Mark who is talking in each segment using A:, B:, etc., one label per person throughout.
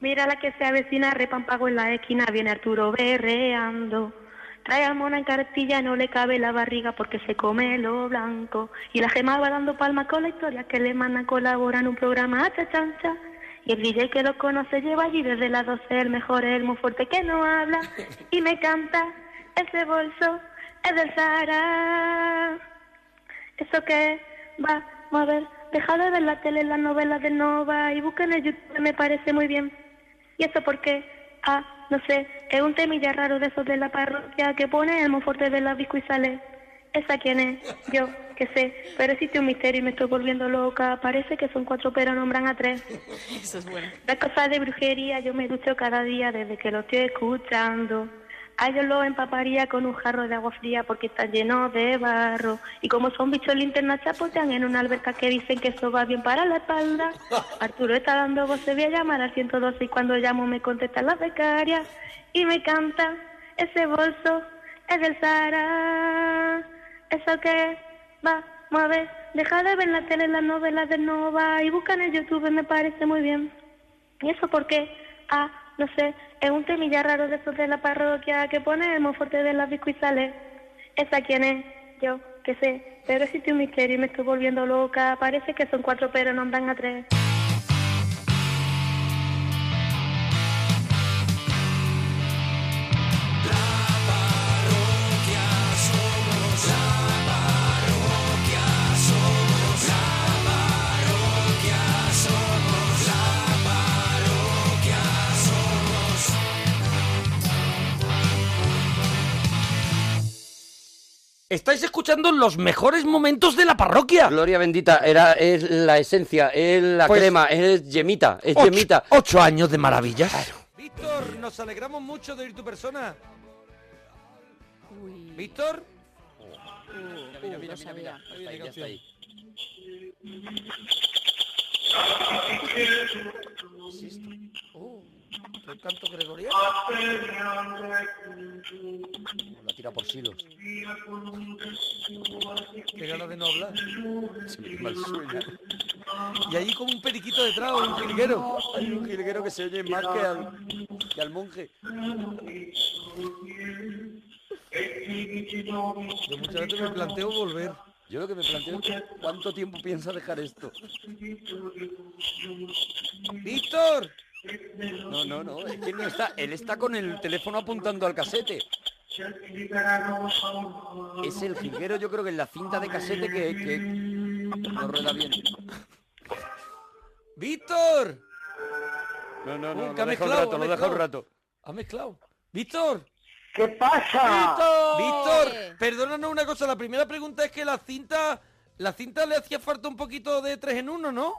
A: Mira la que se avecina, repampago en la esquina, viene Arturo berreando. Trae al mona en cartilla, no le cabe la barriga porque se come lo blanco. Y la gema va dando palmas con la historia que le mandan colaborar en un programa Ah, de chancha. Y el DJ que lo conoce lleva allí desde las 12, el mejor es el muy fuerte que no habla. Y me canta, ese bolso es del Sahara. Eso que va a ver, deja de ver la tele, las novelas de Nova y busquen en YouTube, me parece muy bien. Y eso porque, ah, no sé, es un temilla raro de esos de la parroquia que pone el monforte de la y sale. ¿Esa quién es? Yo, que sé, pero existe un misterio y me estoy volviendo loca. Parece que son cuatro, pero nombran a tres.
B: Eso es bueno.
A: Las cosas de brujería yo me ducho cada día desde que lo estoy escuchando. A ellos lo empaparía con un jarro de agua fría porque está lleno de barro. Y como son bichos linternas, chapotean pues en una alberca que dicen que eso va bien para la espalda. Arturo está dando voces, voy a llamar al 112 y cuando llamo me contestan las becarias. Y me canta, ese bolso es del Sahara. Eso que va, mueve, deja de ver la tele, las novelas de Nova y buscan en YouTube, me parece muy bien. ¿Y eso por qué? Ah, no sé, es un temilla raro de esos de la parroquia que pone el monforte de las y sale. ¿Esa quién es? Yo, que sé, pero existe un misterio y me estoy volviendo loca. Parece que son cuatro, pero nombran a tres.
C: Estáis escuchando los mejores momentos de la parroquia.
D: Gloria bendita, era, es la esencia, es la
C: Pues-
D: crema, es yemita, es
C: Ocho-
D: yemita.
C: Ocho años de maravillas.
E: Víctor, nos alegramos mucho de oír tu persona.
B: Uy.
E: Víctor.
B: Uh, uh, lo sabía.
D: Está ahí, ya está ahí.
B: Uh,
E: El canto gregoriano.
D: La tira por silos.
E: Qué ganas de no hablar. Y allí como un periquito detrás, o un jilguero.
D: Hay un jilguero que se oye más que al, que al monje.
E: Yo muchas veces me planteo volver.
D: Yo lo que me planteo es cuánto tiempo piensa dejar esto.
E: ¡Víctor!
D: No, no, no, es que él no está, él está con el teléfono apuntando al casete. Es el jilguero, yo creo que es la cinta de casete que, que no rueda bien.
E: ¡Víctor!
D: No, no,
E: no, lo
D: no, lo
E: deja
D: dejo
E: un
D: un
E: rato,
D: rato,
E: lo
D: lo
E: deja
D: dejo
E: un
D: un rato.
E: Ha mezclado. ¡Víctor!
F: ¿Qué pasa?
B: ¡Víctor!
E: Víctor, perdónanos una cosa. La primera pregunta es que la cinta... La cinta le hacía falta un poquito de tres en uno, ¿no?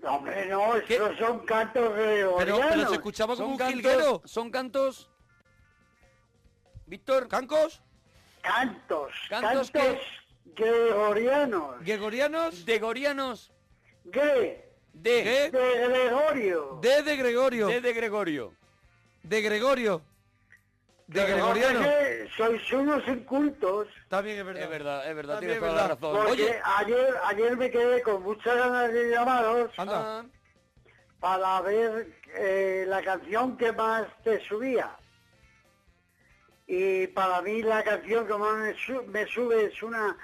F: No, hombre, no,
E: ¿Qué?
F: esos son cantos
E: Pero,
F: gregorianos.
E: pero se escuchaba como
D: Son
E: un jilguero.
D: cantos, son cantos. Víctor,
E: ¿Cancos?
F: Cantos,
D: ¿Cantos
F: cantos,
D: qué?
F: gregorianos.
E: ¿Gregorianos?
D: de Gorianos,
F: Gre,
D: de,
E: ¿Qué?
F: de Gregorio.
E: D de Gregorio.
D: de, de Gregorio.
E: De Gregorio. De
F: Lo que
E: Gregoriano.
F: pasa es que Sois unos incultos.
E: También es verdad.
D: Es verdad, es verdad,
E: También
D: tienes toda la
E: es verdad.
D: razón.
F: Porque
E: Oye.
F: ayer, ayer me quedé con muchas ganas de llamaros
E: Anda.
D: Ah,
F: para ver eh, la canción que más te subía. Y para mí la canción que más me, su- me sube es una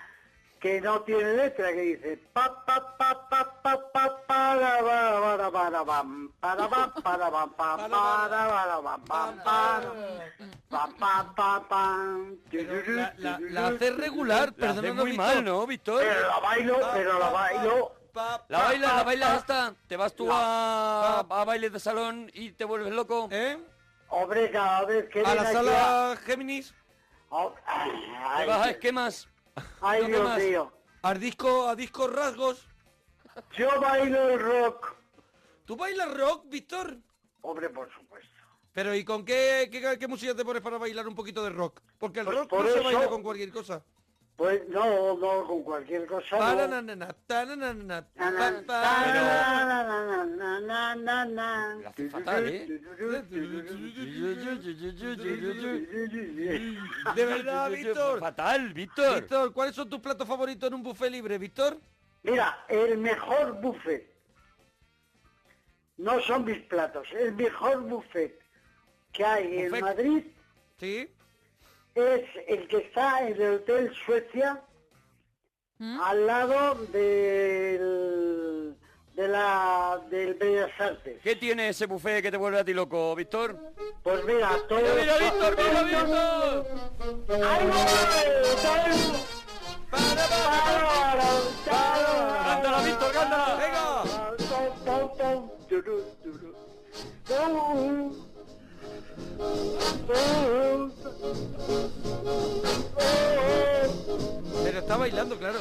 F: que no tiene letra, que dice pa pa pa pa pa pa para para para para pam, para pam, para pam, pam, para para pam, pam, pam, pam, pam, pam, pam.
E: Pero la, la- la hace regular,
D: la haces
E: perdónanos,
D: muy
E: Víctor.
D: mal, ¿no, Víctor?
F: Pero la bailo, pero la bailo
E: Pa,
D: La
E: pa,
D: bailas,
E: pa,
D: la bailas
E: pa.
D: hasta, te vas tú a, a bailes de salón y te vuelves loco.
E: ¿Eh?
F: Hombre, cada vez que
E: A
F: viene
E: la
F: aquí
E: sala Géminis.
F: Oh, ay,
D: Te vas a esquemas.
F: ay,
E: ¿Dónde
F: Dios
E: más?
F: mío.
E: A disco, a disco rasgos.
F: Yo bailo el rock.
E: ¿Tú bailas rock, Víctor?
F: Hombre, por supuesto.
E: Pero ¿y con qué, qué, qué música te pones para bailar un poquito de rock? Porque el
F: Pues
E: rock
F: por
E: no se
F: eso-
E: baila con cualquier cosa.
F: Pues no, no, con cualquier cosa. no.
E: Paranana, tananana,
F: Na, na,
E: pa, pa.
F: na, na, na, na, na, na.
D: Lo hace fatal, ¿eh?
E: De verdad, Víctor.
D: Fatal, Víctor.
E: Víctor, ¿cuáles son tus platos favoritos en un buffet libre, Víctor?
F: Mira, el mejor buffet No son mis platos. El mejor buffet que hay en
C: Buffet.
F: Madrid
C: ¿Sí?
F: es el que está en el Hotel Suecia,
G: ¿Mm?
F: al lado del, de la, del Bellas Artes.
E: ¿Qué tiene ese buffet que te vuelve a ti loco, Víctor?
F: Pues mira, todo...
C: ¡Mira, mira, Víctor, mira, Víctor!
F: ¡Ay, voy!
C: ¡Para, para! ¡Cántala, Víctor, cántala! ¡Venga! Pero está bailando, claro.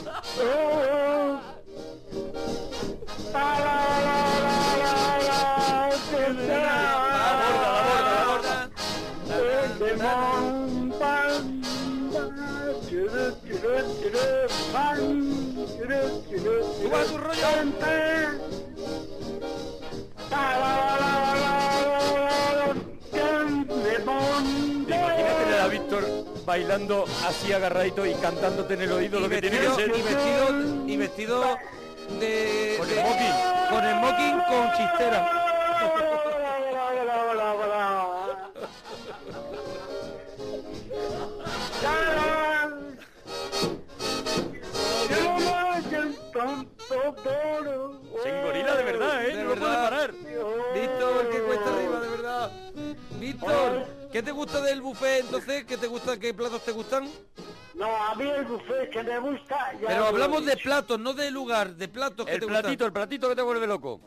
F: Venga.
C: Gorda, la gorda. Tú vas a tu rollo.
E: Imagínate a Víctor bailando así agarradito y cantándote en el oído
C: Y
E: lo que tiene que
C: vestido,
E: ser.
C: y vestido, y vestido de...
E: Con el
C: de-
E: smoking.
C: Con el mocking con chistera.
E: Se engorila de verdad, ¿eh?
C: De
E: no
C: verdad.
E: lo puede parar.
C: Víctor, que cuesta arriba, de verdad. Víctor, ¿qué te gusta del buffet entonces? ¿Qué te gusta? ¿Qué platos te gustan?
F: No, a mí el buffet que me gusta... ya
C: Pero
F: lo he
C: hablamos de
F: dicho.
C: platos, no de lugar, de platos que
E: El
C: te
E: platito,
C: gustan.
E: el platito que te vuelve loco.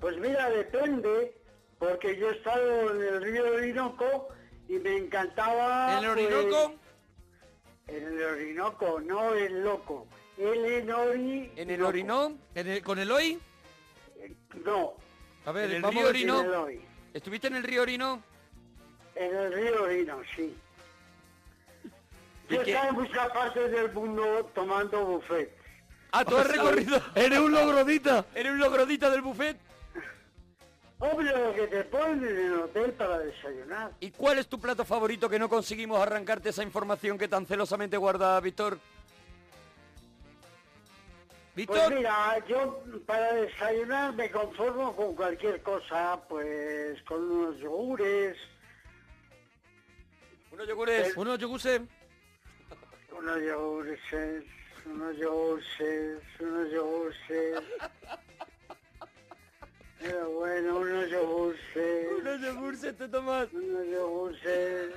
F: Pues mira, depende, porque yo he estado en el río Orinoco y me encantaba...
C: ¿El
F: pues,
C: Orinoco?
F: en el Orinoco, no el loco. El Enori...
E: En el orinón
C: ¿En el- ¿Con el hoy?
F: No,
C: A ver,
E: ¿En el
C: vamos
E: río
C: a ver si-
E: Orinoco?
F: en el Ori.
E: ¿Estuviste en el río Orino?
F: En el río Orino, sí.
E: ¿Y
F: Yo
E: qué?
F: estaba en muchas partes del mundo tomando buffet.
E: Ah, tú has recorrido.
H: Eres un logrodita.
E: Eres un logrodita del buffet.
F: Hombre, lo que te ponen en el hotel para desayunar.
E: ¿Y cuál es tu plato favorito que no conseguimos arrancarte esa información que tan celosamente guarda Víctor?
F: Pues
C: ¿Víctor?
F: mira, yo para desayunar me conformo con cualquier cosa, pues con unos yogures,
E: Unos yogures.
C: Uno yogurse.
F: unos yogures, unos yogures, unos yogures. Pero bueno, unos yogures,
E: yogures te tomas.
F: unos yogures.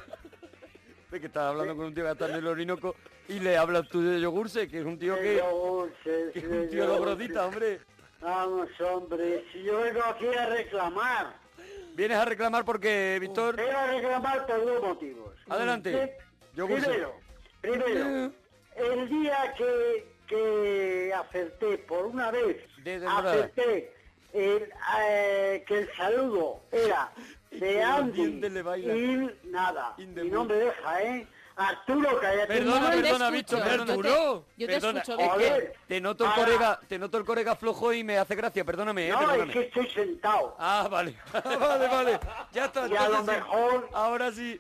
E: Ve que estás hablando con un tío que está en el Orinoco y le hablas tú de yogurse, que es un tío que,
F: Yogurses,
E: que es un tío logrodita, hombre.
F: Vamos, hombre, si yo vengo aquí a reclamar,
E: Vienes a reclamar porque, Víctor,
F: vengo a reclamar por dos motivos.
E: adelante.
F: Sí,
E: Yogurse.
F: Primero, primero,
G: Ah.
F: el día que, que acerté por una vez,
E: De temporada.
F: acerté el, eh, que el saludo era
E: que
F: de
E: los
F: Andy
E: dientes le bailan.
F: y nada, y
E: In the
F: no
E: mood.
F: me deja, ¿eh? Arturo, cállate.
E: Perdona,
G: te
E: perdona,
G: escucho.
E: Víctor,
G: Yo te-
E: perdona.
G: Arturo. yo te
E: Perdona,
G: escucho,
E: es que
F: Víctor.
E: te noto el
F: Ahora.
E: corega, te noto el corega flojo y me hace gracia, perdóname, eh,
F: Ah. no, es
E: perdóname.
F: que estoy sentado.
E: Ah, vale.
C: vale, vale. Ya está.
F: y a lo
C: entonces sí.
F: mejor,
E: Ahora sí.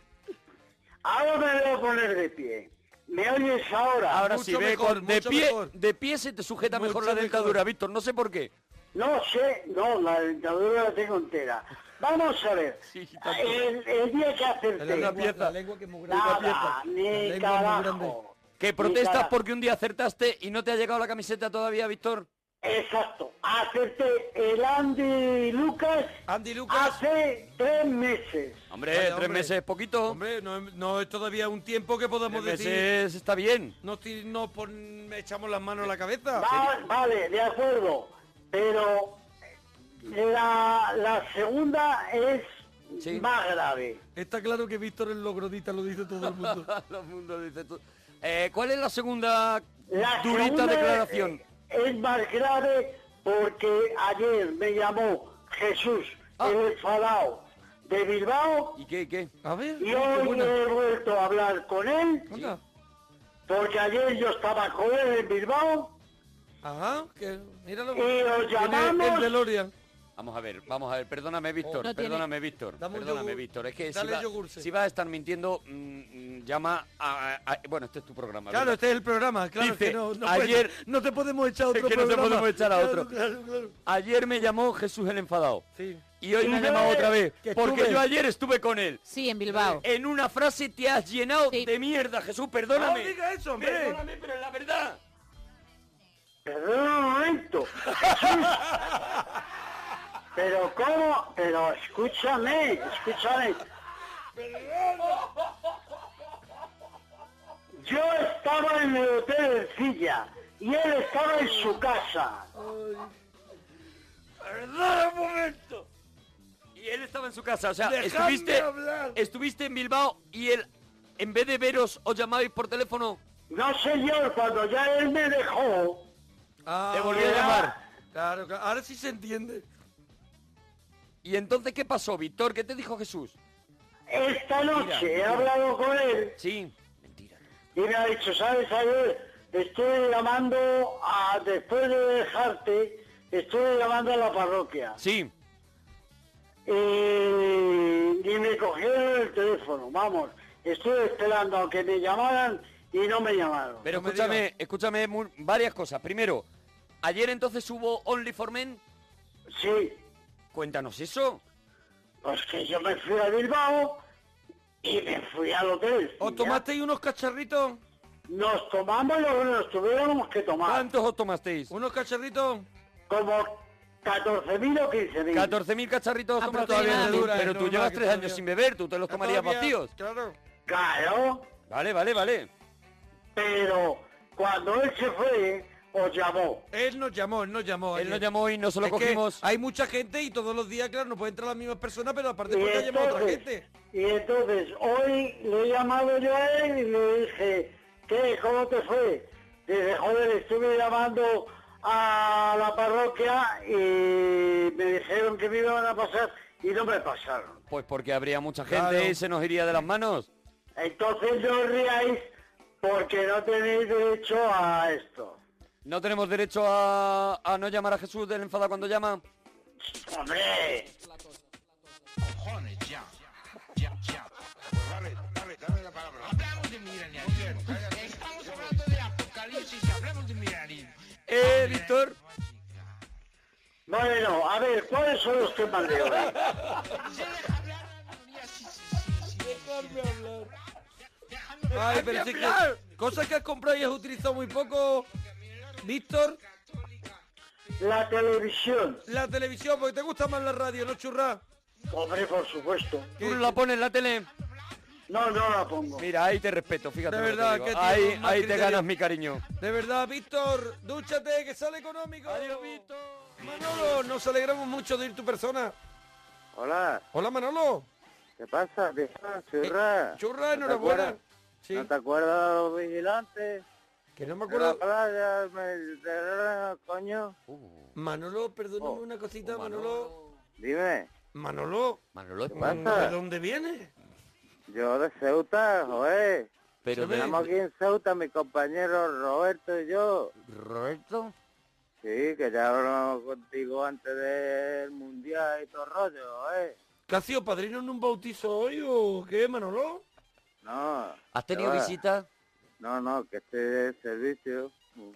F: ahora me voy a poner de pie. ¿Me oyes ahora?
E: Ahora
C: mucho
E: sí, ve
C: mejor,
E: con- de
C: mucho
E: pie,
C: mejor.
E: de pie se te sujeta mejor
C: Mucho
E: la
C: mejor.
E: dentadura, Víctor, no sé por qué.
F: No sé, no, la dentadura la tengo entera. Vamos a ver,
E: Sí, tanto.
F: el, el día que acerté,
E: Una pieza.
C: que es muy
F: nada, ni carajo.
E: Que
F: Ni
E: protestas
F: carajo.
E: porque un día acertaste y no te ha llegado la camiseta todavía, Víctor.
F: Exacto, acerté el Andy Lucas
C: Andy Lucas.
F: hace tres meses.
E: Hombre,
C: Vaya,
E: tres
C: hombre.
E: meses es poquito.
C: Hombre, no, es- no es todavía un tiempo que podamos
E: tres
C: decir.
E: meses está bien.
C: No ti- no pon- echamos las manos a la cabeza.
F: Va- vale, de acuerdo, pero la, la segunda es
E: Sí.
F: más grave.
C: Está claro que Víctor el logrodita lo dice todo el mundo.
E: Todo el mundo dice tú. Eh, ¿Cuál es la segunda
F: La
E: durita
F: segunda eh,
E: declaración?
F: Es más grave porque ayer me llamó Jesús,
E: Ah.
F: el enfadado de Bilbao,
E: ¿Y qué, qué?
C: A ver,
F: y
C: qué
F: hoy
C: buena.
F: he vuelto a hablar con él,
C: Venga.
F: porque ayer yo estaba con él en Bilbao,
C: Ajá, que míralo.
F: y nos
C: Tiene el
F: llamamos...
C: DeLorean.
E: Vamos a ver, vamos a ver, perdóname Víctor,
G: No tiene-
E: perdóname Víctor,
C: Dame un
E: perdóname
C: yogur.
E: Víctor, es que si,
C: Dale
E: va-
C: yogurce.
E: si vas a estar mintiendo, mm, mm, llama a, a- Bueno, este es tu programa.
C: Claro,
E: ¿verdad?
C: este es el programa, claro
E: Dice,
C: que no, no
E: ayer-
C: puede- no te podemos echar a
E: Es
C: otro
E: que no te
C: programa.
E: podemos echar a
C: Claro,
E: otro.
C: Claro, claro.
E: Ayer me llamó Jesús el Enfadado.
C: Sí.
E: y hoy me ha llamado otra vez. Porque yo ayer estuve con él.
I: Sí, en Bilbao.
E: En una frase te has llenado de mierda, Jesús, perdóname.
D: No diga eso, hombre.
E: Perdóname, pero es la verdad.
F: Perdona un momento. Jesús. Pero cómo, pero escúchame, escúchame. Yo estaba en el hotel de Silla y él estaba en su casa.
E: Perdona un momento. Y él estaba en su casa, o sea,
D: Dejadme
E: estuviste,
D: hablar.
E: estuviste en Bilbao y él, en vez de veros, os llamabais por teléfono.
F: No señor, cuando ya él me dejó,
D: Ah,
E: Te volví a llamar.
D: Claro, claro, ahora sí se entiende.
E: ¿Y entonces qué pasó, Víctor? ¿Qué te dijo Jesús?
F: esta noche he hablado con él
E: Sí. Mentira.
F: y me ha dicho, ¿sabes ayer? Estuve llamando a, después de dejarte, estuve llamando a la parroquia.
E: Sí.
F: Eh, y me cogieron el teléfono, vamos. Estuve esperando a que me llamaran y no me llamaron.
E: Pero
D: No me
E: escúchame, escúchame mu- varias cosas. Primero, ayer entonces hubo Only for Men.
F: Sí,
E: Cuéntanos eso.
F: pues que yo me fui a Bilbao y me fui al hotel.
D: ¿Os
F: Ya.
D: tomasteis unos cacharritos?
F: Nos tomamos lo que nos tuviéramos que tomar.
E: ¿Cuántos os tomasteis?
D: ¿Unos cacharritos?
F: Como 14.000 o 15.000.
E: 14.000 cacharritos os tomaste.
I: Aproximadamente.
E: ¿eh? Pero tú
D: Normal,
E: llevas
D: que
E: tres
D: todavía-
E: años sin beber, tú te los tomarías
D: Todavía-
E: vacíos.
D: Claro.
F: Claro,
E: Vale, vale, vale.
F: pero cuando él se fue, os llamó.
D: Él nos llamó, él nos llamó.
E: Él
D: ayer.
E: nos llamó y nosotros
D: Es que
E: cogimos.
D: hay mucha gente y todos los días, claro, no puede entrar las mismas personas, pero aparte
F: Y
D: porque ha llamado otra
F: entonces,
D: gente.
F: y entonces, hoy le he llamado yo a él y le dije, ¿qué? ¿Cómo te fue? Dice, joder, estuve llamando a la parroquia y me dijeron que me iban a pasar y no me pasaron.
E: Pues porque habría mucha gente
D: Claro.
E: y se nos iría de las manos.
F: Entonces no os riáis porque no tenéis derecho a esto.
E: No tenemos derecho a, a no llamar a Jesús del enfada cuando llama.
F: ¡Hombre!
E: Eh, Víctor.
F: Bueno, a ver, ¿cuáles son los temas de hoy?
D: Ay, pero sí que cosas que has comprado y has utilizado muy poco, Víctor.
F: La televisión.
D: La televisión, porque te gusta más la radio, ¿no, churra?
F: Hombre, por supuesto.
E: Tú no la pones en la tele.
F: No, no la pongo.
E: Mira, ahí te respeto, fíjate.
D: De
E: lo que te
D: verdad,
E: digo.
D: que tiene
E: ahí,
D: un mal
E: ahí te
D: criterio.
E: ganas mi cariño.
D: De verdad, Víctor, dúchate, que sale económico.
E: Adiós, Víctor.
D: Manolo, nos alegramos mucho de ir tu persona.
J: Hola,
D: Hola, Manolo. Eh,
J: ¿qué pasa? ¿Qué pasa, churra?
D: Churra,
J: ¿No te
D: enhorabuena.
J: acuerdas?
D: Sí,
J: ¿No te acuerdas de los vigilantes?
D: que no me
J: De la
D: acuerdo.
J: playa, me- de- coño.
D: Manolo, perdóname
E: Oh,
F: Oh.
D: una cosita, Manolo.
J: Dime,
D: Manolo,
E: Manolo,
J: ¿qué
D: ¿de
J: pasa?
D: dónde vienes?
J: Yo de Ceuta, joder.
E: pero
D: ve.
E: de-
J: Estamos aquí en Ceuta, mi compañero Roberto y yo.
E: Roberto.
J: Sí, que ya hablamos contigo antes del mundial y todo el rollo, joder.
D: ¿Qué ha sido padrino en un bautizo hoy o qué, Manolo?
J: No.
E: ¿Has
J: que
E: tenido
J: va.
E: visita?
J: No, no, que este de servicio.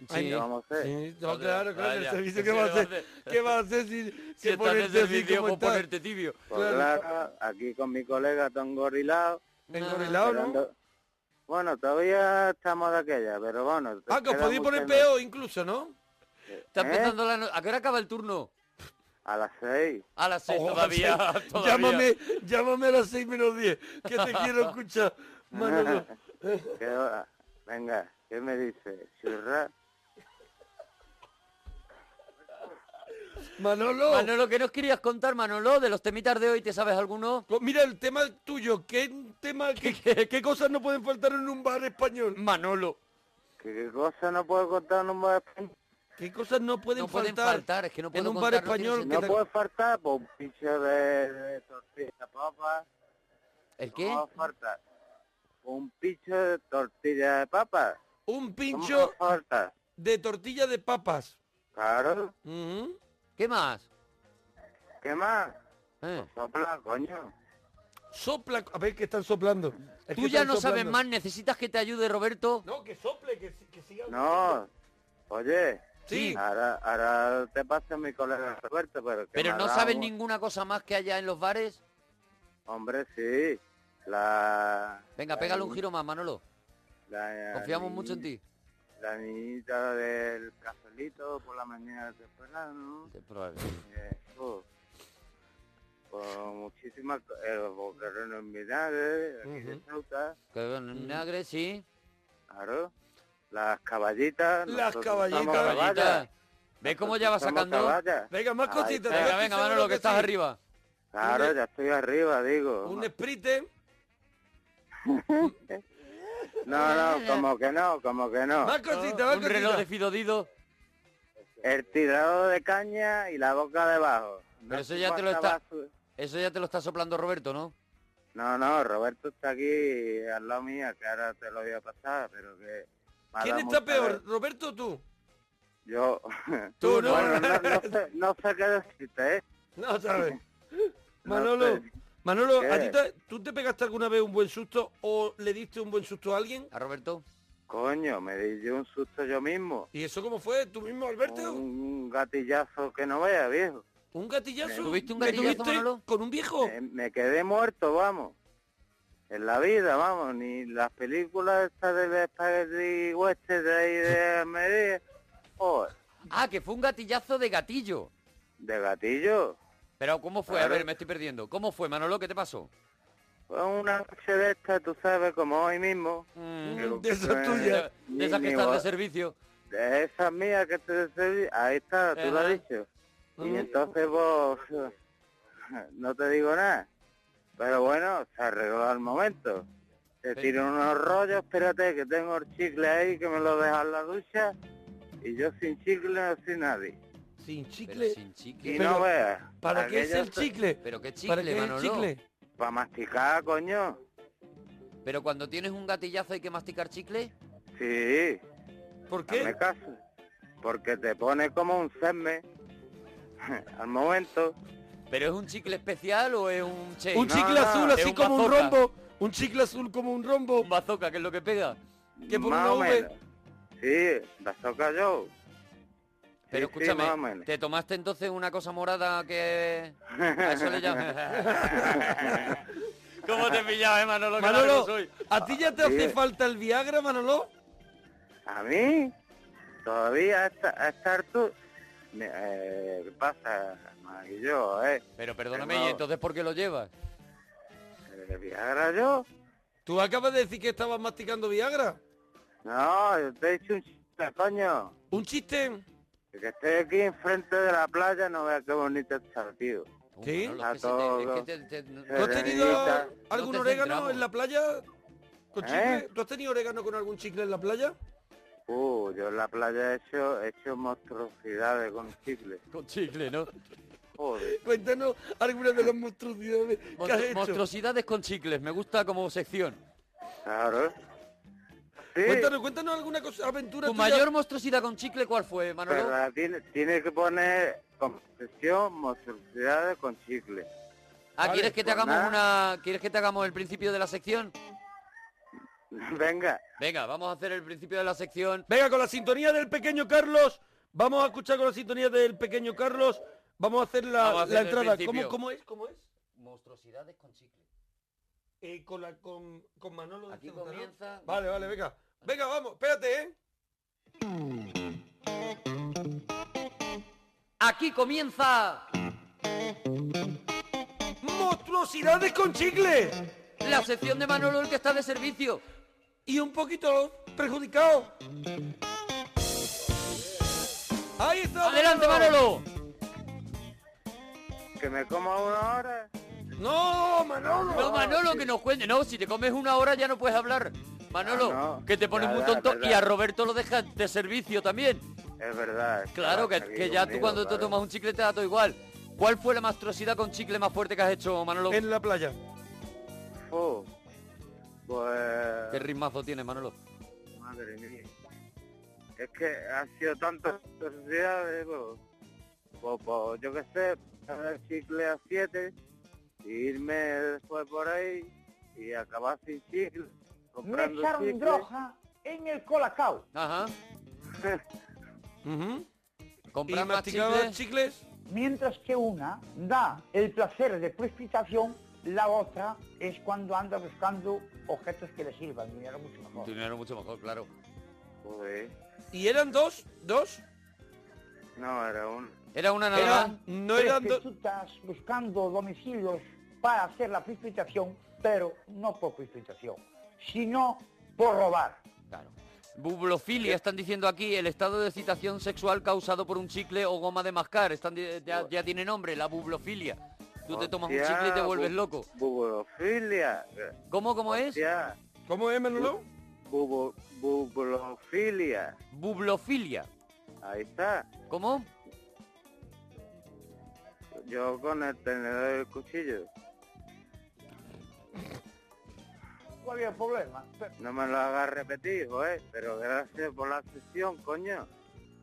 E: Ay,
J: ¿Qué
E: no.
J: vamos a hacer?
D: Sí, no,
E: Joder,
D: claro, claro, el
E: vaya.
D: servicio
E: Sí,
D: que va a
E: lo va a
D: hacer. ¿Qué va a hacer si,
E: Si
D: si
E: estás en
D: ponerte así
E: servicio,
D: como
E: por
D: está?
E: ponerte tibio.
J: Pues
D: Claro.
J: claro, aquí con mi colega Don Gorilao.
D: Engorilado, ¿no?
J: esperando- Bueno, todavía estamos de aquella, pero bueno.
D: Ah, que os
J: queda
D: podéis poner
J: mucho-
D: peo incluso, ¿no?
E: Está
J: ¿Eh?
E: empezando la no- ¿A qué hora acaba el turno?
J: A las seis.
E: A las seis
D: Oh,
E: todavía,
D: sí.
E: todavía.
D: Llámame, llámame a las 6 menos 10, que te quiero escuchar, Manolo.
J: ¿Qué hora? Venga, ¿qué me dice? Churra.
D: Manolo,
E: Manolo, ¿qué nos querías contar, Manolo? De los temitas de hoy, ¿te sabes alguno?
D: co- mira el tema tuyo, ¿qué tema, qué, qué- qué cosas no pueden faltar en un bar español?
E: Manolo.
J: ¿Qué, qué cosa no puedo contar en un bar español?
D: ¿Qué cosas no pueden,
E: No pueden faltar, es que no
D: en
E: puedo
D: un bar
E: contar, no
D: español?
E: tiene
D: que
J: No
D: te-
J: puede faltar, pues un pincho de, de tortilla papa.
E: ¿El
J: No
E: qué?
J: va a faltar. Un pincho de tortilla de papa.
D: Un
J: No
D: pincho
J: puede faltar.
D: de tortilla de papas.
J: Claro.
D: Ujú.
E: ¿Qué más?
J: ¿Qué más?
E: Eh.
J: Sopla, coño.
D: Sopla, a ver que están soplando. Es
E: Tú
D: que
E: ya
D: están
E: no sabes
D: soplando.
E: más, necesitas que te ayude Roberto.
D: No, que sople, que, si- que siga.
J: No. Oye,
K: Sí.
J: Ahora, ahora te paso mi colega Roberto, pero que
E: Pero
J: me
E: no
J: ha dado
E: sabes
J: un-
E: ninguna cosa más que haya en los bares.
J: Hombre, sí. La...
E: Venga,
J: la
E: pégale un
J: ni-
E: giro más, Manolo.
J: la-
E: Confiamos
J: ni-
E: mucho en ti.
J: La niñita del cafelito por la mañana temprano. Eh, oh. Con muchísimas... co- eh, El boquerón en vinagre, aquí de fruta,
E: Que
K: Mm.
E: con vinagre, sí.
J: claro. Las caballitas.
K: Las
J: nosotros
K: caballitas.
J: somos
E: Caballita. ¿Ves cómo ya va
J: Nosotros somos
E: sacando?
J: caballas.
K: Venga, más
J: Ahí
K: cositas.
J: está.
K: de
E: Venga,
K: Betty,
E: venga,
K: seguro
E: Manolo, que
K: que
E: estás
K: sí.
E: arriba.
J: Claro,
K: Una-
J: ya estoy arriba, digo.
K: Un sprite.
J: No, no, como que no, como que no.
K: Más cositas, más
E: Un reloj de
K: cositas.
E: Fidodido.
J: El tirado de caña y la boca debajo. No
E: Pero eso
J: sé
E: ya te lo
J: cuánta
E: está-
J: basu-
E: Eso ya te lo está soplando Roberto, ¿no?
J: No, no, Roberto está aquí al lado mía, que ahora te lo voy a pasar, pero que... me ha
K: ¿Quién
J: dado
K: está
J: mucha-
K: peor, Roberto o tú?
J: Yo...
K: Tú, ¿no?
J: Bueno, no, no sé, no sé qué decirte, ¿eh?
K: No, sabes.
J: No
K: Manolo,
J: sé.
K: Manolo,
J: ¿Qué?
K: ¿a ti te- ¿tú te pegaste alguna vez un buen susto o le diste un buen susto a alguien?
E: A Roberto.
J: Coño, me di yo un susto yo mismo.
K: ¿Y eso cómo fue? ¿Tú mismo, Alberto?
J: Un gatillazo que no vea, viejo.
K: ¿Un gatillazo?
E: ¿Tuviste un
K: ¿Me
E: gatillazo,
K: tuviste
E: Manolo?
K: ¿Con un viejo?
J: Me, Eh, me quedé muerto, vamos. En la vida, vamos, ni las películas estas del Spaghetti Western de ahí de Almería. Joder,
E: Ah, que fue un gatillazo de gatillo.
J: de gatillo.
E: Pero ¿cómo fue? A
J: Claro.
E: ver, me estoy perdiendo. ¿Cómo fue, Manolo? ¿Qué te pasó?
J: Fue una noche de estas, tú sabes, como hoy mismo.
E: Mm,
K: de esas
J: eh,
K: tuyas.
E: De-
J: ni-
E: De esas
J: ni
E: que están de
J: bo-
E: servicio.
J: de esas mías que te serví. Ahí está, tú lo
E: Ajá.
J: has dicho. Y entonces vos... No te digo nada. Pero bueno, se arregló al momento. Te
E: Sí.
J: tiro unos rollos, espérate que tengo el chicle ahí que me lo deja en la ducha. Y yo sin chicle no soy nadie.
K: Sin
E: Pero
K: chicle.
E: sin
J: Y
E: chicle.
K: Pero,
J: no veas.
K: ¿Para qué es
J: aquello
K: el chicle?
E: Pero qué chicle,
K: ¿Para qué es el
E: Manolo.
K: chicle?
J: Para masticar, coño.
E: Pero cuando tienes un gatillazo hay que masticar chicle.
J: Sí,
K: ¿Por
J: hazme
K: qué?
J: caso. Porque te pone como un seme. al momento.
E: ¿Pero es un chicle especial o es un che?
K: Un
J: No,
K: chicle
J: no,
K: azul
E: es
K: así
E: un
K: como un
E: bazooka.
K: rombo. Un chicle azul como un rombo.
E: Un bazooka, que es lo que pega.
K: Que por
J: más
K: una
J: o
K: V.
J: menos. Sí, la toca yo.
E: Pero
J: Sí, sí,
E: escúchame,
J: más o menos.
E: ¿te tomaste entonces una cosa morada que a eso le llaman? ¿Cómo te pillaba, eh, Manolo? que largo
K: Manolo,
E: soy?
K: ¿a ti ya te hace
J: Bien.
K: falta el Viagra, Manolo?
J: A mí, todavía a esta, a esta altu- me- eh, ¿qué pasa, Maguillo? Eh,
E: Pero perdóname,
J: Pero-
E: ¿y entonces por qué lo llevas?
J: ¿El Viagra yo?
K: ¿Tú acabas de decir que estabas masticando Viagra?
J: No, yo te he hecho un chiste, coño.
K: ¿Un chiste?
J: Que estoy aquí enfrente de la playa, no veas qué bonito está, tío.
E: Uh,
K: Sí.
E: Manolo, es que
J: A Eh,
E: se te- es que te- te-
K: ¿Tú has tenido
J: Serenita.
K: algún
E: No te
K: orégano
E: centramos.
K: en la playa? ¿Con
J: ¿Eh?
K: chicle? ¿Tú has tenido orégano con algún chicle en la playa?
J: Uh, yo en la playa he hecho, he hecho monstruosidades con chicle.
E: Con chicle, ¿no?
J: Joder.
K: Cuéntanos algunas de las monstruosidades que has
E: Monstru-
K: hecho.
E: monstruosidades con chicles, me gusta como sección.
J: Claro. Sí,
K: Cuéntanos, cuéntanos alguna cosa, aventura
E: ¿Tu
K: tuya.
E: mayor monstruosidad con chicle cuál fue, Manolo?
J: pero la tiene, tiene que poner confesión, monstruosidades con chicle.
E: Ah,
K: Vale,
E: ¿quieres que te
J: pues
E: hagamos una. ¿Quieres que te hagamos el principio de la sección?
J: Venga.
E: Venga, vamos a hacer el principio de la sección.
K: Venga, con la sintonía del pequeño Carlos. Vamos a escuchar con la sintonía del pequeño Carlos. Vamos a hacer la,
E: Vamos a hacer
K: la
E: el
K: entrada.
E: principio.
K: ¿Cómo, cómo es? ¿Cómo es?
E: Monstruosidades con chicle.
K: Eh, con, la, con, con Manolo.
E: Aquí
K: Cerda, ¿no?
E: comienza.
K: Vale, vale, venga. Venga, vamos, espérate, ¿eh?
E: Aquí comienza
K: ¡Monstruosidades con chicle!
E: la sección de Manolo el que está de servicio.
K: Y un poquito perjudicado. Ahí está.
E: Adelante, Manolo.
J: Que me coma una hora.
K: No, Manolo.
E: No, Manolo, que nos cuente. No, si te comes una hora ya no puedes hablar. Manolo,
J: Ah, no.
E: que te pones
J: Ya,
E: muy
J: ya,
E: tonto
J: verdad.
E: y a Roberto lo dejas de servicio también.
J: Es verdad.
E: Claro, que,
J: está aquí
E: que ya tú
J: conmigo,
E: cuando te
J: claro.
E: tomas un chicle te da todo igual. ¿Cuál fue la monstruosidad con chicle más fuerte que has hecho, Manolo?
K: En la playa.
J: Fu. Uh, Pues...
E: Qué ritmazo tienes, Manolo.
J: Madre mía. Es que ha sido tantas sociedades, pues, pues, pues, yo qué sé, dar chicle a 7, irme después por ahí y acabar sin chicle,
F: Me
J: comprando
F: echaron
J: chicle.
F: droga en el colacao.
E: Ajá. ¿Comprar
J: y
E: más
J: masticaba
E: chicles?
J: chicles?
F: Mientras que una da el placer de precipitación, la otra es cuando anda buscando objetos que le sirvan, dinero mucho mejor.
E: Dinero mucho mejor, claro.
D: Joder.
J: ¿Y eran dos? ¿Dos?
D: No, era un...
E: Era una nada más.
J: Eran, no
F: Pero
J: eran
F: es que
J: dos.
F: tú estás buscando domicilios para hacer la precipitación, pero no por precipitación, sino por robar.
E: Claro. Bublofilia, están diciendo aquí, el estado de excitación sexual causado por un chicle o goma de mascar. Están, di- ya, ya tiene nombre, la bublofilia. Tú te tomas un
D: Hostia, pues.
E: chicle y te vuelves
D: bu-
E: loco.
D: Bubofilia.
E: ¿Cómo, cómo es?
D: Hostia,
J: ¿Cómo es, Manolo?
D: bubo, bubofilia.
E: Bublofilia.
D: Ahí está.
E: ¿Cómo?
D: Yo con el tenedor del cuchillo.
F: ¿Cuál es el problema? Pero-
D: No me lo hagas repetir, joder. Pero gracias por la sesión, coño.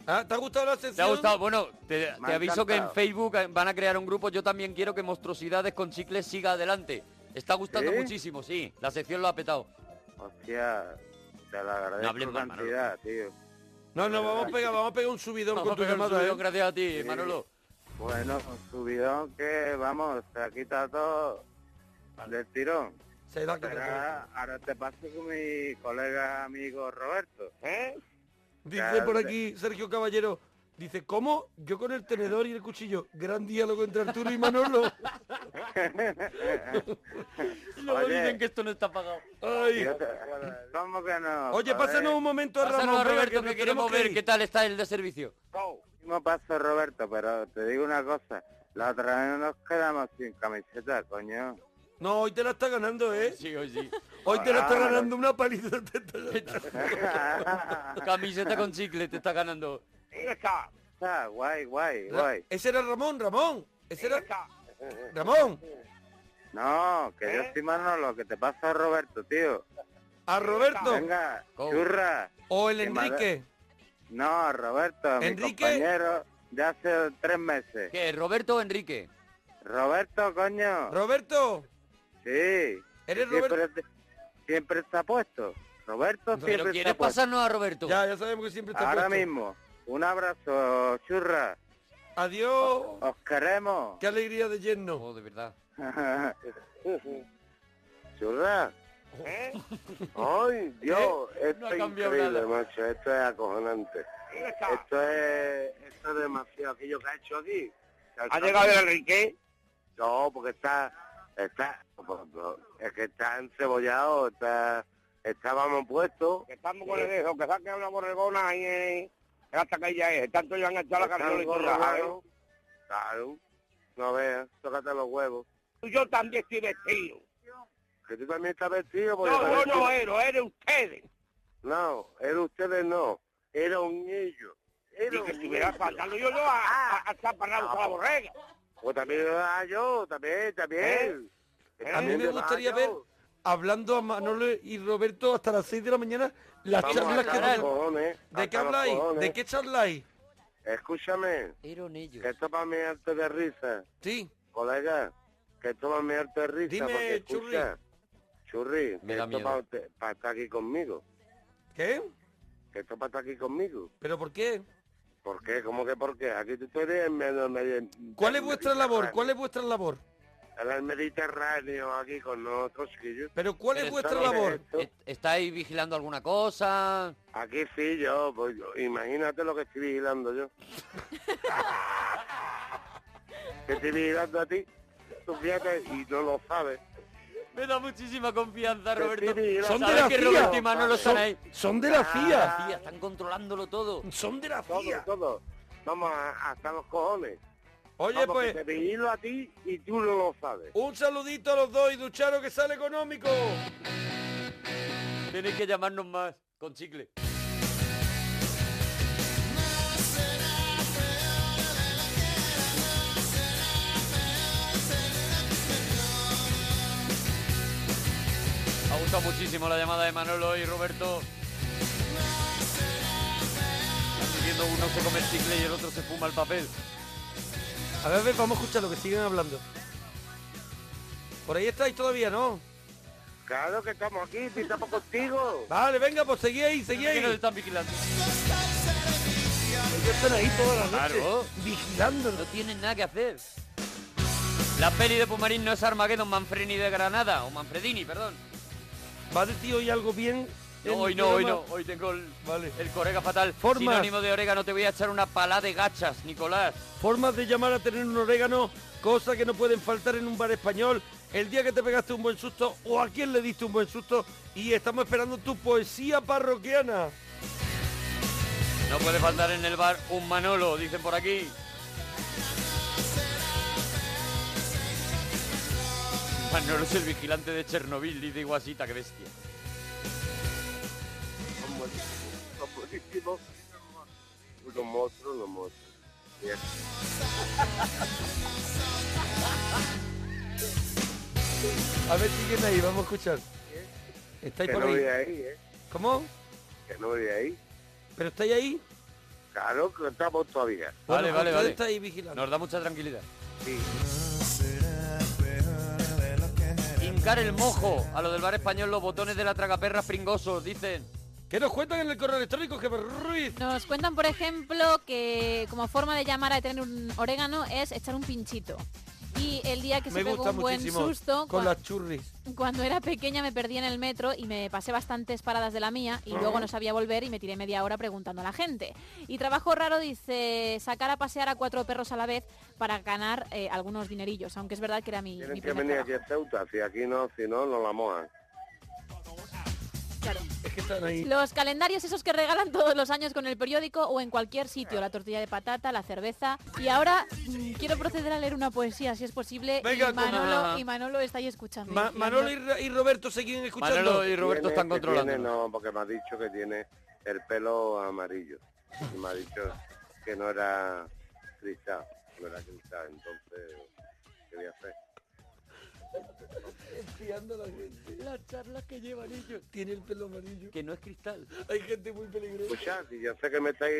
J: Ah, ¿Te ha gustado la sección?
E: ¿Te ha gustado? Bueno, te,
D: Me
E: te
D: ha
E: aviso que en
D: encantado.
E: Facebook eh, van a crear un grupo. Yo también quiero que Monstruosidades con Chicles siga adelante. Está gustando
D: ¿Sí?
E: muchísimo, sí. La sección lo ha petado.
D: Hostia, te lo agradezco
E: hables mal, Manolo.
D: cantidad, tío.
J: No, no, vamos a pegar, vamos a pegar un subidón
E: Vamos a
J: con tu
E: pegar un
J: llamada,
E: subidón,
J: ¿eh?
E: Gracias a ti,
D: Sí.
E: Manolo.
D: Bueno, subidón que vamos, se ha quitado todo del tirón.
J: Se da que-
D: Ahora, ahora te paso con mi colega amigo Roberto. ¿Eh?
J: Dice por aquí Sergio Caballero, dice, ¿cómo? Yo con el tenedor y el cuchillo. Gran diálogo entre Arturo y Manolo.
E: Luego
D: Oye.
E: dicen que esto no está pagado.
J: Ay.
D: Yo te- ¿eh? ¿Cómo que no?
J: Oye,
D: Joder.
J: pásanos un momento a
E: Pásanos
J: Ramón
E: a
J: Vega,
E: Roberto
J: nos
E: que queremos
J: tenemos
E: ver
J: ir.
E: qué tal está el de servicio.
D: Mismo paso Roberto, pero te digo una cosa. La otra vez nos quedamos sin camiseta, coño.
J: No, hoy te la está ganando, ¿eh?
E: Sí, hoy sí.
J: Hoy te la está
D: Ah,
J: ganando una paliza. te está ganando.
E: Camiseta con chicle, te está ganando.
D: Está Ah, guay, guay, guay.
J: Ese era Ramón, Ramón. Ese era... Ramón.
D: No, que yo estoy Manolo, que te pasa Roberto, tío.
J: ¿Eh? A Roberto.
D: Venga,
E: ¿Cómo?
D: churra.
J: O el
D: Qué mala-
J: Enrique.
D: No, Roberto, mi
J: ¿Enrique?
D: compañero de hace tres meses.
E: ¿Qué? ¿Roberto o Enrique?
D: Roberto, coño.
J: Roberto.
D: sí.
J: ¿Eres
D: siempre,
J: Roberto?
D: te- siempre está puesto. Roberto
E: ¿Pero
D: siempre
E: quieres
D: está puesto.
E: pasarnos a Roberto?
J: Ya, ya sabemos que siempre está
D: Ahora
J: puesto.
D: mismo. Un abrazo, churra.
J: Adiós.
D: Os queremos.
J: Qué alegría de yerno.
E: Oh, de verdad.
D: churra. ¿Eh? Ay, Dios, esto
E: No ha
D: es
E: cambiado
D: increíble,
E: nada.
D: macho, esto es acojonante. Esto es, esto es demasiado aquello que ha hecho aquí. ¿Ha llegado el Enrique? No, porque está, está, es que está encebollado, está, estábamos puestos. Eh, Estamos con el dejo, que saque una borregona ahí en, hasta que ya es, tanto le han echado la canción y todo. Claro, no veas, tócate los huevos.
L: Yo también estoy vestido.
D: Que tú también estás vestido, porque
L: No, yo
D: parece-
L: no ero, eres ustedes.
D: No, era ustedes no, era un ellos. Era
L: Y
D: un
L: que estuviera
D: ello.
L: pasando yo no a, a, a estar parado con la borrega.
D: O pues también era yo, también, también. Que
J: A mí
D: también
J: me
D: era
J: gustaría
D: yo.
J: ver, hablando a Manolo y Roberto hasta las 6 de la mañana, las
D: Vamos
J: charlas
D: hasta
J: que
D: los
J: dan.
D: cojones,
J: ¿De
D: hasta
J: qué
D: los
J: habláis?
D: cojones.
J: ¿De qué charláis?
D: Escúchame,
E: Eran ellos.
D: que esto para mí es arte de risa,
J: Sí.
D: colega. Que esto para mí es arte de risa,
J: Dime,
D: porque escucha. Churri,
E: Me
D: que
E: da
D: esto
E: miedo.
D: para, usted- para estar aquí conmigo.
J: ¿Qué?
D: Que esto para estar aquí conmigo.
J: ¿Pero por qué?
D: ¿Por qué? ¿Cómo que por qué? Aquí tú eres en medio... medio-
J: ¿Cuál es vuestra labor?
D: Mediterráneo.
J: ¿Cuál es vuestra labor?
D: en el Mediterráneo aquí con nosotros, chiquillos.
J: ¿Pero cuál es
E: Pero
J: vuestra
D: ¿Sabes
J: labor?
D: esto?
E: Est- ¿Estáis vigilando alguna cosa?
D: Aquí sí, yo, pues yo- imagínate lo que estoy vigilando yo. Te estoy vigilando a ti, tú fíjate y no lo sabes.
E: Me da muchísima confianza,
D: Te estoy
E: Roberto.
D: vigilando.
J: Son de
E: Sabes
J: la
E: que
J: CIA.
E: Roberto y Manolo están
J: Son,
E: ahí.
J: son de la CIA.
E: Tía, están controlándolo todo.
J: Son Ah, de la
D: Todo,
J: CIA.
D: todo. Vamos a, hasta los cojones.
J: Oye,
D: Vamos, que
J: pues, Uh.
D: te vigilo a ti y tú no lo sabes.
J: un saludito a los dos y ducharos que sale económico.
E: Tenéis que llamarnos más con chicle. Ha gustado muchísimo la llamada de Manolo y Roberto. Están pidiendo uno que come el chicle y el otro se fuma el papel.
J: A ver, a ver, vamos a escuchar lo que siguen hablando. Por ahí estáis todavía, ¿no?
D: Claro que estamos aquí, si estamos contigo.
J: Vale, venga, pues seguí ahí, seguí
E: Que nos
J: ahí.
E: están vigilando. ellos están ahí toda la noche vigilando. No tienen nada que hacer. La peli de Pumarín no es Armageddon, Manfredini de Granada, o Manfredini, perdón.
F: ¿Va a decir hoy algo bien?
E: No,
F: en
E: hoy
F: el
E: no, hoy no,
F: programa?
E: hoy tengo el, el corega fatal.
F: Formas.
E: Sinónimo de orégano, te voy a echar una palada de gachas, Nicolás.
F: Formas de llamar a tener un orégano, cosas que no pueden faltar en un bar español. El día que te pegaste un buen susto o a quien le diste un buen susto. Y estamos esperando tu poesía parroquiana.
E: No puede faltar en el bar un Manolo, dicen por aquí. Manolo es el vigilante de Chernobyl, dice Iguasita, qué bestia.
D: Son buenísimos, son buenísimos. Unos monstruos, unos monstruos. Bien.
F: A ver, siguen ahí, vamos a escuchar. ¿Estáis
D: Que
F: por
D: no voy
F: ahí?
D: ahí, ¿eh?
F: ¿Cómo?
D: Que no voy ahí.
F: ¿Pero estáis ahí?
D: Claro, que estamos todavía.
E: Vale, vale, vale.
F: estáis vigilando.
E: Nos da mucha tranquilidad.
D: Sí.
E: Hincar el mojo a lo del bar español, los botones de la tragaperra pringosos, dicen.
F: ¿Qué nos cuentan en el correo electrónico, Gemma Ruiz?
M: Nos cuentan, por ejemplo, que como forma de llamar a tener un orégano es echar un pinchito. Y el día que
F: Me
M: se pegó
F: gusta
M: un buen
F: muchísimo.
M: susto,
F: con
M: cua-
F: las churris.
M: cuando era pequeña me perdí en el metro y me pasé bastantes paradas de la mía y luego no sabía volver y me tiré media hora preguntando a la gente. Y trabajo raro dice sacar a pasear a cuatro perros a la vez para ganar eh, algunos dinerillos, aunque es verdad que era mi, mi
D: Tienen que
M: primer
D: venir aquí
M: trabajo.
D: a Ceuta, si aquí no, si no, nos la mojan.
F: Es que están ahí.
M: Los calendarios esos que regalan todos los años con el periódico o en cualquier sitio, la tortilla de patata, la cerveza. Y ahora mm, quiero proceder a leer una poesía, si es posible.
F: Venga,
M: y,
F: con-
M: Manolo, y Manolo está ahí escuchando.
F: Ma-
M: diciendo-
F: Manolo y, Ra- y Roberto seguían escuchando.
E: Manolo y Roberto
D: Tiene-
E: están
D: que
E: controlando.
D: tiene, no, porque me ha dicho que tiene el pelo amarillo. Y me ha dicho que no era cristal. No era cristal, entonces, ¿qué voy a hacer?
E: La charla que llevan ellos,
F: Tiene el pelo amarillo.
E: que no es cristal.
F: Hay gente muy peligrosa.
D: Escuchad, si yo sé que me estáis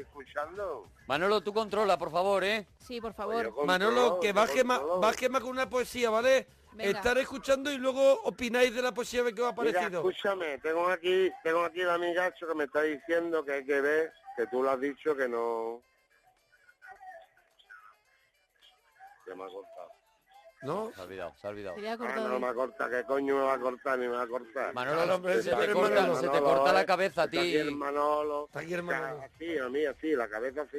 D: escuchando.
E: Manolo, tú controla, por favor, ¿eh?
M: Sí, por
D: pues
M: favor.
D: yo controlo,
F: Manolo, que
D: yo
F: baje más,
D: controlo.
F: baje más con una poesía, ¿vale?
M: Venga.
F: Estar escuchando y luego opináis de la poesía que os ha
D: Mira,
F: parecido.
D: escúchame, tengo aquí, tengo aquí el amigacho que me está diciendo que hay que ver, que tú lo has dicho que no. Que me ha cortado.
F: ¿No?
E: Se ha olvidado, se ha olvidado.
M: Sería
D: Ah,
M: cortado.
D: no me ha cortado, ¿qué coño me va a cortar? Ni me va a cortar.
E: Manolo,
F: hombre,
E: se,
F: sí,
E: te
F: pero
E: corta,
F: Manolo,
E: se te
D: Manolo,
E: corta la
D: eh.
E: cabeza a
D: Está aquí
E: ti.
D: el Manolo.
F: Está aquí el Manolo.
D: Está Así, a mí, así, la cabeza así.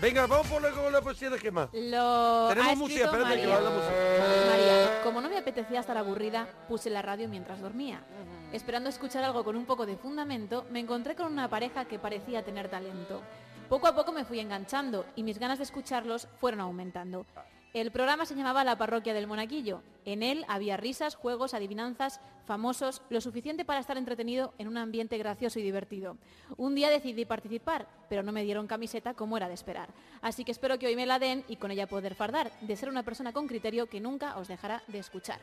F: Venga, vamos por la, con la poesía de Gemma.
M: Lo
F: Tenemos
M: ha
F: música,
M: escrito
F: espérate que va
M: María.
F: la música.
M: María, como no me apetecía estar aburrida, puse la radio mientras dormía. Esperando escuchar algo con un poco de fundamento, me encontré con una pareja que parecía tener talento. Poco a poco me fui enganchando y mis ganas de escucharlos fueron aumentando. El programa se llamaba La Parroquia del Monaquillo. En él había risas, juegos, adivinanzas, famosos, lo suficiente para estar entretenido en un ambiente gracioso y divertido. Un día decidí participar, pero no me dieron camiseta como era de esperar. Así que espero que hoy me la den y con ella poder fardar, de ser una persona con criterio que nunca os dejará de escuchar.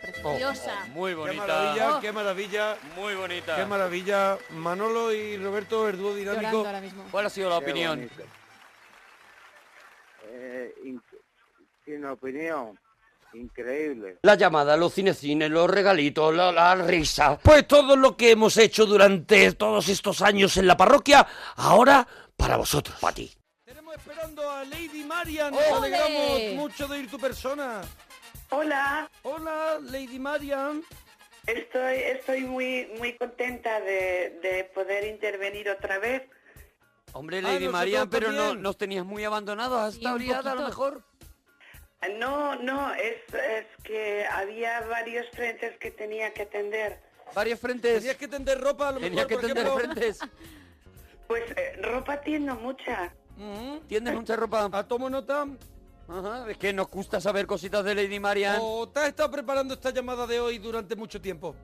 M: Preciosa. Oh.
E: Muy
F: Oh. Qué
E: bonita.
F: maravilla, qué maravilla,
E: Muy bonita.
F: qué maravilla. Manolo y Roberto, el dúo
M: Llorando
F: dinámico.
M: ahora mismo.
E: ¿Cuál ha sido la
D: Qué
E: opinión?
D: bonito. Eh, in- sin opinión. Increíble.
J: La llamada, los cinecines, los regalitos, la, la risa. Pues todo lo que hemos hecho durante todos estos años en la parroquia, ahora para vosotros. Para ti.
F: Tenemos esperando a Lady Marian.
M: ¡Ole!
F: Nos alegramos mucho de ir tu persona.
N: Hola,
F: Hola, Lady Marian.
N: estoy, estoy muy, muy contenta de, de poder intervenir otra vez.
E: Hombre,
F: Ah,
E: Lady
F: nosotros
E: María, pero no,
F: también.
E: nos tenías muy abandonados. ¿Has
M: Sí,
E: estado
M: un
E: liada a lo
M: poquito.
E: mejor?
N: No, no, es, es que había varios frentes que tenía que atender.
E: Varios
F: Tenías
E: frentes.
F: que tender ropa, a lo
E: Tenías
F: mejor,
E: que
F: por
E: tender
F: ejemplo.
E: frentes.
N: Pues eh, ropa tiendo mucha.
F: Ujú.
E: ¿Tienes mucha ropa?
F: A tomo nota.
E: Ajá, es que nos gusta saber cositas de Lady Marian.
F: ¿O te has estado preparando esta llamada de hoy durante mucho tiempo?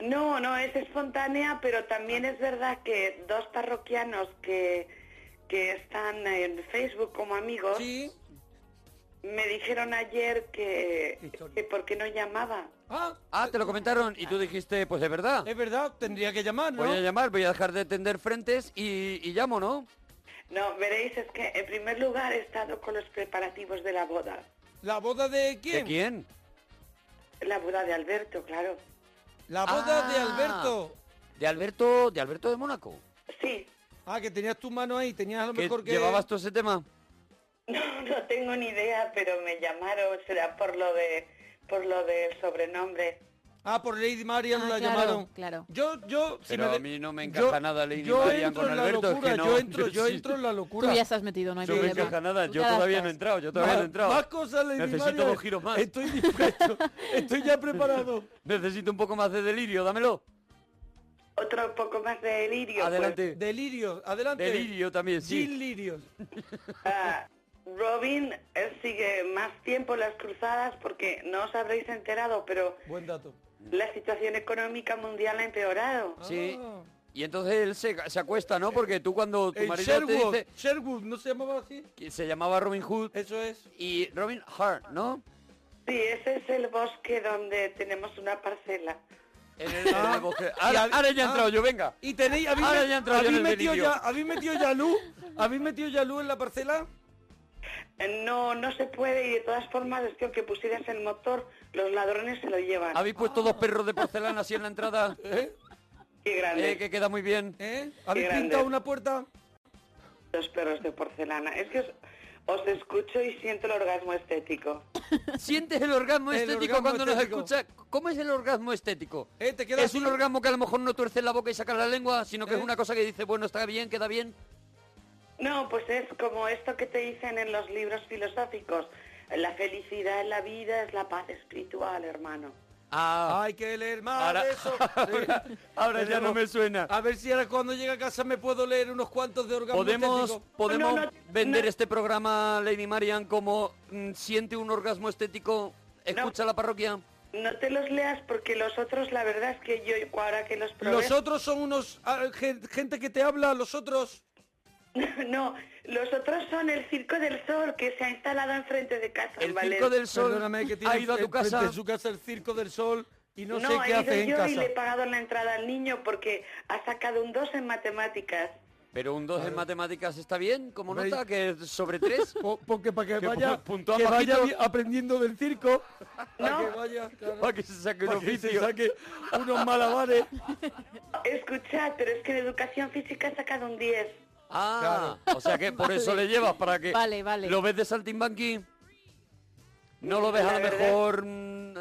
N: No, no, es espontánea, pero también
K: Ah.
N: es verdad que dos parroquianos que, que están en Facebook como amigos
F: Sí.
N: me dijeron ayer que,
F: Historia.
N: que por qué no llamaba.
F: Ah,
E: Ah, te lo comentaron y tú dijiste, pues es verdad.
F: es verdad, tendría que llamar, ¿no?
E: Voy a llamar, voy a dejar de tender frentes y, y llamo, ¿no?
N: No, veréis, es que en primer lugar he estado con los preparativos de la boda.
F: ¿La boda de
E: ¿De
F: quién?
E: quién?
N: La boda de Alberto, claro.
F: La boda de
E: Ah.
F: Alberto.
E: De Alberto, de Alberto de Mónaco.
N: Sí,
K: Ah, que tenías tu mano ahí, tenías a lo
E: ¿Que
K: mejor que...
E: llevabas tú ese tema?
N: No, no tengo ni idea, pero me llamaron, será por lo de por lo del sobrenombre.
K: Ah, por Lady Marian la llamaron.
M: Claro.
K: Yo, yo, si
E: Pero
K: me
E: a
K: de-
E: mí no me encaja
K: yo-
E: nada Lady
K: yo
E: Marian
K: entro
E: con
K: en la
E: Alberto, es
K: locura,
E: que no.
K: yo entro, yo
E: Sí.
K: entro en la
M: Tú
K: locura.
M: ya estás metido, no hay
E: Yo me
M: problema.
E: encaja nada,
M: Tú
E: yo
M: te
E: todavía
M: adaptas.
E: no he entrado, yo todavía no he entrado.
K: Más cosas, Lady
E: Necesito
K: Marian.
E: dos giros más.
K: Estoy dispuesto, estoy ya preparado.
E: Necesito un poco más de delirio, dámelo.
N: Otro poco más de delirio. pues.
E: Adelante.
K: pues. Delirio, adelante.
E: Delirio también, sí.
K: Gil Lirios.
N: Ah, Robin eh, sigue más tiempo las cruzadas porque no os habréis enterado, pero
K: Buen dato. Ah,
N: la situación económica mundial ha empeorado.
E: Sí. Y entonces él se, se acuesta, ¿no? Porque tú cuando tu
K: El
E: marido
K: Sherwood,
E: te dice
K: Sherwood, ¿no se llamaba así?
E: que se llamaba Robin Hood
K: Eso es.
E: y Robin Hart, ¿no?
N: Sí, ese es el bosque donde tenemos una parcela.
E: En el, en el bosque. Ahora, Ah, ahora ya he
N: ah,
E: entrado yo, venga.
K: ah, Y tenéis, habéis,
E: Ahora
K: met-
E: ya he entrado yo en
K: habéis
E: el
K: metido
E: delirio.
K: ya, habéis metido ya luz, habéis metido ya luz en la parcela.
N: Eh, No, no se puede y de todas formas es que aunque pusieras el motor, los ladrones se lo llevan.
E: ¿Habéis puesto dos perros de porcelana así en la entrada?
K: ¿Eh?
N: Qué grande.
E: Eh, que queda muy bien.
K: ¿Eh? ¿Habéis
N: grande.
K: pintado una puerta?
N: Los perros de porcelana. Es que os, os escucho y siento el orgasmo estético.
E: ¿Sientes el orgasmo
K: El
E: estético
K: orgasmo
E: cuando
K: estético.
E: nos escuchas? ¿Cómo es el orgasmo estético?
K: ¿Eh? ¿Te quedas
E: Es un orgasmo que a lo mejor no tuerce la boca y saca la lengua, sino que
K: ¿Eh?
E: es una cosa que dice, bueno, está bien, queda bien.
N: No, pues es como esto que te dicen en los libros filosóficos. La felicidad en la vida es la paz espiritual, hermano.
E: Ah,
K: Hay que leer más
E: Ahora-
K: de eso.
E: ahora-
K: Sí.
E: ahora ya
K: Tenemos-
E: no me suena.
K: A ver si ahora cuando llegue a casa me puedo leer unos cuantos de orgasmo
E: Podemos,
K: estético.
E: podemos
N: No, no, no.
E: vender este programa, Lady Marian, como mm, siente un orgasmo estético, escucha la parroquia.
N: No te los leas porque los otros, la verdad es que yo ahora que los probé...
K: Los otros son unos ah, gen- gente que te habla, los otros.
N: No, los otros son el Circo del Sol que se ha instalado enfrente de casa.
E: El
N: en Valencia.
E: circo del sol
K: Perdóname que tiene
E: ha ido a tu
K: enfrente
E: casa.
K: de su casa el circo del sol y no,
N: No,
K: sé
N: he
K: qué
N: ido
K: haces en
N: yo y
K: casa.
N: le he pagado la entrada al niño porque ha sacado un 2 en matemáticas.
E: Pero un 2 en matemáticas está bien, como
K: Hombre,
E: nota, que es sobre 3.
K: Po- porque para que,
E: Que
K: vaya,
E: pu- puntúa
K: que vaya
E: bajito.
K: vi- aprendiendo del circo. Para
N: No.
K: que vaya, claro,
E: Para que se saque un
K: para que se
E: oficio.
K: saque unos malabares.
N: Escuchad, pero es que en educación física ha sacado un 10.
E: Ah, o sea que por eso
M: Vale.
E: le llevas, para que...
M: Vale, vale.
E: ¿Lo ves de saltimbanqui? ¿No lo ves a
N: La
E: lo
N: verdad-
E: mejor mm,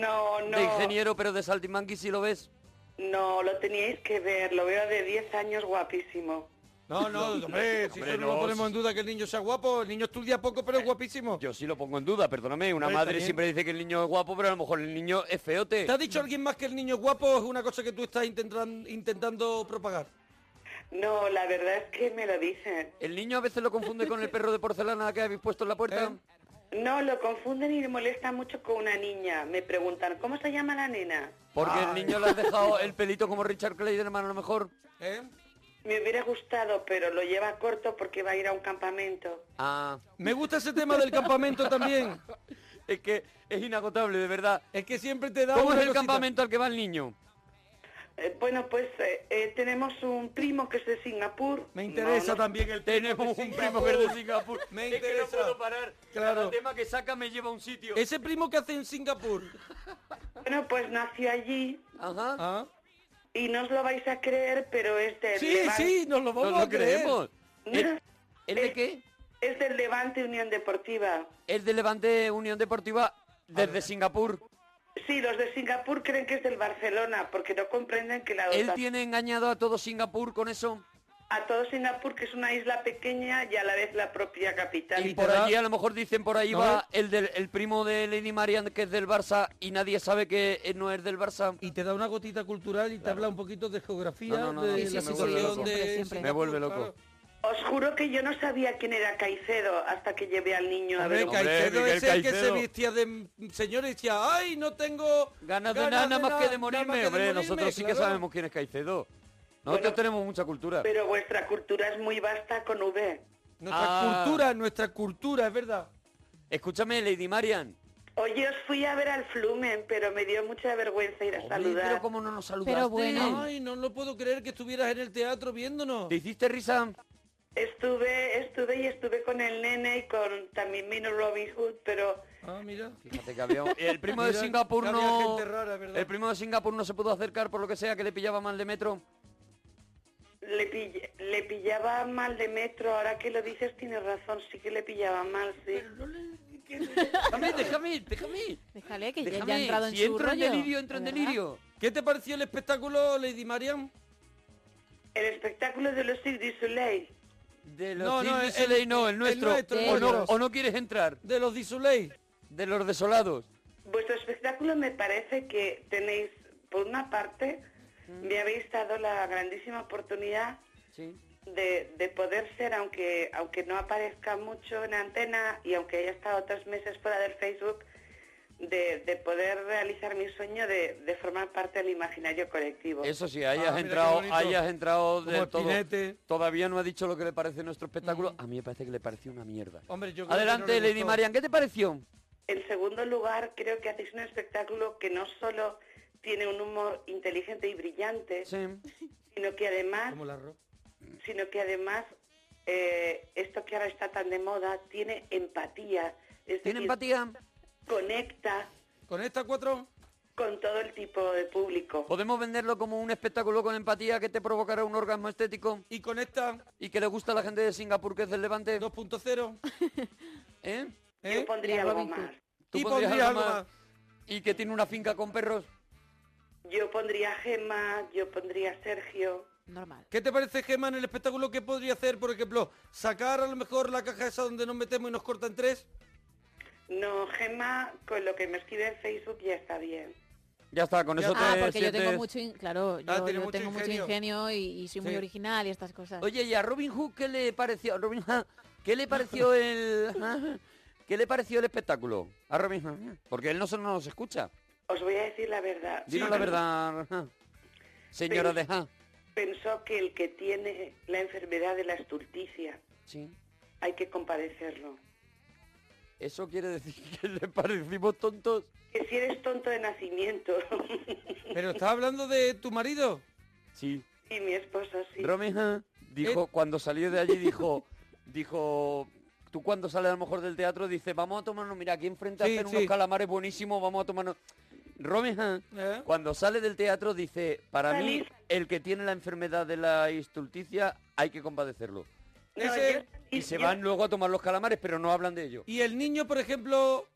N: No, no.
E: de ingeniero, pero de saltimbanqui sí lo ves?
N: No, lo teníais que ver, lo veo de 10 años guapísimo.
K: No, no, hombre, si
E: Hombre,
K: eso no, lo
E: no. Eh,
K: ponemos en duda que el niño sea guapo. El niño estudia poco, pero es guapísimo.
E: Yo sí lo pongo en duda, perdóname. Una
K: Hombre,
E: madre
K: también.
E: siempre dice que el niño es guapo, pero a lo mejor el niño es feote.
K: ¿Te ha dicho alguien más que el niño es guapo? Es una cosa que tú estás intentan- intentando propagar.
N: No, la verdad es que me lo dicen.
E: El niño a veces lo confunde con el perro de porcelana que habéis puesto en la puerta.
K: Eh.
N: No, lo confunden y le molesta mucho con una niña. Me preguntan, ¿cómo se llama la nena?
E: Porque el niño le has dejado el pelito como Richard Clayderman a lo mejor.
K: ¿eh?
N: Me hubiera gustado, pero lo lleva corto porque va a ir a un campamento.
E: Ah,
K: Me gusta ese tema del campamento también.
E: es que es inagotable, de verdad.
K: Es que siempre te da
E: ¿Cómo
K: una
E: es el
K: cosita.
E: campamento al que va el niño?
N: Eh, bueno, pues eh, eh, tenemos un primo que es de Singapur.
K: Me interesa
N: No, no.
K: también el
E: Tenemos
K: de
E: un primo
K: Singapur.
E: que es de Singapur.
K: Me
E: Es que no
K: interesa.
E: puedo parar.
K: Claro.
E: Cada tema que saca me lleva a un sitio.
K: Ese primo que hace en Singapur.
N: Bueno, pues nació allí
E: Ajá.
K: ¿Ah?
N: y no os lo vais a creer, pero es del
K: Sí,
N: Levante.
K: sí, nos lo vamos
E: Nos
K: a
E: lo
K: creer.
E: creemos. ¿El, el de qué?
N: Es del Levante Unión Deportiva.
E: Es de Levante Unión Deportiva desde Singapur.
N: Sí, los de Singapur creen que es del Barcelona porque no comprenden que la
E: Él
N: dotación-
E: tiene engañado a todo Singapur con eso.
N: a todo Singapur, que es una isla pequeña y a la vez la propia capital.
E: Y por allí a lo mejor dicen por ahí
K: No,
E: va el del el primo de Lady Marian que es del Barça y nadie sabe que eh, no es del Barça.
K: Y te da una gotita cultural y te habla un poquito de geografía,
E: No, no, no, no,
K: de
E: sí, sí,
K: la
E: me vuelve
K: situación
E: loco.
K: de
M: Siempre, siempre.
E: Me vuelve
K: Singapur,
E: loco.
K: claro.
N: Os juro que yo no sabía quién era Caicedo hasta que llevé al niño a
K: Hombre,
N: ver.
E: Hombre,
K: Caicedo
E: Miguel
K: es el que se
E: Caicedo.
K: vestía de mm, señor y decía, ay, no tengo
E: Ganas de nada más que de morirme.
K: más que de
E: Hombre,
K: morirme",
E: nosotros sí que
K: claro.
E: sabemos quién es Caicedo. Nosotros
N: Bueno,
E: tenemos mucha cultura.
N: Pero vuestra cultura es muy vasta con V.
K: Nuestra
E: Ah.
K: cultura, nuestra cultura, es verdad.
E: Escúchame, Lady Marian.
N: Oye, os fui a ver al Flumen, pero me dio mucha vergüenza ir a
E: Hombre,
N: saludar.
E: pero cómo no nos saludaste.
M: Pero bueno.
K: Ay, no lo puedo creer que estuvieras en el teatro viéndonos.
E: ¿Te hiciste risa?
N: Estuve, estuve y estuve con el nene y con también vino Robin Hood, pero
K: Ah, mira.
E: Fíjate que había un- El primo de
K: Mira,
E: Singapur
K: había
E: no...
K: gente rara, ¿verdad?
E: El primo de Singapur no se pudo acercar por lo que sea, que le pillaba mal de metro.
N: le, pill- le pillaba mal de metro, ahora que lo dices tienes razón, sí que le pillaba mal, sí.
E: Déjame, déjame, déjame.
M: Déjale, que ya-
E: Déjame,
M: ya ha entrado en
E: si
M: su
E: entro en
M: rollo,
E: delirio, entro en
M: ¿verdad?
E: delirio.
K: ¿Qué te pareció el espectáculo, Lady Marian?
N: El espectáculo de los Cirque du Soleil.
E: De los
K: No, no,
E: Cirque du
K: el-
E: Soleil no, el
K: el
E: nuestro.
K: nuestro,
E: o,
K: el
E: no,
K: nuestro.
E: o no quieres entrar.
K: De los Disuley.
E: De los desolados.
N: Vuestro espectáculo me parece que tenéis, por una parte,
E: Mm.
N: me habéis dado la grandísima oportunidad de, de poder ser, aunque, aunque no aparezca mucho en antena y aunque haya estado tres meses fuera del Facebook, de, de poder realizar mi sueño de, de formar parte del imaginario colectivo.
E: Eso sí,
K: Ah,
N: ahí
E: hayas
N: has
E: entrado, hayas entrado de
K: Como
E: todo.
K: Spinete.
E: Todavía no ha dicho lo que le parece nuestro espectáculo. A mí me parece que le pareció una mierda.
K: Mm. Hombre, yo creo
E: Adelante,
K: que no le
E: Lady
K: gustó.
E: Marian, ¿qué te pareció?
N: En segundo lugar, creo que hacéis un espectáculo que no solo tiene un humor inteligente y brillante, sino que además
K: Como la ro-
N: sino que además eh, esto que ahora está tan de moda tiene empatía. ¿Tiene
E: empatía?
N: Conecta
K: ¿Con esta cuatro?
N: con todo el tipo de público.
E: ¿Podemos venderlo como un espectáculo con empatía que te provocará un orgasmo estético?
K: ¿Y con esta?
E: ¿Y que le gusta a la gente de Singapur que es del Levante?
K: 2.0.
E: ¿Eh?
K: ¿Eh?
N: pondría algo más.
E: ¿Tú
K: Y
E: pondrías
K: pondría
E: algo
K: algo
E: más? ¿Y que tiene una finca con perros?
N: Yo pondría Gema, yo pondría Sergio.
M: Normal.
K: ¿Qué te parece, Gemma, en el espectáculo que podría hacer, por ejemplo, sacar a lo mejor la caja esa donde nos metemos y nos cortan tres?
N: No, Gema, con lo que me escribe en Facebook ya está bien.
E: Ya está, con eso
M: Ah,
E: te
M: porque yo tengo
E: sientes-
M: mucho, in- claro, yo,
E: Ah, tiene
M: yo
E: mucho
M: tengo mucho
E: ingenio.
M: ingenio y, y soy muy
E: Sí.
M: original y estas cosas.
E: Oye, ¿y a Robin Hood qué le pareció? Robin Hood, ¿Qué le pareció el ¿Qué le pareció el espectáculo? A Robin Hood? Porque él no se- no nos escucha.
N: Os voy a decir la verdad.
E: Dinos la verdad, ajá. señora de Ja.
N: Pensó que el que tiene la enfermedad de la estulticia
E: Sí.
N: hay que compadecerlo.
E: Eso quiere decir que le parecimos tontos.
N: Que si eres tonto de nacimiento.
K: ¿Pero estás hablando de tu marido?
E: Sí.
N: y mi esposo sí.
E: Robin Hood
K: Eh.
E: dijo cuando salió de allí dijo dijo tú cuando sales a lo mejor del teatro dices vamos a tomarnos mira aquí enfrente
K: Sí,
E: hacen
K: sí.
E: unos calamares buenísimos vamos a tomarnos Robin Hood
K: ¿Eh?
E: Cuando sale del teatro dice, para mí,
N: Salí.
E: el que tiene la enfermedad de la estulticia hay que compadecerlo.
N: No, yo-
E: Y se van luego a tomar los calamares, pero no hablan de ello.
K: Y el niño, por ejemplo,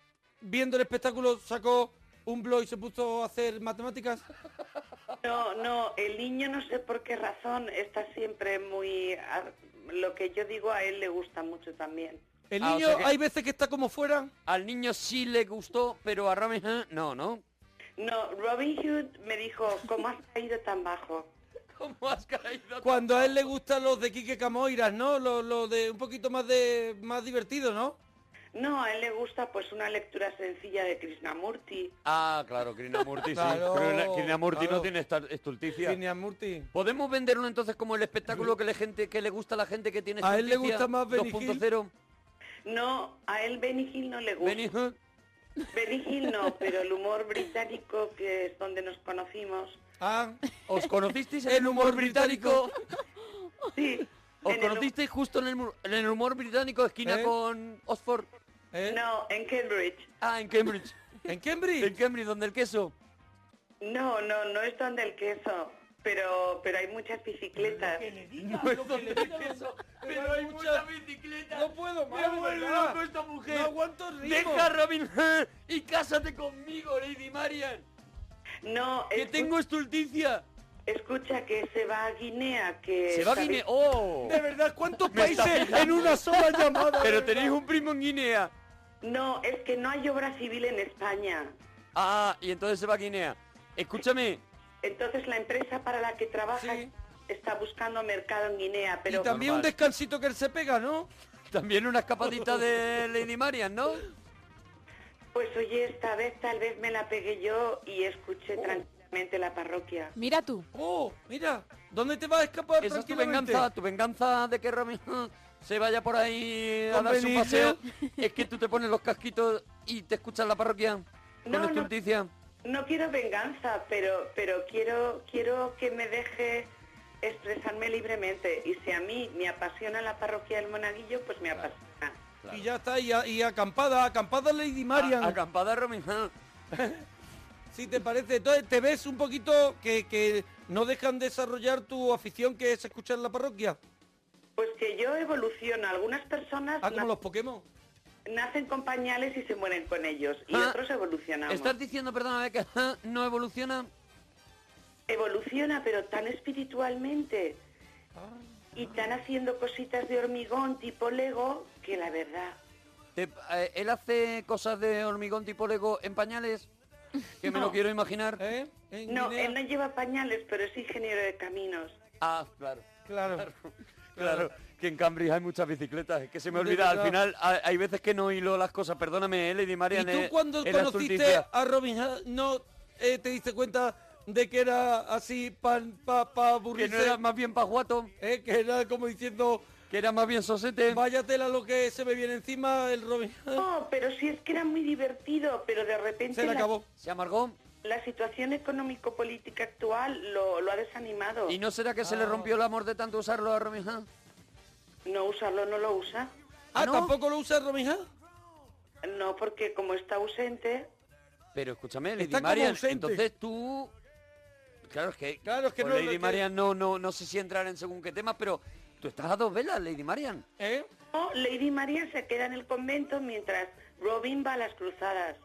K: viendo el espectáculo, sacó un blog y se puso a hacer matemáticas.
N: No, no, el niño no sé por qué razón está siempre muy... a- Lo que yo digo a él le gusta mucho también.
K: El
E: Ah, o
K: niño,
E: sea que-
K: hay veces que está como fuera.
E: Al niño sí le gustó, pero a Robin Hood no, ¿no?
N: No, Robin Hood me dijo, ¿cómo has caído tan bajo?
E: ¿Cómo has caído?
K: Cuando a él le gustan los de Quique Camoiras, ¿no? Los los de un poquito más de más divertido, ¿no?
N: No, a él le gusta pues una lectura sencilla de Krishnamurti.
E: Ah, claro, Krishnamurti sí.
K: Claro,
E: Krina- Krishnamurti no
K: claro.
E: tiene esta estulticia.
K: Krishnamurti.
E: ¿Podemos venderlo entonces como el espectáculo que, le gente, que le gusta a la gente que tiene
K: A él le
E: estulticia
K: gusta más Benny Hill.
E: 2.0?
N: No, a él Benny Hill no le gusta.
E: Benny Hill.
N: Benny Hill no, pero el humor británico, que es donde nos conocimos,
K: Ah,
E: ¿Os conocisteis en el humor británico?
N: Sí.
E: ¿Os
N: en el
E: conocisteis justo en el, mu- en el humor británico, esquina
K: ¿Eh?
E: con Oxford?
N: No, en Cambridge.
E: Ah, en Cambridge.
K: ¿En Cambridge?
E: En Cambridge, donde el queso.
N: No, no, no es donde el queso, pero pero hay muchas bicicletas.
K: Pero hay muchas bicicletas. No puedo más.
E: Me vuelve
K: ¿verdad?
E: loco esta mujer.
K: No aguanto el ritmo.
E: Deja a Robin Hood y cásate conmigo, Lady Marian.
N: No,
E: Que tengo estulticia.
N: Escucha que se va a Guinea, que
E: Se va a
N: ¿sabéis?
E: Guinea. ¡Oh!
K: De verdad, ¿cuántos
E: Me está
K: países en
E: pillando.
K: una sola llamada? de
E: Pero
K: verdad?
E: tenéis un primo en Guinea.
N: No, es que no hay obra civil en España.
E: Ah, y entonces se va a Guinea. Escúchame.
N: Entonces la empresa para la que trabaja está buscando mercado en Guinea, pero
K: Y también un descansito que él se pega, ¿no?
E: También una escapadita de Lady Marian, ¿no?
N: pues oye, esta vez tal vez me la pegué yo y
E: Oh.
N: escuché tranquilamente la parroquia.
M: Mira tú.
K: Oh, mira, ¿dónde te vas a escapar
E: Esa es tu
K: tranquilamente?
E: venganza, tu venganza de que Robin Hood se vaya por ahí a
K: Con
E: dar su
K: Benny
E: paseo. Es que tú te pones los casquitos y te escuchas la parroquia con
N: No, no.
E: estulticia.
N: No quiero venganza, pero pero quiero quiero que me deje expresarme libremente y si a mí me apasiona la parroquia del Monaguillo, pues me apasiona.
K: Y ya está, y, a- y acampada, acampada Lady Marian.
E: Acampada Robin Hood. Si te parece, entonces te ves un poquito que, que no dejan desarrollar tu afición que es escuchar la parroquia.
N: Pues que yo evoluciono. Algunas personas
E: Ah, como los Pokémon.
N: nacen con pañales y se mueren con ellos. Y otros evolucionamos.
O: Ah, Estás diciendo, perdóname, que ah, no evoluciona.
N: Evoluciona, pero tan espiritualmente.
O: Ah.
N: Y tan haciendo cositas de hormigón tipo Lego que la verdad...
O: Te- eh, él hace cosas de hormigón tipo Lego en pañales, que me
N: No.
O: lo quiero imaginar.
E: ¿Eh?
N: No, él no lleva pañales, pero es ingeniero de caminos.
O: Ah, claro.
E: Claro.
F: Claro, que en Cambridge hay muchas bicicletas. Es que se me
E: De
F: olvida, al
E: verdad.
F: final hay, hay veces que no hilo las cosas. Perdóname, eh, Lady María.
E: ¿Y tú cuando conociste a Robin Hood, no eh, te diste cuenta de que era así para pa, pa aburrirse?
F: Que no era más
O: bien pa' guato.
E: Eh, que era como diciendo...
O: Que era más bien sosete.
E: Váyatela lo que se me viene encima el Robin Hood.
N: No, pero sí es que era muy divertido, pero de repente...
E: Se le acabó.
O: ¿Se amargó?
N: La situación económico-política actual lo, lo ha desanimado.
O: ¿Y no será que se
E: Ah.
O: le rompió el amor de tanto usarlo a Robin Hood?
N: No usarlo no lo usa.
E: Ah, ¿tampoco lo usa Robin Hood?
N: No, porque como está ausente...
O: Pero escúchame, Lady
N: Está como
O: Marian,
N: ausente.
O: entonces tú... Claro, es que,
E: claro, es
N: que no-
O: Lady
N: que-
O: Marian no, no, no sé si entrar en según qué temas, pero tú estás a dos velas, Lady Marian.
E: ¿Eh?
N: No, Lady María se queda en el convento mientras Robin va a las cruzadas.